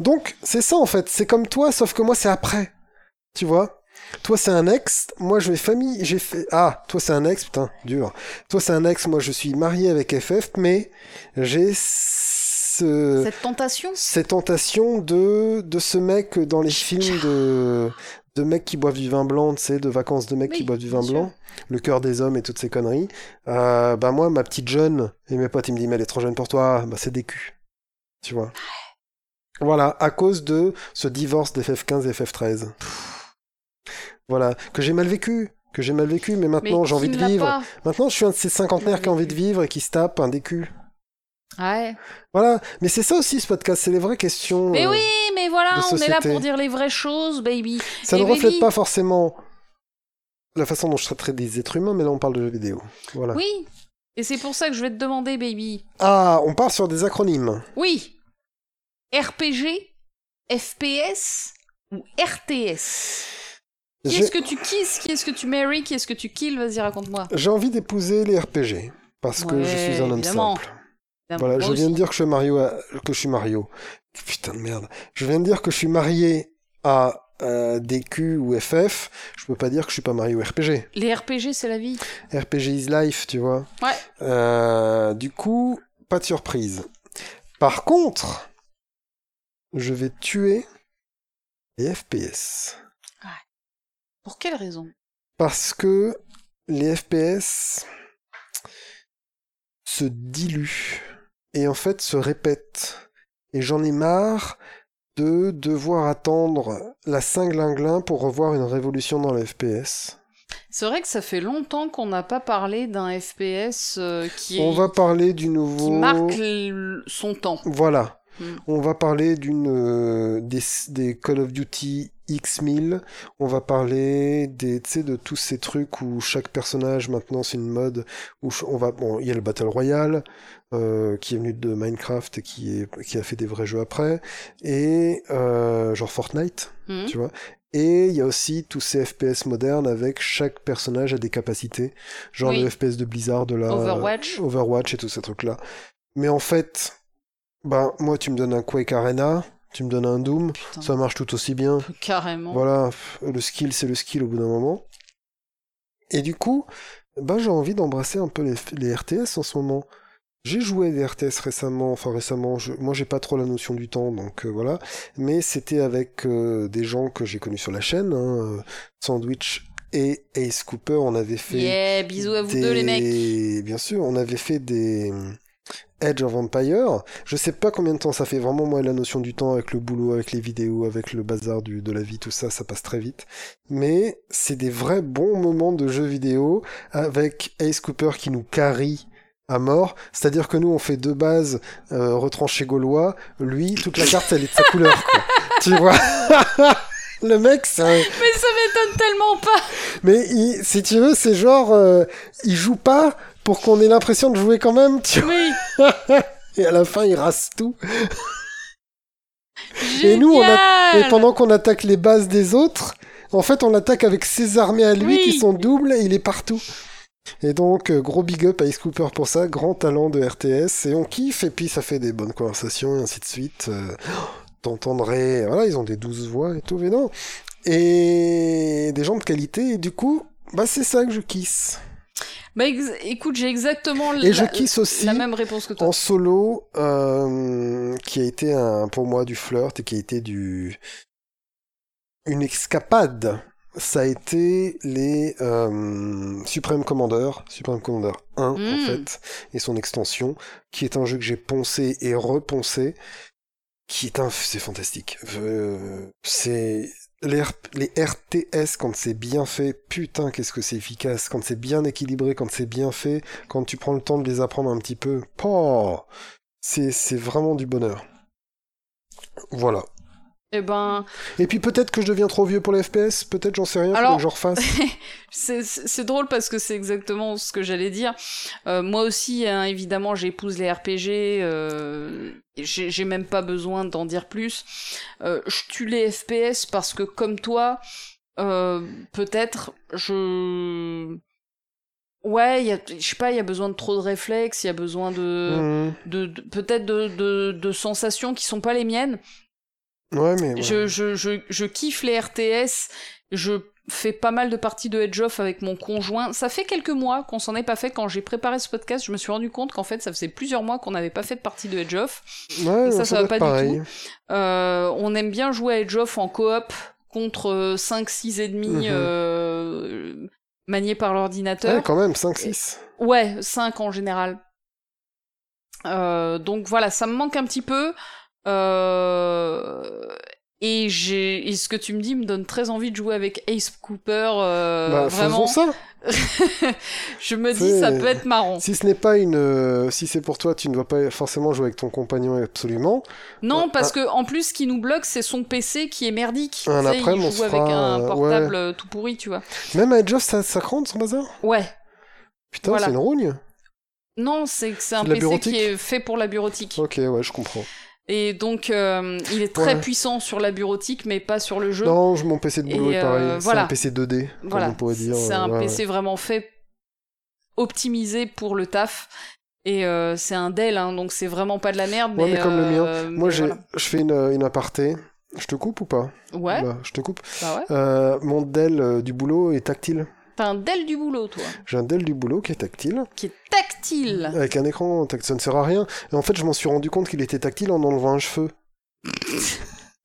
A: Donc c'est ça en fait, c'est comme toi sauf que moi c'est après, tu vois. Toi c'est un ex, moi je vais famille, j'ai fait ah toi c'est un ex putain dur. Toi c'est un ex, moi je suis marié avec FF mais j'ai ce
B: Cette tentation
A: ces tentations de, de ce mec dans les films de, de mecs qui boivent du vin blanc, tu sais, de vacances de mecs
C: Oui,
A: qui boivent du vin
C: bien
A: blanc, le cœur des hommes et toutes ces conneries. Euh, bah moi, ma petite jeune, et mes potes, ils me disent, mais elle est trop jeune pour toi, bah c'est des culs. Tu vois. Voilà, à cause de ce divorce d'FF15 et FF13. Voilà, que j'ai mal vécu, que j'ai mal vécu, mais maintenant j'ai
B: qui
A: envie
B: ne
A: de
B: l'a
A: vivre.
B: pas
A: Maintenant, je suis un de ces cinquantenaires qui a envie de vivre et qui se tape un des culs.
B: Ouais.
A: Voilà, mais c'est ça aussi ce podcast, c'est les vraies questions.
B: Mais
A: euh,
B: oui, mais voilà,
A: de
B: on est là
A: société.
B: pour dire les vraies choses, baby.
A: Ça ne
B: Et Baby-
A: reflète pas forcément la façon dont je traiterais des êtres humains, mais là on parle de jeux vidéo. Voilà.
B: Oui. Et c'est pour ça que je vais te demander, baby.
A: Ah, on part sur des acronymes.
B: Oui. RPG, FPS ou RTS Qui
A: J'ai
B: est-ce que tu kisses Qui est-ce que tu marries Qui est-ce que tu kills Vas-y, raconte-moi.
A: j'ai envie d'épouser les RPG, parce que je
B: Ouais,
A: suis un homme
B: évidemment.
A: simple. Voilà, je viens de dire que je suis Mario, à- que je suis Mario. Putain de merde. Je viens de dire que je suis marié à euh, DQ ou FF. Je peux pas dire que je suis pas Mario RPG.
B: Les RPG, c'est la vie.
A: RPG is life, tu vois.
B: Ouais.
A: Euh, du coup, pas de surprise. Par contre, je vais tuer les FPS.
B: Pour quelle raison
A: Parce que les FPS se diluent et en fait se répètent. Et j'en ai marre de devoir attendre la cinglingling pour revoir une révolution dans les FPS.
B: C'est vrai que ça fait longtemps qu'on n'a pas parlé d'un FPS euh, qui, est-
A: On va parler du
B: qui
A: nouveau...
B: marque l- son temps.
A: Voilà.
B: Mm.
A: On va parler d'une euh, des, des Call of Duty X1000. On va parler des tu sais, de tous ces trucs où chaque personnage maintenant c'est une mode où ch- on va bon il y a le Battle Royale euh, qui est venu de Minecraft et qui est qui a fait des vrais jeux après et euh, genre Fortnite
B: Hmm.
A: tu vois. Et il y a aussi tous ces FPS modernes avec chaque personnage a des capacités, genre
B: Oui.
A: le FPS de Blizzard, de la
B: Overwatch.
A: Overwatch et tous ces trucs-là. Mais en fait, ben moi tu me donnes un Quake Arena, tu me donnes un Doom,
B: Putain,
A: ça marche tout aussi bien.
B: carrément.
A: Voilà, pff, le skill c'est le skill au bout d'un moment. Et du coup, ben j'ai envie d'embrasser un peu les, les RTS en ce moment. J'ai joué à des RTS récemment, enfin récemment, je, moi j'ai pas trop la notion du temps, donc euh, voilà. Mais c'était avec euh, des gens que j'ai connus sur la chaîne, hein, euh, Sandwich et Ace Cooper, on avait fait...
B: Yeah, bisous à vous
A: des-
B: deux les mecs.
A: Bien sûr, on avait fait des euh, Edge of Empire. Je sais pas combien de temps ça fait. Vraiment, moi, la notion du temps avec le boulot, avec les vidéos, avec le bazar du, de la vie, tout ça, ça passe très vite. Mais c'est des vrais bons moments de jeux vidéo avec Ace Cooper qui nous carie à mort. C'est-à-dire que nous, on fait deux bases euh, retranchées gaulois. Lui, toute la carte, elle est de sa couleur. quoi. Tu vois Le mec, c'est un-
B: Mais ça m'étonne tellement pas.
A: mais il- si tu veux, c'est genre, euh, il joue pas pour qu'on ait l'impression de jouer quand même, tu vois.
B: Oui.
A: Et à la fin, il rase tout.
B: Génial.
A: Et nous, on
B: Ah
A: Et pendant qu'on attaque les bases des autres, en fait, on l'attaque avec ses armées à lui
B: Oui.
A: qui sont doubles et il est partout. Et donc, euh, gros big up à Ice Cooper pour ça, grand talent de RTS. Et on kiffe, et puis ça fait des bonnes conversations, et ainsi de suite. Euh, T'entendrais, voilà, ils ont des douze voix et tout, mais non. Et des gens de qualité, et du coup, bah, c'est ça que je kisse.
B: Bah, ex- écoute, j'ai exactement
A: Et
B: la,
A: je kisse aussi.
B: la même réponse que toi.
A: en solo euh, qui a été un, pour moi du flirt et qui a été du une escapade ça a été les euh, Supreme Commander Supreme Commander 1 en
B: Mm.
A: fait et son extension qui est un jeu que j'ai poncé et reponcé qui est un c'est fantastique Euh, c'est les, R- les RTS quand c'est bien fait putain qu'est-ce que c'est efficace quand c'est bien équilibré quand c'est bien fait quand tu prends le temps de les apprendre un petit peu, poh, c'est c'est vraiment du bonheur. Voilà.
B: Eh ben,
A: Et puis peut-être que je deviens trop vieux pour les FPS, peut-être j'en sais rien, faut
B: Alors-
A: que je refasse.
B: c'est- c'est c'est drôle parce que c'est exactement ce que j'allais dire. Euh, moi aussi, hein, évidemment, j'épouse les RPG. euh, j'ai j'ai même pas besoin d'en dire plus. Euh, je tue les FPS parce que, comme toi, euh, peut-être je. Ouais, il y a- je sais pas, il y a besoin de trop de réflexes, il y a besoin de,
A: Mmh.
B: de, de- peut-être de, de, de sensations qui sont pas les miennes.
A: Ouais, mais ouais.
B: Je, je, je, je kiffe les RTS. Je fais pas mal de parties de Hedge Off avec mon conjoint. Ça fait quelques mois qu'on s'en est pas fait. Quand j'ai préparé ce podcast, je me suis rendu compte qu'en fait, ça faisait plusieurs mois qu'on n'avait pas fait de partie de Hedge Off.
A: Ouais,
B: ça,
A: non,
B: ça
A: doit
B: va
A: être
B: pas du
A: pareil.
B: Euh, on aime bien jouer à Hedge Off en coop. contre 5, 6 et demi
A: Mhm.
B: euh, maniés par l'ordinateur.
A: Ouais, quand même, 5-6.
B: Ouais, 5 en général. Euh, donc voilà, ça me manque un petit peu. Euh, et, j'ai, et ce que tu me dis me donne très envie de jouer avec Ace Cooper. euh,
A: bah,
B: vraiment,
A: faisons ça.
B: je me dis, ça
A: C'est-
B: peut être marrant.
A: Si ce n'est pas une, euh, si c'est pour toi, tu ne dois pas forcément jouer avec ton compagnon absolument.
B: Non,
A: Un-
B: parce que en plus, ce qui nous bloque, c'est son PC qui est merdique.
A: Un
B: Tu sais,
A: après-midi, on
B: il
A: se
B: joue avec
A: fera,
B: un
A: euh,
B: portable euh, tout pourri, tu vois.
A: Même à Edge of, ça, ça crante son bazar.
B: Ouais.
A: Putain,
B: Voilà.
A: c'est une rogne.
B: Non, c'est que c'est un
A: de la
B: PC qui
A: bureautique
B: est fait pour la bureautique.
A: Ok, ouais, je comprends.
B: Et donc, euh, il est très
A: Ouais.
B: puissant sur la bureautique, mais pas sur le jeu.
A: Non, je- mon PC de boulot
B: Et,
A: est pareil.
B: euh,
A: C'est
B: voilà.
A: un PC 2D, comme
B: voilà.
A: on pourrait dire. euh,
B: C'est un
A: Ouais, ouais.
B: PC vraiment fait, optimisé pour le taf. Et euh, c'est un Dell, hein, donc c'est vraiment pas de la merde.
A: Ouais, mais comme le
B: euh,
A: Moi,
B: mais
A: j'ai,
B: voilà.
A: je fais une, euh, une aparté. Je te coupe ou pas
B: Ouais,
A: Bah, Je te coupe.
B: bah ouais.
A: Euh, mon Dell euh, du boulot est tactile.
B: T'as un Dell du boulot, toi,
A: J'ai un Dell du boulot qui est tactile,
B: qui est tactile.
A: avec un écran tactile. Ça ne sert à rien. Et en fait, je m'en suis rendu compte qu'il était tactile en enlevant un cheveu.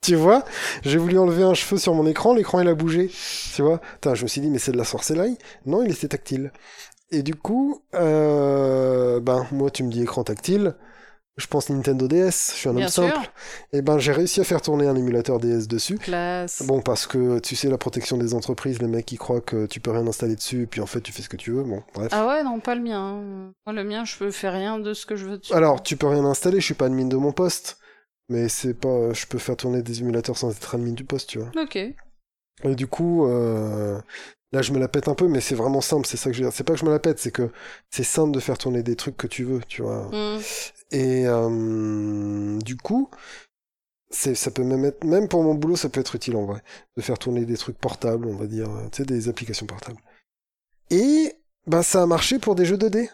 A: tu vois J'ai voulu enlever un cheveu sur mon écran, l'écran il a bougé. Tu vois Putain, je me suis dit, mais c'est de la sorcellerie. Non, il était tactile. Et du coup, euh, ben, moi, tu me dis écran tactile. Je pense Nintendo DS, je suis un homme
B: Bien
A: simple.
B: sûr.
A: Et ben j'ai réussi à faire tourner un émulateur DS dessus.
B: Classe.
A: Ah Bon, parce que tu sais, la protection des entreprises, les mecs ils croient que tu peux rien installer dessus, puis en fait tu fais ce que tu veux. Bon, bref.
B: Ah ouais, non, pas le mien. hein. Moi, le mien, je peux faire rien de ce que je veux dessus.
A: Alors, tu peux rien installer, je suis pas admin de mon poste. Mais c'est pas. Je peux faire tourner des émulateurs sans être admin du poste, tu vois.
B: Ok.
A: Et du coup, euh, là je me la pète un peu, mais c'est vraiment simple, c'est ça que je veux dire. C'est pas que je me la pète, c'est que c'est simple de faire tourner des trucs que tu veux, tu vois.
B: Hmm.
A: Et euh, du coup, c'est, ça peut même être, même pour mon boulot, ça peut être utile en vrai, de faire tourner des trucs portables, on va dire, euh, tu sais, des applications portables. Et ben ça a marché pour des jeux 2D.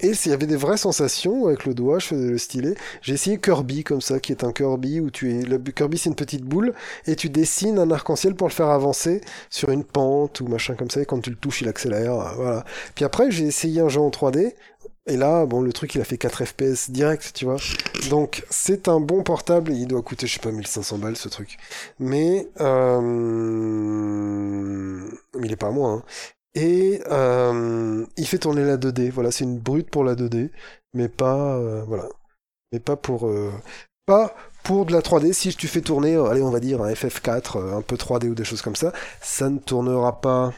A: Et s'il y avait des vraies sensations avec le doigt, je faisais le stylet. J'ai essayé Kirby comme ça, qui est un Kirby où tu es, le Kirby c'est une petite boule et tu dessines un arc-en-ciel pour le faire avancer sur une pente ou machin comme ça. Et quand tu le touches, il accélère. euh, Voilà. Puis après, j'ai essayé un jeu en 3D et là, bon, le truc, il a fait 4 FPS direct, tu vois. Donc, c'est un bon portable. Il doit coûter, je sais pas, 1500 balles, ce truc. Mais, euh... il est pas à moi, hein. Et euh, il fait tourner la 2D. Voilà, c'est une brute pour la 2D, mais pas, euh, voilà, mais pas pour, euh, pas pour de la 3D. Si tu fais tourner, euh, allez, on va dire un FF4, euh, un peu 3D ou des choses comme ça, ça ne tournera pas.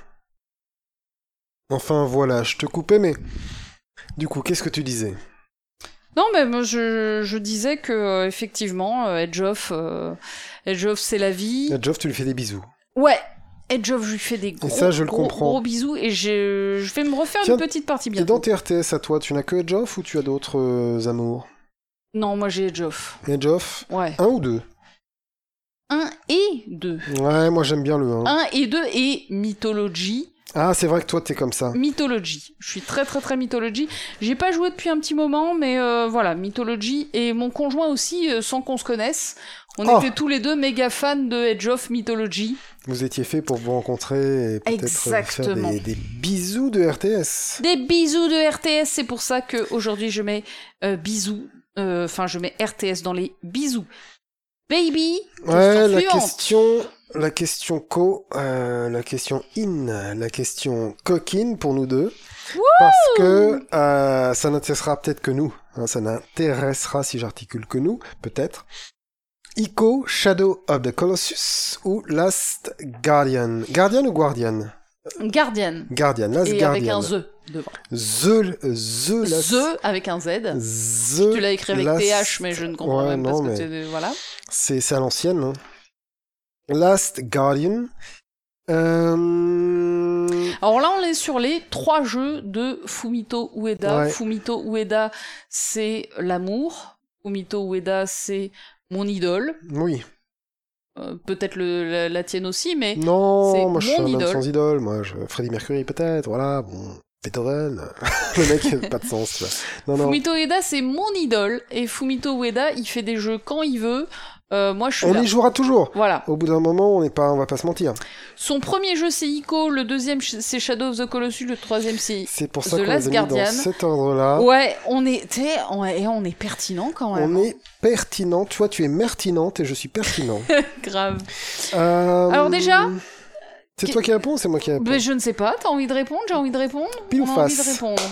A: Enfin, voilà, je te coupais, mais du coup, qu'est-ce que tu disais
B: Non, mais moi, je, je disais que, euh, effectivement, euh, Edge of, euh, Edge of, c'est la vie.
A: Là, Geoff, tu lui fais des bisous.
B: Ouais. Edge of, je lui fais des gros,
A: ça, je le
B: gros,
A: comprends.
B: gros bisous et je, je vais me refaire
A: Tiens,
B: une petite partie
A: Et dans
B: bientôt.
A: tes RTS à toi, tu n'as que Geoff ou tu as d'autres euh, amours
B: Non, moi, j'ai Edge of.
A: Et Geoff
B: Ouais.
A: Un ou deux
B: 1 et 2.
A: Ouais, moi j'aime bien le 1.
B: 1 et 2 et Mythologie.
A: Ah, c'est vrai que toi t'es comme ça.
B: Mythologie. Je suis très très très mythologie. J'ai pas joué depuis un petit moment, mais euh, voilà, mythologie. Et mon conjoint aussi, euh, sans qu'on se connaisse. On
A: Oh.
B: était tous les deux méga fans de Edge of Mythology.
A: Vous étiez fait pour vous rencontrer et peut-être euh, faire
B: Exactement.
A: des, des bisous de RTS.
B: Des bisous de RTS, c'est pour ça que aujourd'hui je mets euh, bisous. Euh, Enfin, je mets RTS dans les bisous. Baby,
A: Ouais, la
B: suivante.
A: question, la question co, euh, la question in, la question coquine pour nous deux. Parce que euh, ça n'intéressera peut-être que nous. hein, ça n'intéressera si j'articule que nous, peut-être. Ico, Shadow of the Colossus ou Last Guardian. Guardian ou Guardian
B: Guardian.
A: Guardian, Last
B: Et avec
A: Guardian.
B: un The devant.
A: The, the, Last-
B: The avec un Z.
A: The
B: Tu l'as écrit avec
A: Last-
B: TH, mais je ne comprends
A: Ouais,
B: même pas
A: non,
B: ce que
A: mais-
B: c'est. euh, Voilà.
A: C'est c'est à l'ancienne. hein. Last Guardian. Euh,
B: Alors là, on est sur les trois jeux de Fumito Ueda.
A: Ouais.
B: Fumito Ueda, c'est l'amour. Fumito Ueda, c'est mon idole.
A: Oui.
B: Euh, Peut-être le- la, la tienne aussi, mais C'est
A: Non, moi je suis
B: mon
A: un homme
B: idole.
A: sans idole. Moi, je... Freddie Mercury peut-être. Voilà. Bon, Beethoven. Le mec, il a pas de sens. tu vois. Non, non.
B: Fumito Ueda, c'est mon idole. Et Fumito Ueda, il fait des jeux quand il veut. Euh, moi, je suis
A: On
B: là.
A: y jouera toujours.
B: Voilà.
A: Au bout d'un moment, on n'est pas, on va pas se mentir.
B: Son premier jeu, c'est ICO. Le deuxième, c'est Shadow of the Colossus. Le troisième, c'est
A: C'est pour ça
B: The
A: qu'on les
B: Last
A: a mis dans
B: Guardian.
A: cet ordre-là.
B: Ouais, on est, tu sais, on est, on est pertinent quand même.
A: On est pertinent. Toi, tu es pertinente et je suis pertinent.
B: grave.
A: Euh,
B: Alors déjà,
A: c'est
B: qu'est-
A: toi qui réponds, ou c'est moi qui réponds.
B: Mais je ne sais pas. T'as envie de répondre J'ai envie de répondre.
A: Pile ou
B: on a envie de
A: face
B: répondre.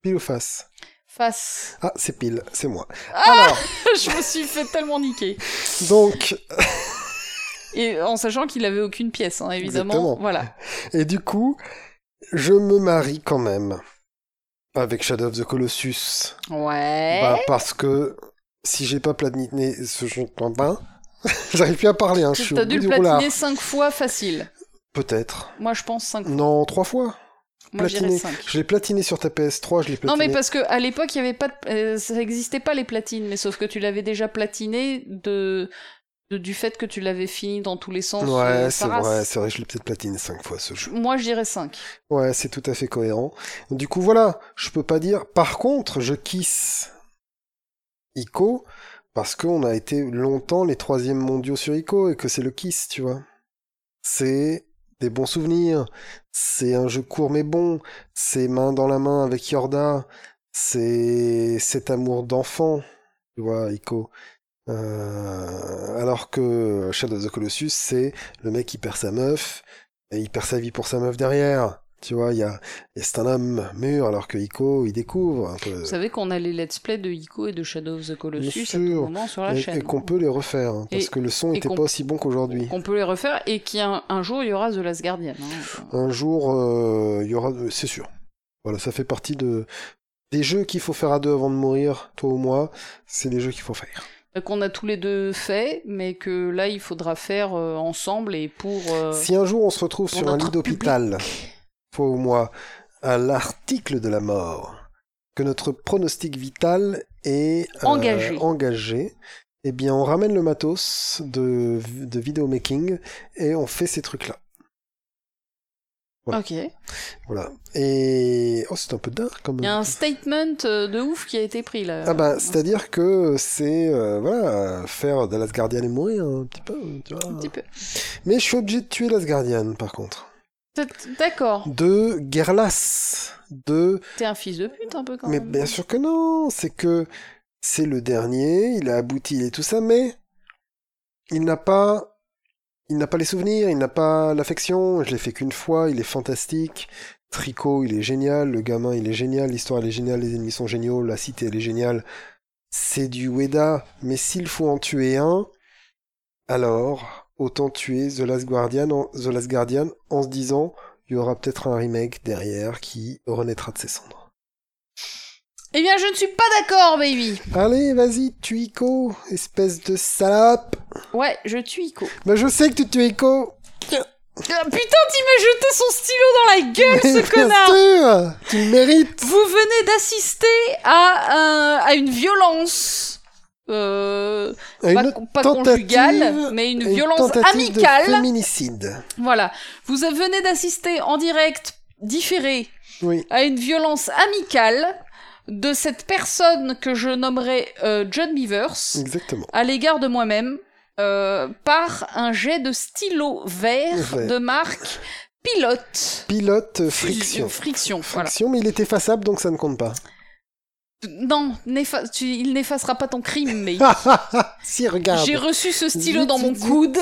A: Pile ou face
B: Face.
A: Ah, c'est pile, c'est moi.
B: Ah je me suis fait tellement niquer.
A: Donc,
B: Et en sachant qu'il avait aucune pièce, hein, évidemment.
A: Exactement.
B: Voilà.
A: et du coup, je me marie quand même avec Shadow of the Colossus.
B: Ouais.
A: Bah, parce que si j'ai pas platiné ce jeu de bain, j'arrive plus à parler, hein, je suis
B: T'as
A: au
B: dû
A: bout
B: le
A: du roulard.
B: platiner cinq fois facile.
A: Peut-être.
B: Moi, je pense cinq.
A: Non, trois fois.
B: Moi, je dirais
A: Platiné.
B: cinq.
A: Je l'ai platiné sur ta PS3, je l'ai platiné.
B: Non mais parce que à l'époque il y avait pas de- euh, ça n'existait pas les platines mais sauf que tu l'avais déjà platiné de... de- du fait que tu l'avais fini dans tous les sens euh,
A: Ouais, c'est
B: sa race.
A: vrai, c'est vrai, je l'ai peut-être platiné cinq fois ce jeu.
B: Moi je dirais 5.
A: Ouais, c'est tout à fait cohérent. Du coup, voilà, je peux pas dire. Par contre, je kiss Ico parce qu'on a été longtemps les troisièmes mondiaux sur Ico et que c'est le kiss, tu vois. C'est des bons souvenirs. C'est un jeu court mais bon. C'est main dans la main avec Yorda. C'est cet amour d'enfant, tu vois, Ico. Euh, Alors que Shadow of the Colossus, c'est le mec qui perd sa meuf et il perd sa vie pour sa meuf derrière. Tu vois, il y a, et c'est un homme mûr, alors que Ico, il découvre un peu.
B: Vous savez qu'on a les let's play de Ico et de Shadow of the Colossus
A: Bien
B: à tout
A: sûr.
B: moment sur la
A: Et,
B: chaîne.
A: et qu'on peut les refaire, hein, parce
B: Et-
A: que le son
B: et
A: était
B: qu'on-
A: pas aussi bon qu'aujourd'hui.
B: Qu'on peut les refaire et qu'un un jour il y aura The Last Guardian. hein.
A: Un jour, euh, il y aura, c'est sûr. Voilà, ça fait partie de des jeux qu'il faut faire à deux avant de mourir, toi ou moi. C'est des jeux qu'il faut faire.
B: Euh, Qu'on a tous les deux fait mais que là il faudra faire euh, ensemble et pour... euh,
A: Si un jour on se retrouve
B: pour
A: sur un lit
B: notre
A: d'hôpital,
B: public.
A: toi ou moi, à l'article de la mort, que notre pronostic vital est euh,
B: Engagé.
A: engagé, eh bien on ramène le matos de, de vidéomaking et on fait ces trucs-là.
B: Ok.
A: Voilà. Et... Oh, c'est un peu dingue comme...
B: Il y a un statement euh, de ouf qui a été pris là.
A: Ah bah, c'est-à-dire que c'est, euh, voilà, faire de Last Guardian et mourir, hein, un petit peu, tu vois.
B: Un petit peu.
A: Mais je suis obligé de tuer Last Guardian, par contre.
B: Peut-être- D'accord.
A: De Gerlas, de...
B: T'es un fils de pute un peu quand
A: Mais
B: même.
A: bien sûr que non, c'est que c'est le dernier, il a abouti, il est tout ça, mais il n'a pas, il n'a pas les souvenirs, il n'a pas l'affection. Je l'ai fait qu'une fois, il est fantastique. Tricot, il est génial, le gamin, il est génial, l'histoire, elle est géniale, les ennemis sont géniaux, la cité, elle est géniale. C'est du Weda, mais s'il faut en tuer un, alors autant tuer The Last Guardian en, The Last Guardian en se disant il y aura peut-être un remake derrière qui renaîtra de ses cendres.
B: Eh bien, je ne suis pas d'accord, baby.
A: Allez, vas-y, tue Ico, espèce de salope.
B: Ouais, je tue Ico.
A: Bah, je sais que tu tues Ico.
B: Ah, putain, il m'a jeté son stylo dans la gueule,
A: Mais
B: ce
A: bien
B: connard.
A: sûr, tu le mérites.
B: Vous venez d'assister à un- à une violence. euh,
A: À
B: pas,
A: une
B: con- pas
A: tentative-
B: conjugale, mais une,
A: une
B: violence
A: tentative de
B: amicale.
A: féminicide.
B: Voilà. Vous venez d'assister en direct, différé,
A: Oui,
B: à une violence amicale de cette personne que je nommerai euh, John Beavers.
A: exactement.
B: à l'égard de moi-même euh, par un jet de stylo vert
A: Vert.
B: de marque Pilote.
A: Pilote euh, friction.
B: Friction, voilà.
A: Friction, mais il est effaçable, donc ça ne compte pas.
B: Non, n'effa- tu- il n'effacera pas ton crime, mais
A: Ah, si, regarde.
B: j'ai reçu ce stylo
A: Zut,
B: dans mon
A: zut, zut.
B: coude.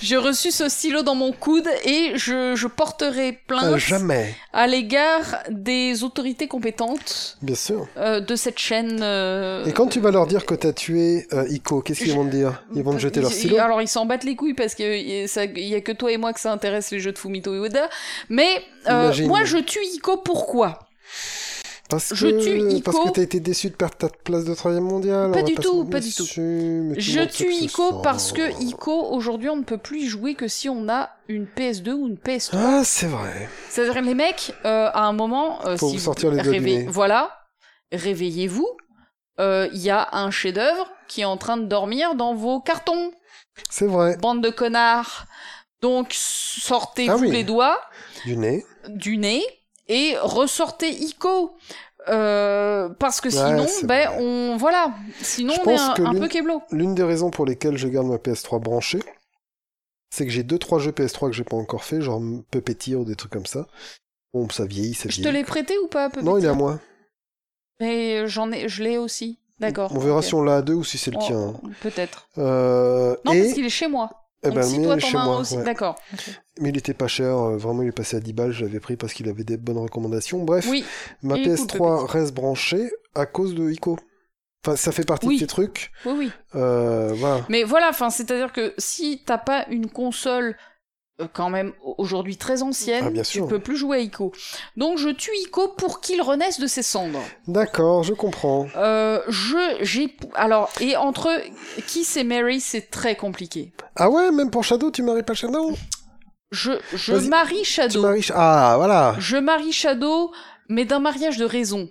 B: J'ai reçu ce stylo dans mon coude et je, je porterai
A: À
B: plainte
A: Ah, jamais.
B: à l'égard des autorités compétentes
A: Bien sûr.
B: euh, de cette chaîne. euh,
A: Et quand tu vas leur dire que t'as tué euh, Ico, qu'est-ce qu'ils
B: je- Ah,
A: vont te dire Ils vont te jeter leur
B: Ils-
A: stylo
B: Alors ils s'en battent les couilles parce qu'il y a que toi et moi que ça intéresse les jeux de Fumito Ueda. Mais euh,
A: Imagine.
B: moi je tue Iko pourquoi
A: Parce que,
B: je tue
A: parce
B: Ico.
A: que t'as été déçu de perdre ta place de troisième mondial.
B: Pas
A: on va
B: du
A: se
B: tout,
A: mentir
B: pas du tout.
A: dessus, mais tout le
B: Je
A: monde sait
B: tue
A: que ce
B: Iko
A: soir-
B: parce que Iko aujourd'hui on ne peut plus y jouer que si on a une PS2 ou une PS3.
A: Ah, c'est vrai.
B: C'est-à-dire les mecs euh, à un moment euh,
A: Faut
B: si
A: vous sortir les doigts du
B: réveillez-
A: nez.
B: voilà réveillez-vous Euh, il y a un chef-d'œuvre qui est en train de dormir dans vos cartons
A: C'est vrai.
B: bande de connards. Donc sortez-vous
A: Ah oui.
B: les doigts.
A: Du nez.
B: du nez et ressortez ICO. Euh, parce que sinon,
A: Ouais, c'est
B: ben,
A: vrai.
B: on, voilà. Sinon,
A: Je
B: on est
A: pense
B: un,
A: que
B: un
A: l'une-
B: peu keblo.
A: L'une des raisons pour lesquelles je garde ma PS3 branchée, c'est que j'ai deux trois jeux PS3 que j'ai pas encore fait, genre Puppeteer ou des trucs comme ça. Bon, ça vieillit, ça
B: Je
A: vieillit.
B: te l'ai prêté ou pas
A: non, il est à moi.
B: Mais j'en ai, je l'ai aussi. D'accord.
A: On verra
B: ok.
A: si on l'a à deux ou si c'est le
B: On-
A: tien. hein.
B: Peut-être.
A: Euh,
B: Non,
A: et
B: parce qu'il est chez moi.
A: eh
B: Donc
A: ben,
B: si
A: mais
B: toi
A: il est
B: t'en
A: chez
B: as
A: moi,
B: un aussi, bah.
A: ouais.
B: d'accord.
A: Mais il était pas cher, euh, vraiment il est passé à 10 balles, je l'avais pris parce qu'il avait des bonnes recommandations. Bref,
B: Oui,
A: ma
B: il est cool,
A: PS3
B: Puppeteer.
A: reste branchée à cause de Ico. Enfin, ça fait partie
B: Oui.
A: de ces trucs.
B: oui, oui.
A: Euh, voilà.
B: Mais voilà, enfin, c'est-à-dire que si t'as pas une console euh, quand même au- aujourd'hui très ancienne,
A: Ah, bien
B: tu
A: sûr.
B: peux plus jouer à Ico. Donc je tue Ico pour qu'il renaisse de ses cendres.
A: D'accord, je comprends.
B: Euh, je, j'ai, alors, et entre Kiss et Mary, c'est très compliqué.
A: Ah ouais, même pour Shadow, tu maries pas Shadow
B: Je, je
A: Vas-y,
B: marie
A: Tu
B: Shadow.
A: maries... Sh- Ah, voilà.
B: Je marie Shadow, mais d'un mariage de raison.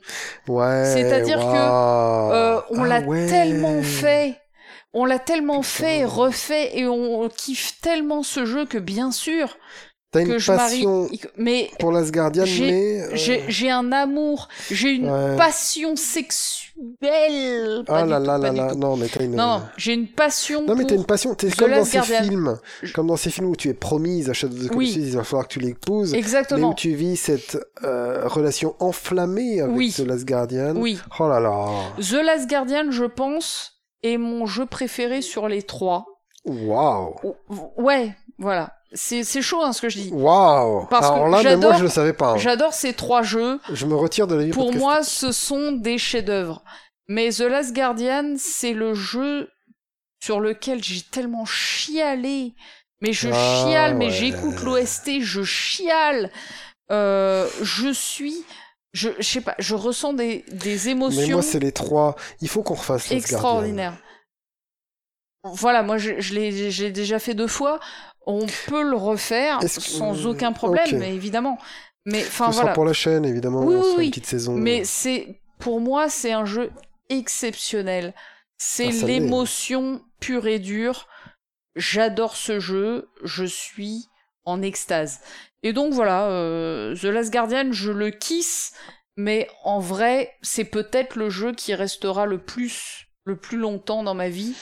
A: Ouais.
B: C'est-à-dire que,
A: waouh.
B: Euh, on
A: Ah
B: l'a
A: ouais.
B: tellement fait. On l'a tellement fait,
A: Putain.
B: refait, et on kiffe tellement ce jeu que bien sûr
A: T'as une
B: que je marie.
A: passion
B: Ico. Mais
A: pour l'Asgardian,
B: J'ai-
A: mais... euh,
B: J'ai j'ai un amour, j'ai une
A: ouais.
B: passion sexuelle. Pas
A: Ah
B: du
A: là
B: tout,
A: là
B: pas
A: là
B: du
A: là,
B: tout.
A: non mais t'as une...
B: Non, non, j'ai une passion.
A: Non, mais t'as
B: pour-
A: une passion, t'es
B: The
A: comme dans
B: Last
A: ces
B: Guardian.
A: films,
B: Je-
A: comme dans ces films où tu es promise à Shadow of the
B: Oui.
A: Colossus, il va falloir que tu l'épouses, mais où
B: Exactement.
A: tu vis cette euh, relation enflammée avec
B: Oui.
A: The Last Guardian.
B: Oui.
A: Oh là là,
B: The Last Guardian, je pense, est mon jeu préféré sur les trois.
A: waouh,
B: Ou- Ouais, voilà. C'est c'est chaud hein, ce que je dis.
A: waouh.
B: Parce
A: Alors
B: que
A: là, mais moi
B: j'adore-
A: je le savais pas. hein.
B: J'adore ces trois jeux.
A: Je me retire de la vie
B: Pour moi, ce sont des chefs-d'œuvre. Mais The Last Guardian, c'est le jeu sur lequel j'ai tellement chialé. Mais je
A: Ah,
B: chiale, mais
A: ouais.
B: j'écoute l'OST, je chiale. Euh, je suis. Je, je sais pas, je ressens des, des
A: Mais
B: émotions
A: moi c'est les trois. Il faut qu'on refasse Last Guardian.
B: extraordinaires. Voilà, moi je, je l'ai j'ai déjà fait deux fois. On peut le refaire
A: Est-ce que-
B: sans aucun problème,
A: Ok.
B: mais évidemment. Mais
A: Ce
B: enfin
A: sera
B: voilà.
A: pour la chaîne évidemment.
B: Oui,
A: on se
B: oui,
A: fera
B: oui.
A: Une petite saison.
B: Mais c'est, pour moi, c'est un jeu exceptionnel. C'est
A: Ah, ça l'est.
B: l'émotion pure et dure. J'adore ce jeu. Je suis en extase. Et donc voilà, euh, The Last Guardian, je le kiss, mais en vrai, c'est peut-être le jeu qui restera le plus, le plus longtemps dans ma vie.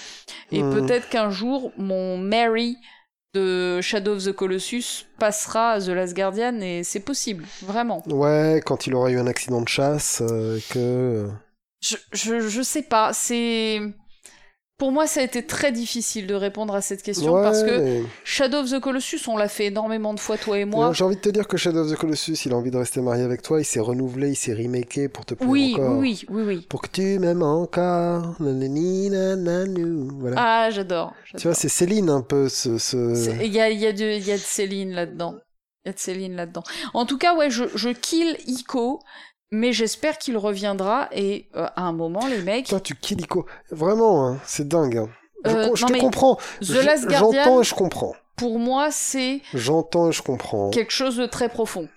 B: Et
A: Hmm.
B: peut-être qu'un jour, mon Mary de Shadow of the Colossus passera à The Last Guardian, et c'est possible, vraiment.
A: Ouais, quand il aura eu un accident de chasse, euh, que.
B: Je, je, je sais pas, c'est. Pour moi, ça a été très difficile de répondre à cette question
A: Ouais,
B: parce que
A: mais-
B: Shadow of the Colossus, on l'a fait énormément de fois, toi et moi.
A: Non, J'ai envie de te dire que Shadow of the Colossus, il a envie de rester marié avec toi, il s'est renouvelé, il s'est remaké pour te plaire
B: Oui,
A: encore.
B: oui, oui, oui, oui.
A: Pour que tu m'aimes encore. Nanani, nananou. Voilà.
B: Ah, j'adore.
A: tu vois,
B: j'adore.
A: c'est euh, Céline un peu ce. ce-
B: C'est- Il y a, il y, a de- il y a de Céline là-dedans. Il y a de Céline là-dedans. En tout cas, ouais, je, je kill Ico, mais j'espère qu'il reviendra et euh, à un moment, les mecs.
A: Toi, tu kills Ico. Vraiment, hein, c'est dingue. hein. Je,
B: Euh,
A: com- je
B: non,
A: te
B: mais
A: comprends.
B: The
A: Je-
B: Last
A: J'entends
B: Guardian,
A: et je comprends.
B: pour moi, c'est
A: J'entends et je comprends.
B: quelque chose de très profond.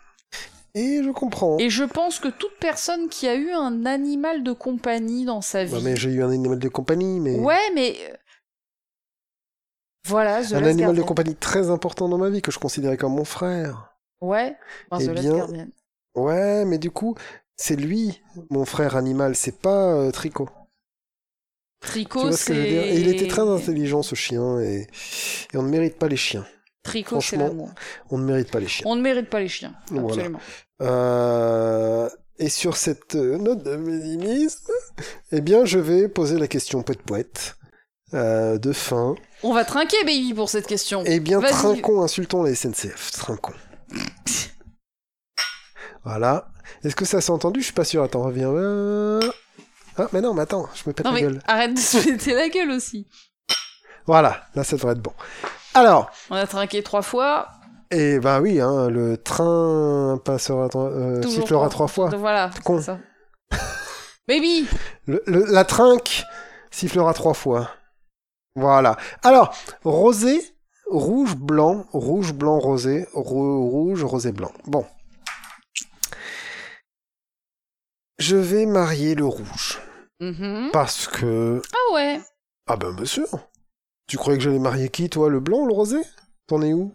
A: Et je comprends.
B: Et je pense que toute personne qui a eu un animal de compagnie dans sa vie.
A: Ouais, Bah, mais j'ai eu un animal de compagnie, mais.
B: Ouais, mais. euh, Voilà,
A: un
B: The Last
A: animal de
B: Guardian.
A: compagnie très important dans ma vie que je considérais comme mon frère.
B: Ouais, enfin,
A: Eh
B: The Last
A: bien,
B: Guardian.
A: Ouais, mais du coup, c'est lui, mon frère animal, c'est pas euh, Tricot. Tu
B: Tricot,
A: vois ce que je veux
B: c'est.
A: dire Et il était très intelligent ce chien et... et on ne mérite pas les chiens.
B: Tricot, c'est
A: Franchement.
B: l'amour.
A: On ne mérite pas les chiens.
B: On ne mérite pas les chiens.
A: Voilà.
B: Absolument.
A: Euh, Et sur cette euh, note de pessimisme, eh bien, je vais poser la question poète poète euh, de fin.
B: On va trinquer, baby, pour cette question.
A: Eh bien,
B: Vas-y.
A: trinquons, insultons la SNCF, trinquons. voilà. Est-ce que ça s'est entendu Je suis pas sûr. Attends, reviens. Euh, Ah, mais non, mais attends, je me pète
B: Non,
A: la
B: mais
A: gueule.
B: arrête de se péter la gueule aussi.
A: Voilà, là, ça devrait être bon. Alors,
B: On a trinqué trois fois.
A: Et bah oui, hein, le train passera trois- euh,
B: Toujours
A: sifflera
B: trois.
A: trois fois.
B: Donc voilà,
A: Con.
B: c'est ça. baby
A: Le- le- la trinque sifflera trois fois. Voilà. Alors, rosé, rouge, blanc, rouge, blanc, rosé, rou- rouge, rosé, blanc. Bon. Je vais marier le rouge.
B: Mhm.
A: Parce que...
B: Ah ouais.
A: Ah ben bien sûr. Tu croyais que j'allais marier qui, toi, le blanc ou le rosé T'en es où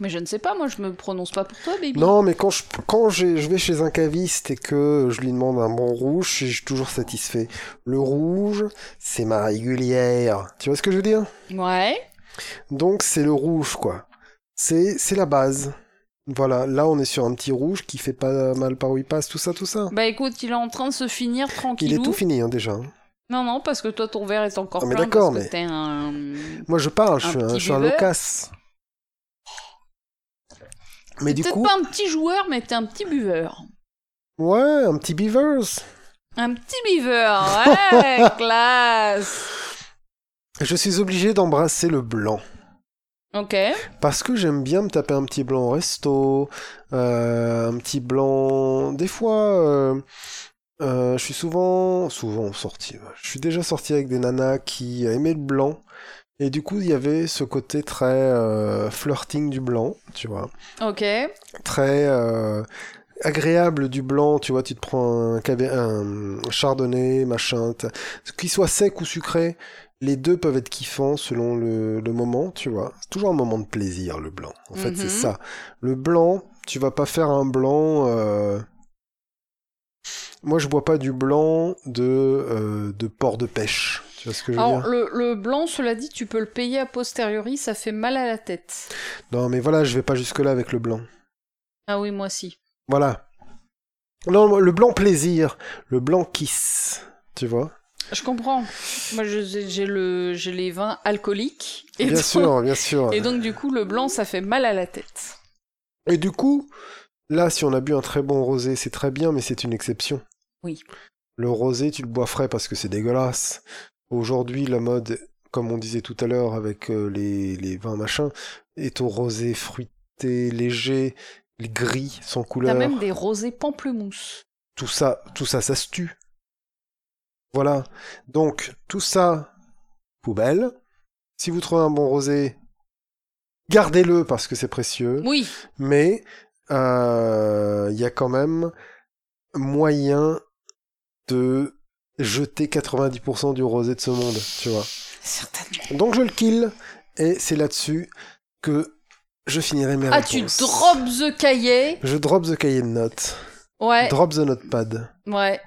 B: Mais je ne sais pas, moi, je me prononce pas pour toi, baby.
A: Non, mais quand je, quand j'ai- je vais chez un caviste et que je lui demande un bon rouge, je suis toujours satisfait. Le rouge, c'est ma régulière. Tu vois ce que je veux dire
B: Ouais.
A: Donc c'est le rouge, quoi. C'est c'est la base. Voilà, là on est sur un petit rouge qui fait pas mal par où il passe, tout ça, tout ça.
B: Bah écoute, il est en train de se finir
A: Il
B: tranquillou.
A: est tout fini hein, déjà. hein.
B: Non, non, parce que toi, ton verre est encore
A: Ah, mais
B: plein
A: d'accord,
B: parce que
A: mais-
B: t'es un...
A: Moi je parle, je
B: Un
A: suis un,
B: petit
A: je suis un
B: buveur.
A: loquace. Mais
B: T'es
A: du
B: peut-être
A: coup,
B: pas un petit joueur, mais t'es un petit buveur.
A: ouais, un petit beavers.
B: Un petit buveur, ouais, classe
A: Je suis obligé d'embrasser le blanc.
B: Ok,
A: Parce que j'aime bien me taper un petit blanc au resto, euh, un petit blanc. Des fois, euh, euh, je suis souvent, souvent sorti. ouais. Je suis déjà sorti avec des nanas qui aimaient le blanc. Et du coup, il y avait ce côté très euh, flirting du blanc, tu vois.
B: ok.
A: Très euh, agréable du blanc, tu vois. Tu te prends un, caber- un chardonnay, machin. t'as- Qu'il soit sec ou sucré, les deux peuvent être kiffants selon le, le moment, tu vois. C'est toujours un moment de plaisir, le blanc. En fait,
B: Mhm.
A: c'est ça. Le blanc, tu vas pas faire un blanc. euh, Moi, je bois pas du blanc de, euh, de porc de pêche. Tu vois ce que je veux
B: Alors,
A: dire
B: le, le blanc, cela dit, tu peux le payer a posteriori, ça fait mal à la tête.
A: Non, mais voilà, je vais pas jusque-là avec le blanc.
B: Ah oui, moi si.
A: Voilà. Non, le blanc plaisir. Le blanc kiss. Tu vois
B: Je comprends. Moi, je- j'ai le, j'ai les vins alcooliques. Et
A: Bien
B: donc-
A: sûr, bien sûr.
B: Et donc, du coup, le blanc, ça fait mal à la tête.
A: Et du coup, là, si on a bu un très bon rosé, c'est très bien, mais c'est une exception.
B: Oui.
A: Le rosé, tu le bois frais parce que c'est dégueulasse. Aujourd'hui, la mode, comme on disait tout à l'heure avec euh, les, les vins machins, est au rosé fruité, léger, gris, sans
B: T'as
A: couleur.
B: même des rosés pamplemousse.
A: Tout ça, tout ça, ça se tue. Voilà. Donc, tout ça, poubelle. Si vous trouvez un bon rosé, gardez-le parce que c'est précieux
B: Oui,
A: mais euh, il y a quand même moyen de jeter 90% du rosé de ce monde, tu vois.
B: certainement.
A: Donc je le kill, et c'est là-dessus que je finirai mes
B: Ah, tu
A: réponses.
B: drop the cahier.
A: Je drop the cahier de notes.
B: Ouais,
A: Drop the notepad.
B: ouais.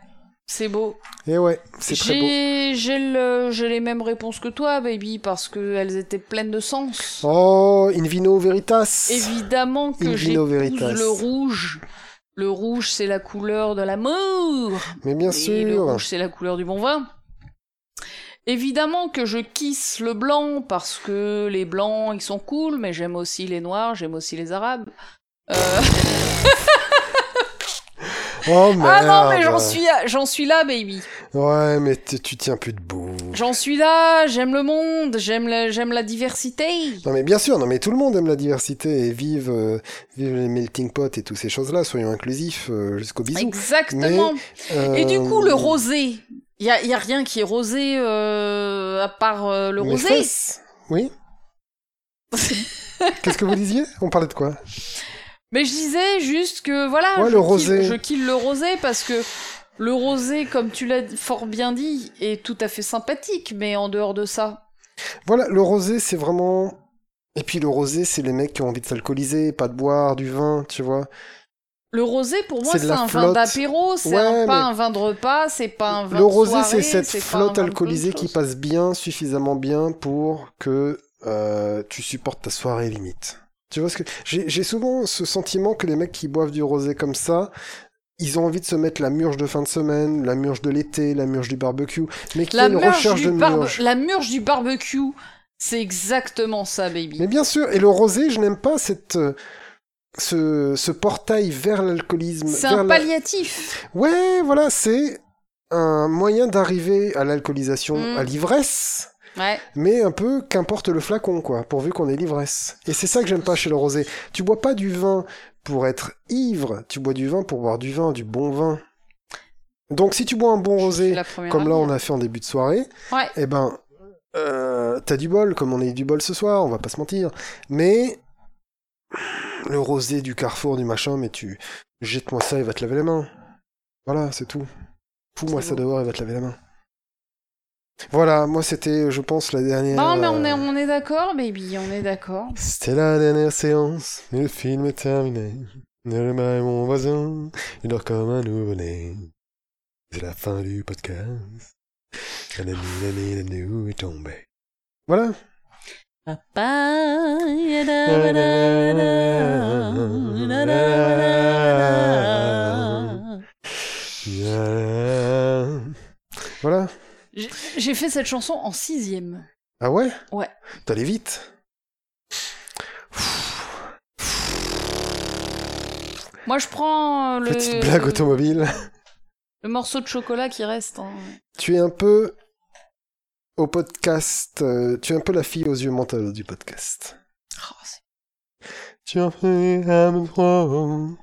B: C'est beau.
A: Et ouais, c'est très beau.
B: J'ai j'ai le- j'ai les mêmes réponses que toi, baby, parce qu'elles étaient pleines de sens.
A: Oh, in vino veritas.
B: Évidemment que
A: In
B: j'ai
A: vino veritas.
B: le rouge. Le rouge, c'est la couleur de l'amour.
A: Mais bien
B: Et le
A: sûr.
B: rouge, c'est la couleur du bon vin. Évidemment que je kisse le blanc parce que les blancs, ils sont cool, mais j'aime aussi les noirs, j'aime aussi les arabes. Euh,
A: Oh merde.
B: Ah non, mais j'en suis, à- j'en suis là, baby.
A: Ouais, mais tu tu tiens plus debout.
B: J'en suis là, j'aime le monde, j'aime la, j'aime la diversité.
A: Non mais bien sûr, non mais tout le monde aime la diversité et vive, euh, vive les melting pot et toutes ces choses-là, soyons inclusifs euh, jusqu'au bisou.
B: Exactement. Et du
A: Euh,
B: coup, le rosé, il y a, y a rien qui est rosé euh, à part euh, le
A: mes
B: rosé.
A: fesses. Oui Qu'est-ce que vous disiez On parlait de quoi
B: Mais je disais juste que voilà,
A: Ouais,
B: je,
A: le
B: kill,
A: rosé.
B: je kill le rosé parce que le rosé, comme tu l'as fort bien dit, est tout à fait sympathique, mais en dehors de ça.
A: Voilà, le rosé c'est vraiment... Et puis le rosé c'est les mecs qui ont envie de s'alcooliser, pas de boire, du vin, tu vois.
B: Le rosé, pour moi,
A: C'est de
B: c'est
A: la
B: un vin
A: flotte.
B: d'apéro, c'est un-
A: Ouais,
B: pas
A: mais-
B: un vin de repas, c'est pas un vin
A: Le
B: de
A: rosé
B: soirée,
A: c'est cette
B: pas un
A: flotte
B: vin de
A: alcoolisée
B: plein de
A: qui
B: choses.
A: passe bien, suffisamment bien pour que euh, tu supportes ta soirée limite. Tu vois ce que... J'ai j'ai souvent ce sentiment que les mecs qui boivent du rosé comme ça... ils ont envie de se mettre la murge de fin de semaine, la murge de l'été, la murge du barbecue, mais qui
B: La
A: est une
B: murge,
A: recherche
B: du
A: de
B: barbe-
A: murge.
B: la murge du barbecue, c'est exactement ça, baby.
A: Mais bien sûr, et le rosé, je n'aime pas cette, euh, ce, ce portail vers l'alcoolisme.
B: C'est
A: vers
B: un
A: la-
B: palliatif.
A: Ouais, voilà, c'est un moyen d'arriver à l'alcoolisation,
B: Mm.
A: à l'ivresse,
B: Ouais.
A: mais un peu qu'importe le flacon, quoi, pourvu qu'on ait l'ivresse. Et c'est ça que j'aime pas chez le rosé. Tu bois pas du vin pour être ivre, tu bois du vin pour boire du vin, du bon vin. Donc si tu bois un bon rosé...
B: La première
A: comme là
B: année.
A: on a fait en début de soirée,
B: Ouais.
A: eh ben, euh, t'as du bol, comme on a eu du bol ce soir, on va pas se mentir. Mais le rosé du carrefour, du machin, mais tu jette-moi ça, il va te laver les mains. Voilà, c'est tout. Fous-moi
B: C'est
A: ça
B: beau.
A: dehors, il va te laver la main. Voilà, moi c'était, je pense, la dernière.
B: Non, mais on est,
A: euh,
B: on est d'accord, baby, on est d'accord.
A: C'était la dernière séance, mais le film est terminé. Ne le mal mon voisin, il dort comme un nouveau-né. C'est la fin du podcast. La nuit, la nuit, la nuit est tombée. Voilà. Euh, Voilà.
B: J'ai- J'ai fait cette chanson en sixième.
A: Ah ouais
B: Ouais.
A: T'allais vite.
B: Moi, je prends le,
A: Petite blague automobile.
B: le morceau de chocolat qui reste. hein.
A: Tu es un peu au podcast. euh, tu es un peu la fille aux yeux mentales du podcast.
B: Oh, c'est-
A: Tu en fais un peu trop.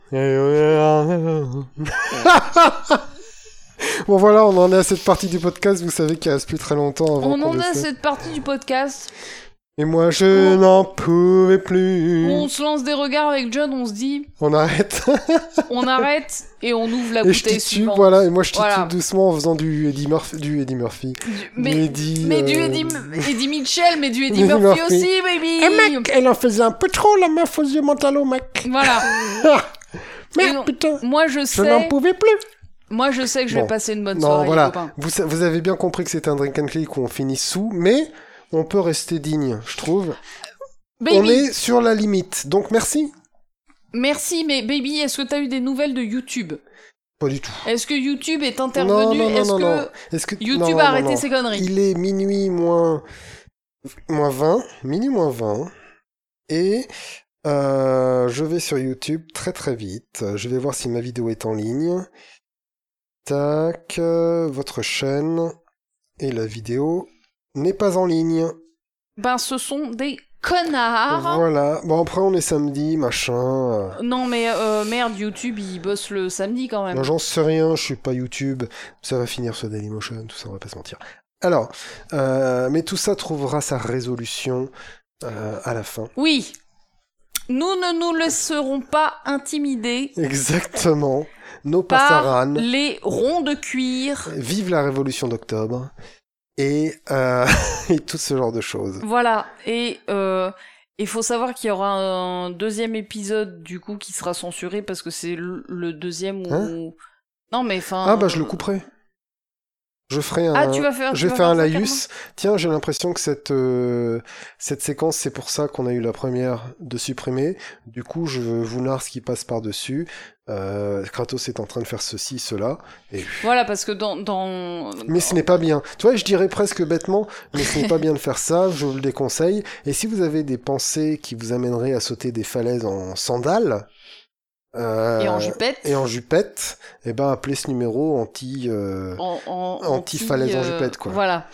A: Bon voilà, on en est à cette partie du podcast. Vous savez qu'il reste plus très longtemps avant
B: on
A: qu'on
B: en est à
A: le fait.
B: cette partie du podcast.
A: Et moi, je n'en pouvais plus.
B: où On se lance des regards avec John, on se dit,
A: On arrête.
B: on arrête et on ouvre la
A: et je
B: bouteille
A: titube,
B: suivante.
A: voilà. Et moi, je titube
B: Voilà.
A: doucement en faisant du Eddie Murphy. Du Eddie Murphy.
B: Mais,
A: du Eddie,
B: mais du
A: euh,
B: Eddie, Eddie Mitchell, mais du Eddie
A: Eddie
B: Murphy,
A: Murphy.
B: aussi, baby.
A: Oh elle en faisait un peu trop, la meuf aux yeux mentalo, mec.
B: Voilà. Merde, non.
A: putain.
B: Moi, je sais.
A: pouvais plus.
B: Moi, je sais que je
A: Bon.
B: vais passer une bonne
A: Non,
B: soirée,
A: voilà.
B: les copains.
A: Vous, sa- vous avez bien compris que c'est un drink and click où on finit sous, mais on peut rester digne, je trouve.
B: Baby,
A: On est sur la limite, donc merci.
B: merci, mais baby, est-ce que t'as eu des nouvelles de YouTube
A: Pas du tout.
B: Est-ce que YouTube est
A: Non,
B: intervenu
A: non, non,
B: Est-ce
A: non,
B: que
A: non. Est-ce que
B: YouTube
A: non, non,
B: a arrêté
A: non.
B: ses conneries
A: Il est minuit moins moins 20, minuit moins 20, et euh, je vais sur YouTube très très vite. Je vais voir si ma vidéo est en ligne. Tac, euh, votre chaîne et la vidéo n'est pas en ligne.
B: Ben, ce sont des connards.
A: Voilà. Bon après on est samedi, machin.
B: Non, mais euh, merde, YouTube, il bosse le samedi quand même.
A: Non, j'en sais rien, je suis pas YouTube. Ça va finir sur Dailymotion, tout ça, on va pas se mentir. Alors, euh, mais tout ça trouvera sa résolution euh, à la fin.
B: Oui. Nous ne nous laisserons pas intimider
A: Exactement. Nos
B: Par
A: passaranes.
B: les ronds de cuir.
A: Vive la révolution d'octobre. Et, euh, et tout ce genre de choses.
B: Voilà. Et euh, il faut savoir qu'il y aura un deuxième épisode du coup qui sera censuré parce que c'est le le deuxième où.
A: Hein
B: non mais enfin.
A: Ah bah je le couperai. Je ferai un.
B: Ah tu vas faire.
A: Je
B: tu
A: vais
B: vas
A: faire un
B: ça,
A: laïus. Tiens, j'ai l'impression que cette, euh, cette séquence, c'est pour ça qu'on a eu la première de supprimer. Du coup, je vous narre ce qui passe par-dessus. Euh, Kratos est en train de faire ceci, cela.
B: Carrément voilà parce que dans dans.
A: Mais ce n'est pas bien. Tu vois, je dirais presque bêtement, mais ce n'est pas bien de faire ça, je vous le déconseille. Et si vous avez des pensées qui vous amèneraient à sauter des falaises en sandales, euh,
B: Et en jupette.
A: et en jupette, eh ben, appelez ce numéro anti... euh,
B: en, en-
A: Anti-falaise en
B: euh,
A: jupette, quoi.
B: Voilà.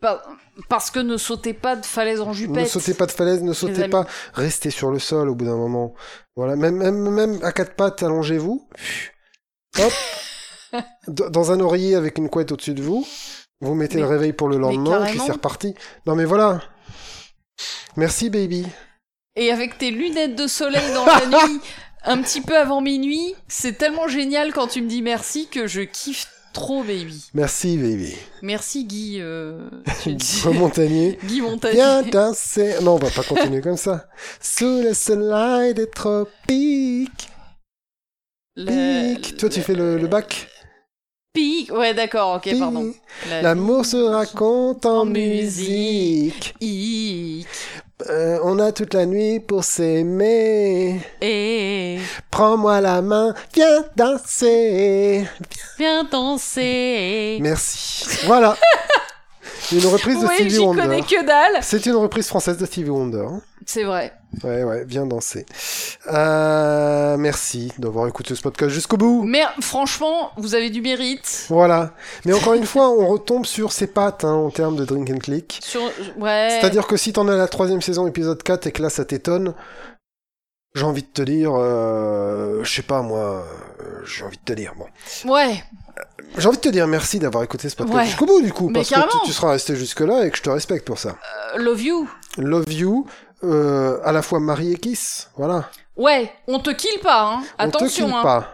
B: Par- parce que ne sautez pas de falaise en
A: Ne
B: jupette.
A: sautez pas de falaise, ne sautez
B: amis.
A: pas, restez sur le sol au bout d'un moment. Voilà, même, même, même à quatre pattes, allongez-vous. Hop. D- Dans un oreiller avec une couette au-dessus de vous. Vous mettez le
B: Mais-
A: réveil pour le lendemain, puis
B: carrément.
A: c'est reparti. Non mais voilà. Merci baby.
B: Et avec tes lunettes de soleil dans la nuit, un petit peu avant minuit, c'est tellement génial quand tu me dis merci que je kiffe trop, baby.
A: Merci baby.
B: Merci Guy. euh, tu dis-
A: Guillaume Montagnier.
B: Guy
A: Bien
B: Montagnier.
A: danser. Non, on va pas continuer comme ça. Sous le soleil des tropiques.
B: La-
A: pique. Toi, tu
B: la-
A: fais le, le bac.
B: Pique. Ouais, d'accord, ok, pardon.
A: Pique.
B: La-
A: L'amour se raconte en
B: En musique.
A: musique.
B: Pique.
A: Euh, on a toute la nuit pour s'aimer.
B: Et
A: Prends-moi la main, viens danser.
B: viens danser.
A: Merci. Voilà. Une reprise de
B: Oui,
A: Stevie
B: j'y
A: Wonder.
B: connais que dalle.
A: C'est une reprise française de Stevie Wonder. hein.
B: C'est vrai.
A: Ouais, ouais, viens danser. Euh, merci d'avoir écouté ce podcast jusqu'au bout.
B: Mais franchement, vous avez du mérite.
A: Voilà. Mais encore une fois, on retombe sur ses pattes hein, en termes de drink and click.
B: Sur... Ouais.
A: C'est-à-dire que si t'en as la troisième saison, épisode 4, et que là ça t'étonne, j'ai envie de te dire, euh, je sais pas moi, euh, j'ai envie de te dire, bon.
B: Ouais.
A: J'ai envie de te dire merci d'avoir écouté ce podcast
B: Ouais.
A: jusqu'au bout, du coup,
B: Mais
A: parce que tu,
B: carrément.
A: tu seras resté jusque-là et que je te respecte pour ça.
B: Euh, love you.
A: Love you, euh, à la fois Marie et Kiss, voilà.
B: Ouais, on te kill pas, hein.
A: On te
B: Attention,
A: kill
B: hein.
A: pas.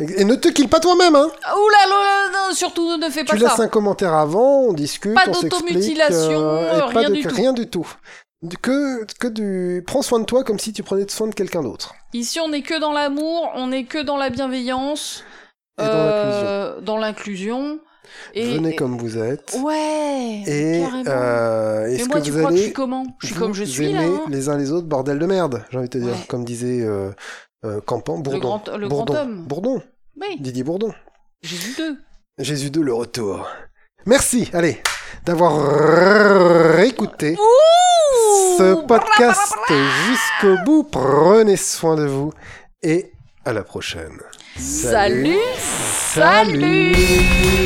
A: Et et ne te kill pas toi-même, hein
B: Ah, Oula, là, là, non, surtout ne fais pas
A: Tu
B: ça.
A: laisses un commentaire avant, on discute,
B: Pas
A: on s'explique. euh,
B: d'automutilation, euh,
A: et pas
B: rien
A: de-
B: du tout.
A: Rien du tout. Du- Que, que du... Prends soin de toi comme si tu prenais soin de quelqu'un d'autre.
B: Ici, on n'est que dans l'amour, on n'est que dans la bienveillance,
A: Et dans
B: euh, dans l'inclusion. Et-
A: Venez
B: et-
A: comme vous êtes.
B: Ouais.
A: Et
B: carrément.
A: euh,
B: Mais
A: est-ce
B: moi,
A: que
B: tu
A: vous
B: crois que je
A: allez
B: suis comment Je suis
A: vous
B: comme je suis
A: aimez
B: là. hein.
A: les uns les autres, bordel de merde, j'ai envie de te dire,
B: Ouais.
A: comme disait euh, euh, Campan, Bourdon.
B: Le grand, le
A: Bourdon.
B: grand homme.
A: Bourdon,
B: Oui,
A: Didier Bourdon.
B: j'ai dit deux.
A: Jésus II, le retour. Merci, allez, d'avoir écouté ce podcast jusqu'au bout. Prenez soin de vous et à la prochaine.
B: Salut
A: Salut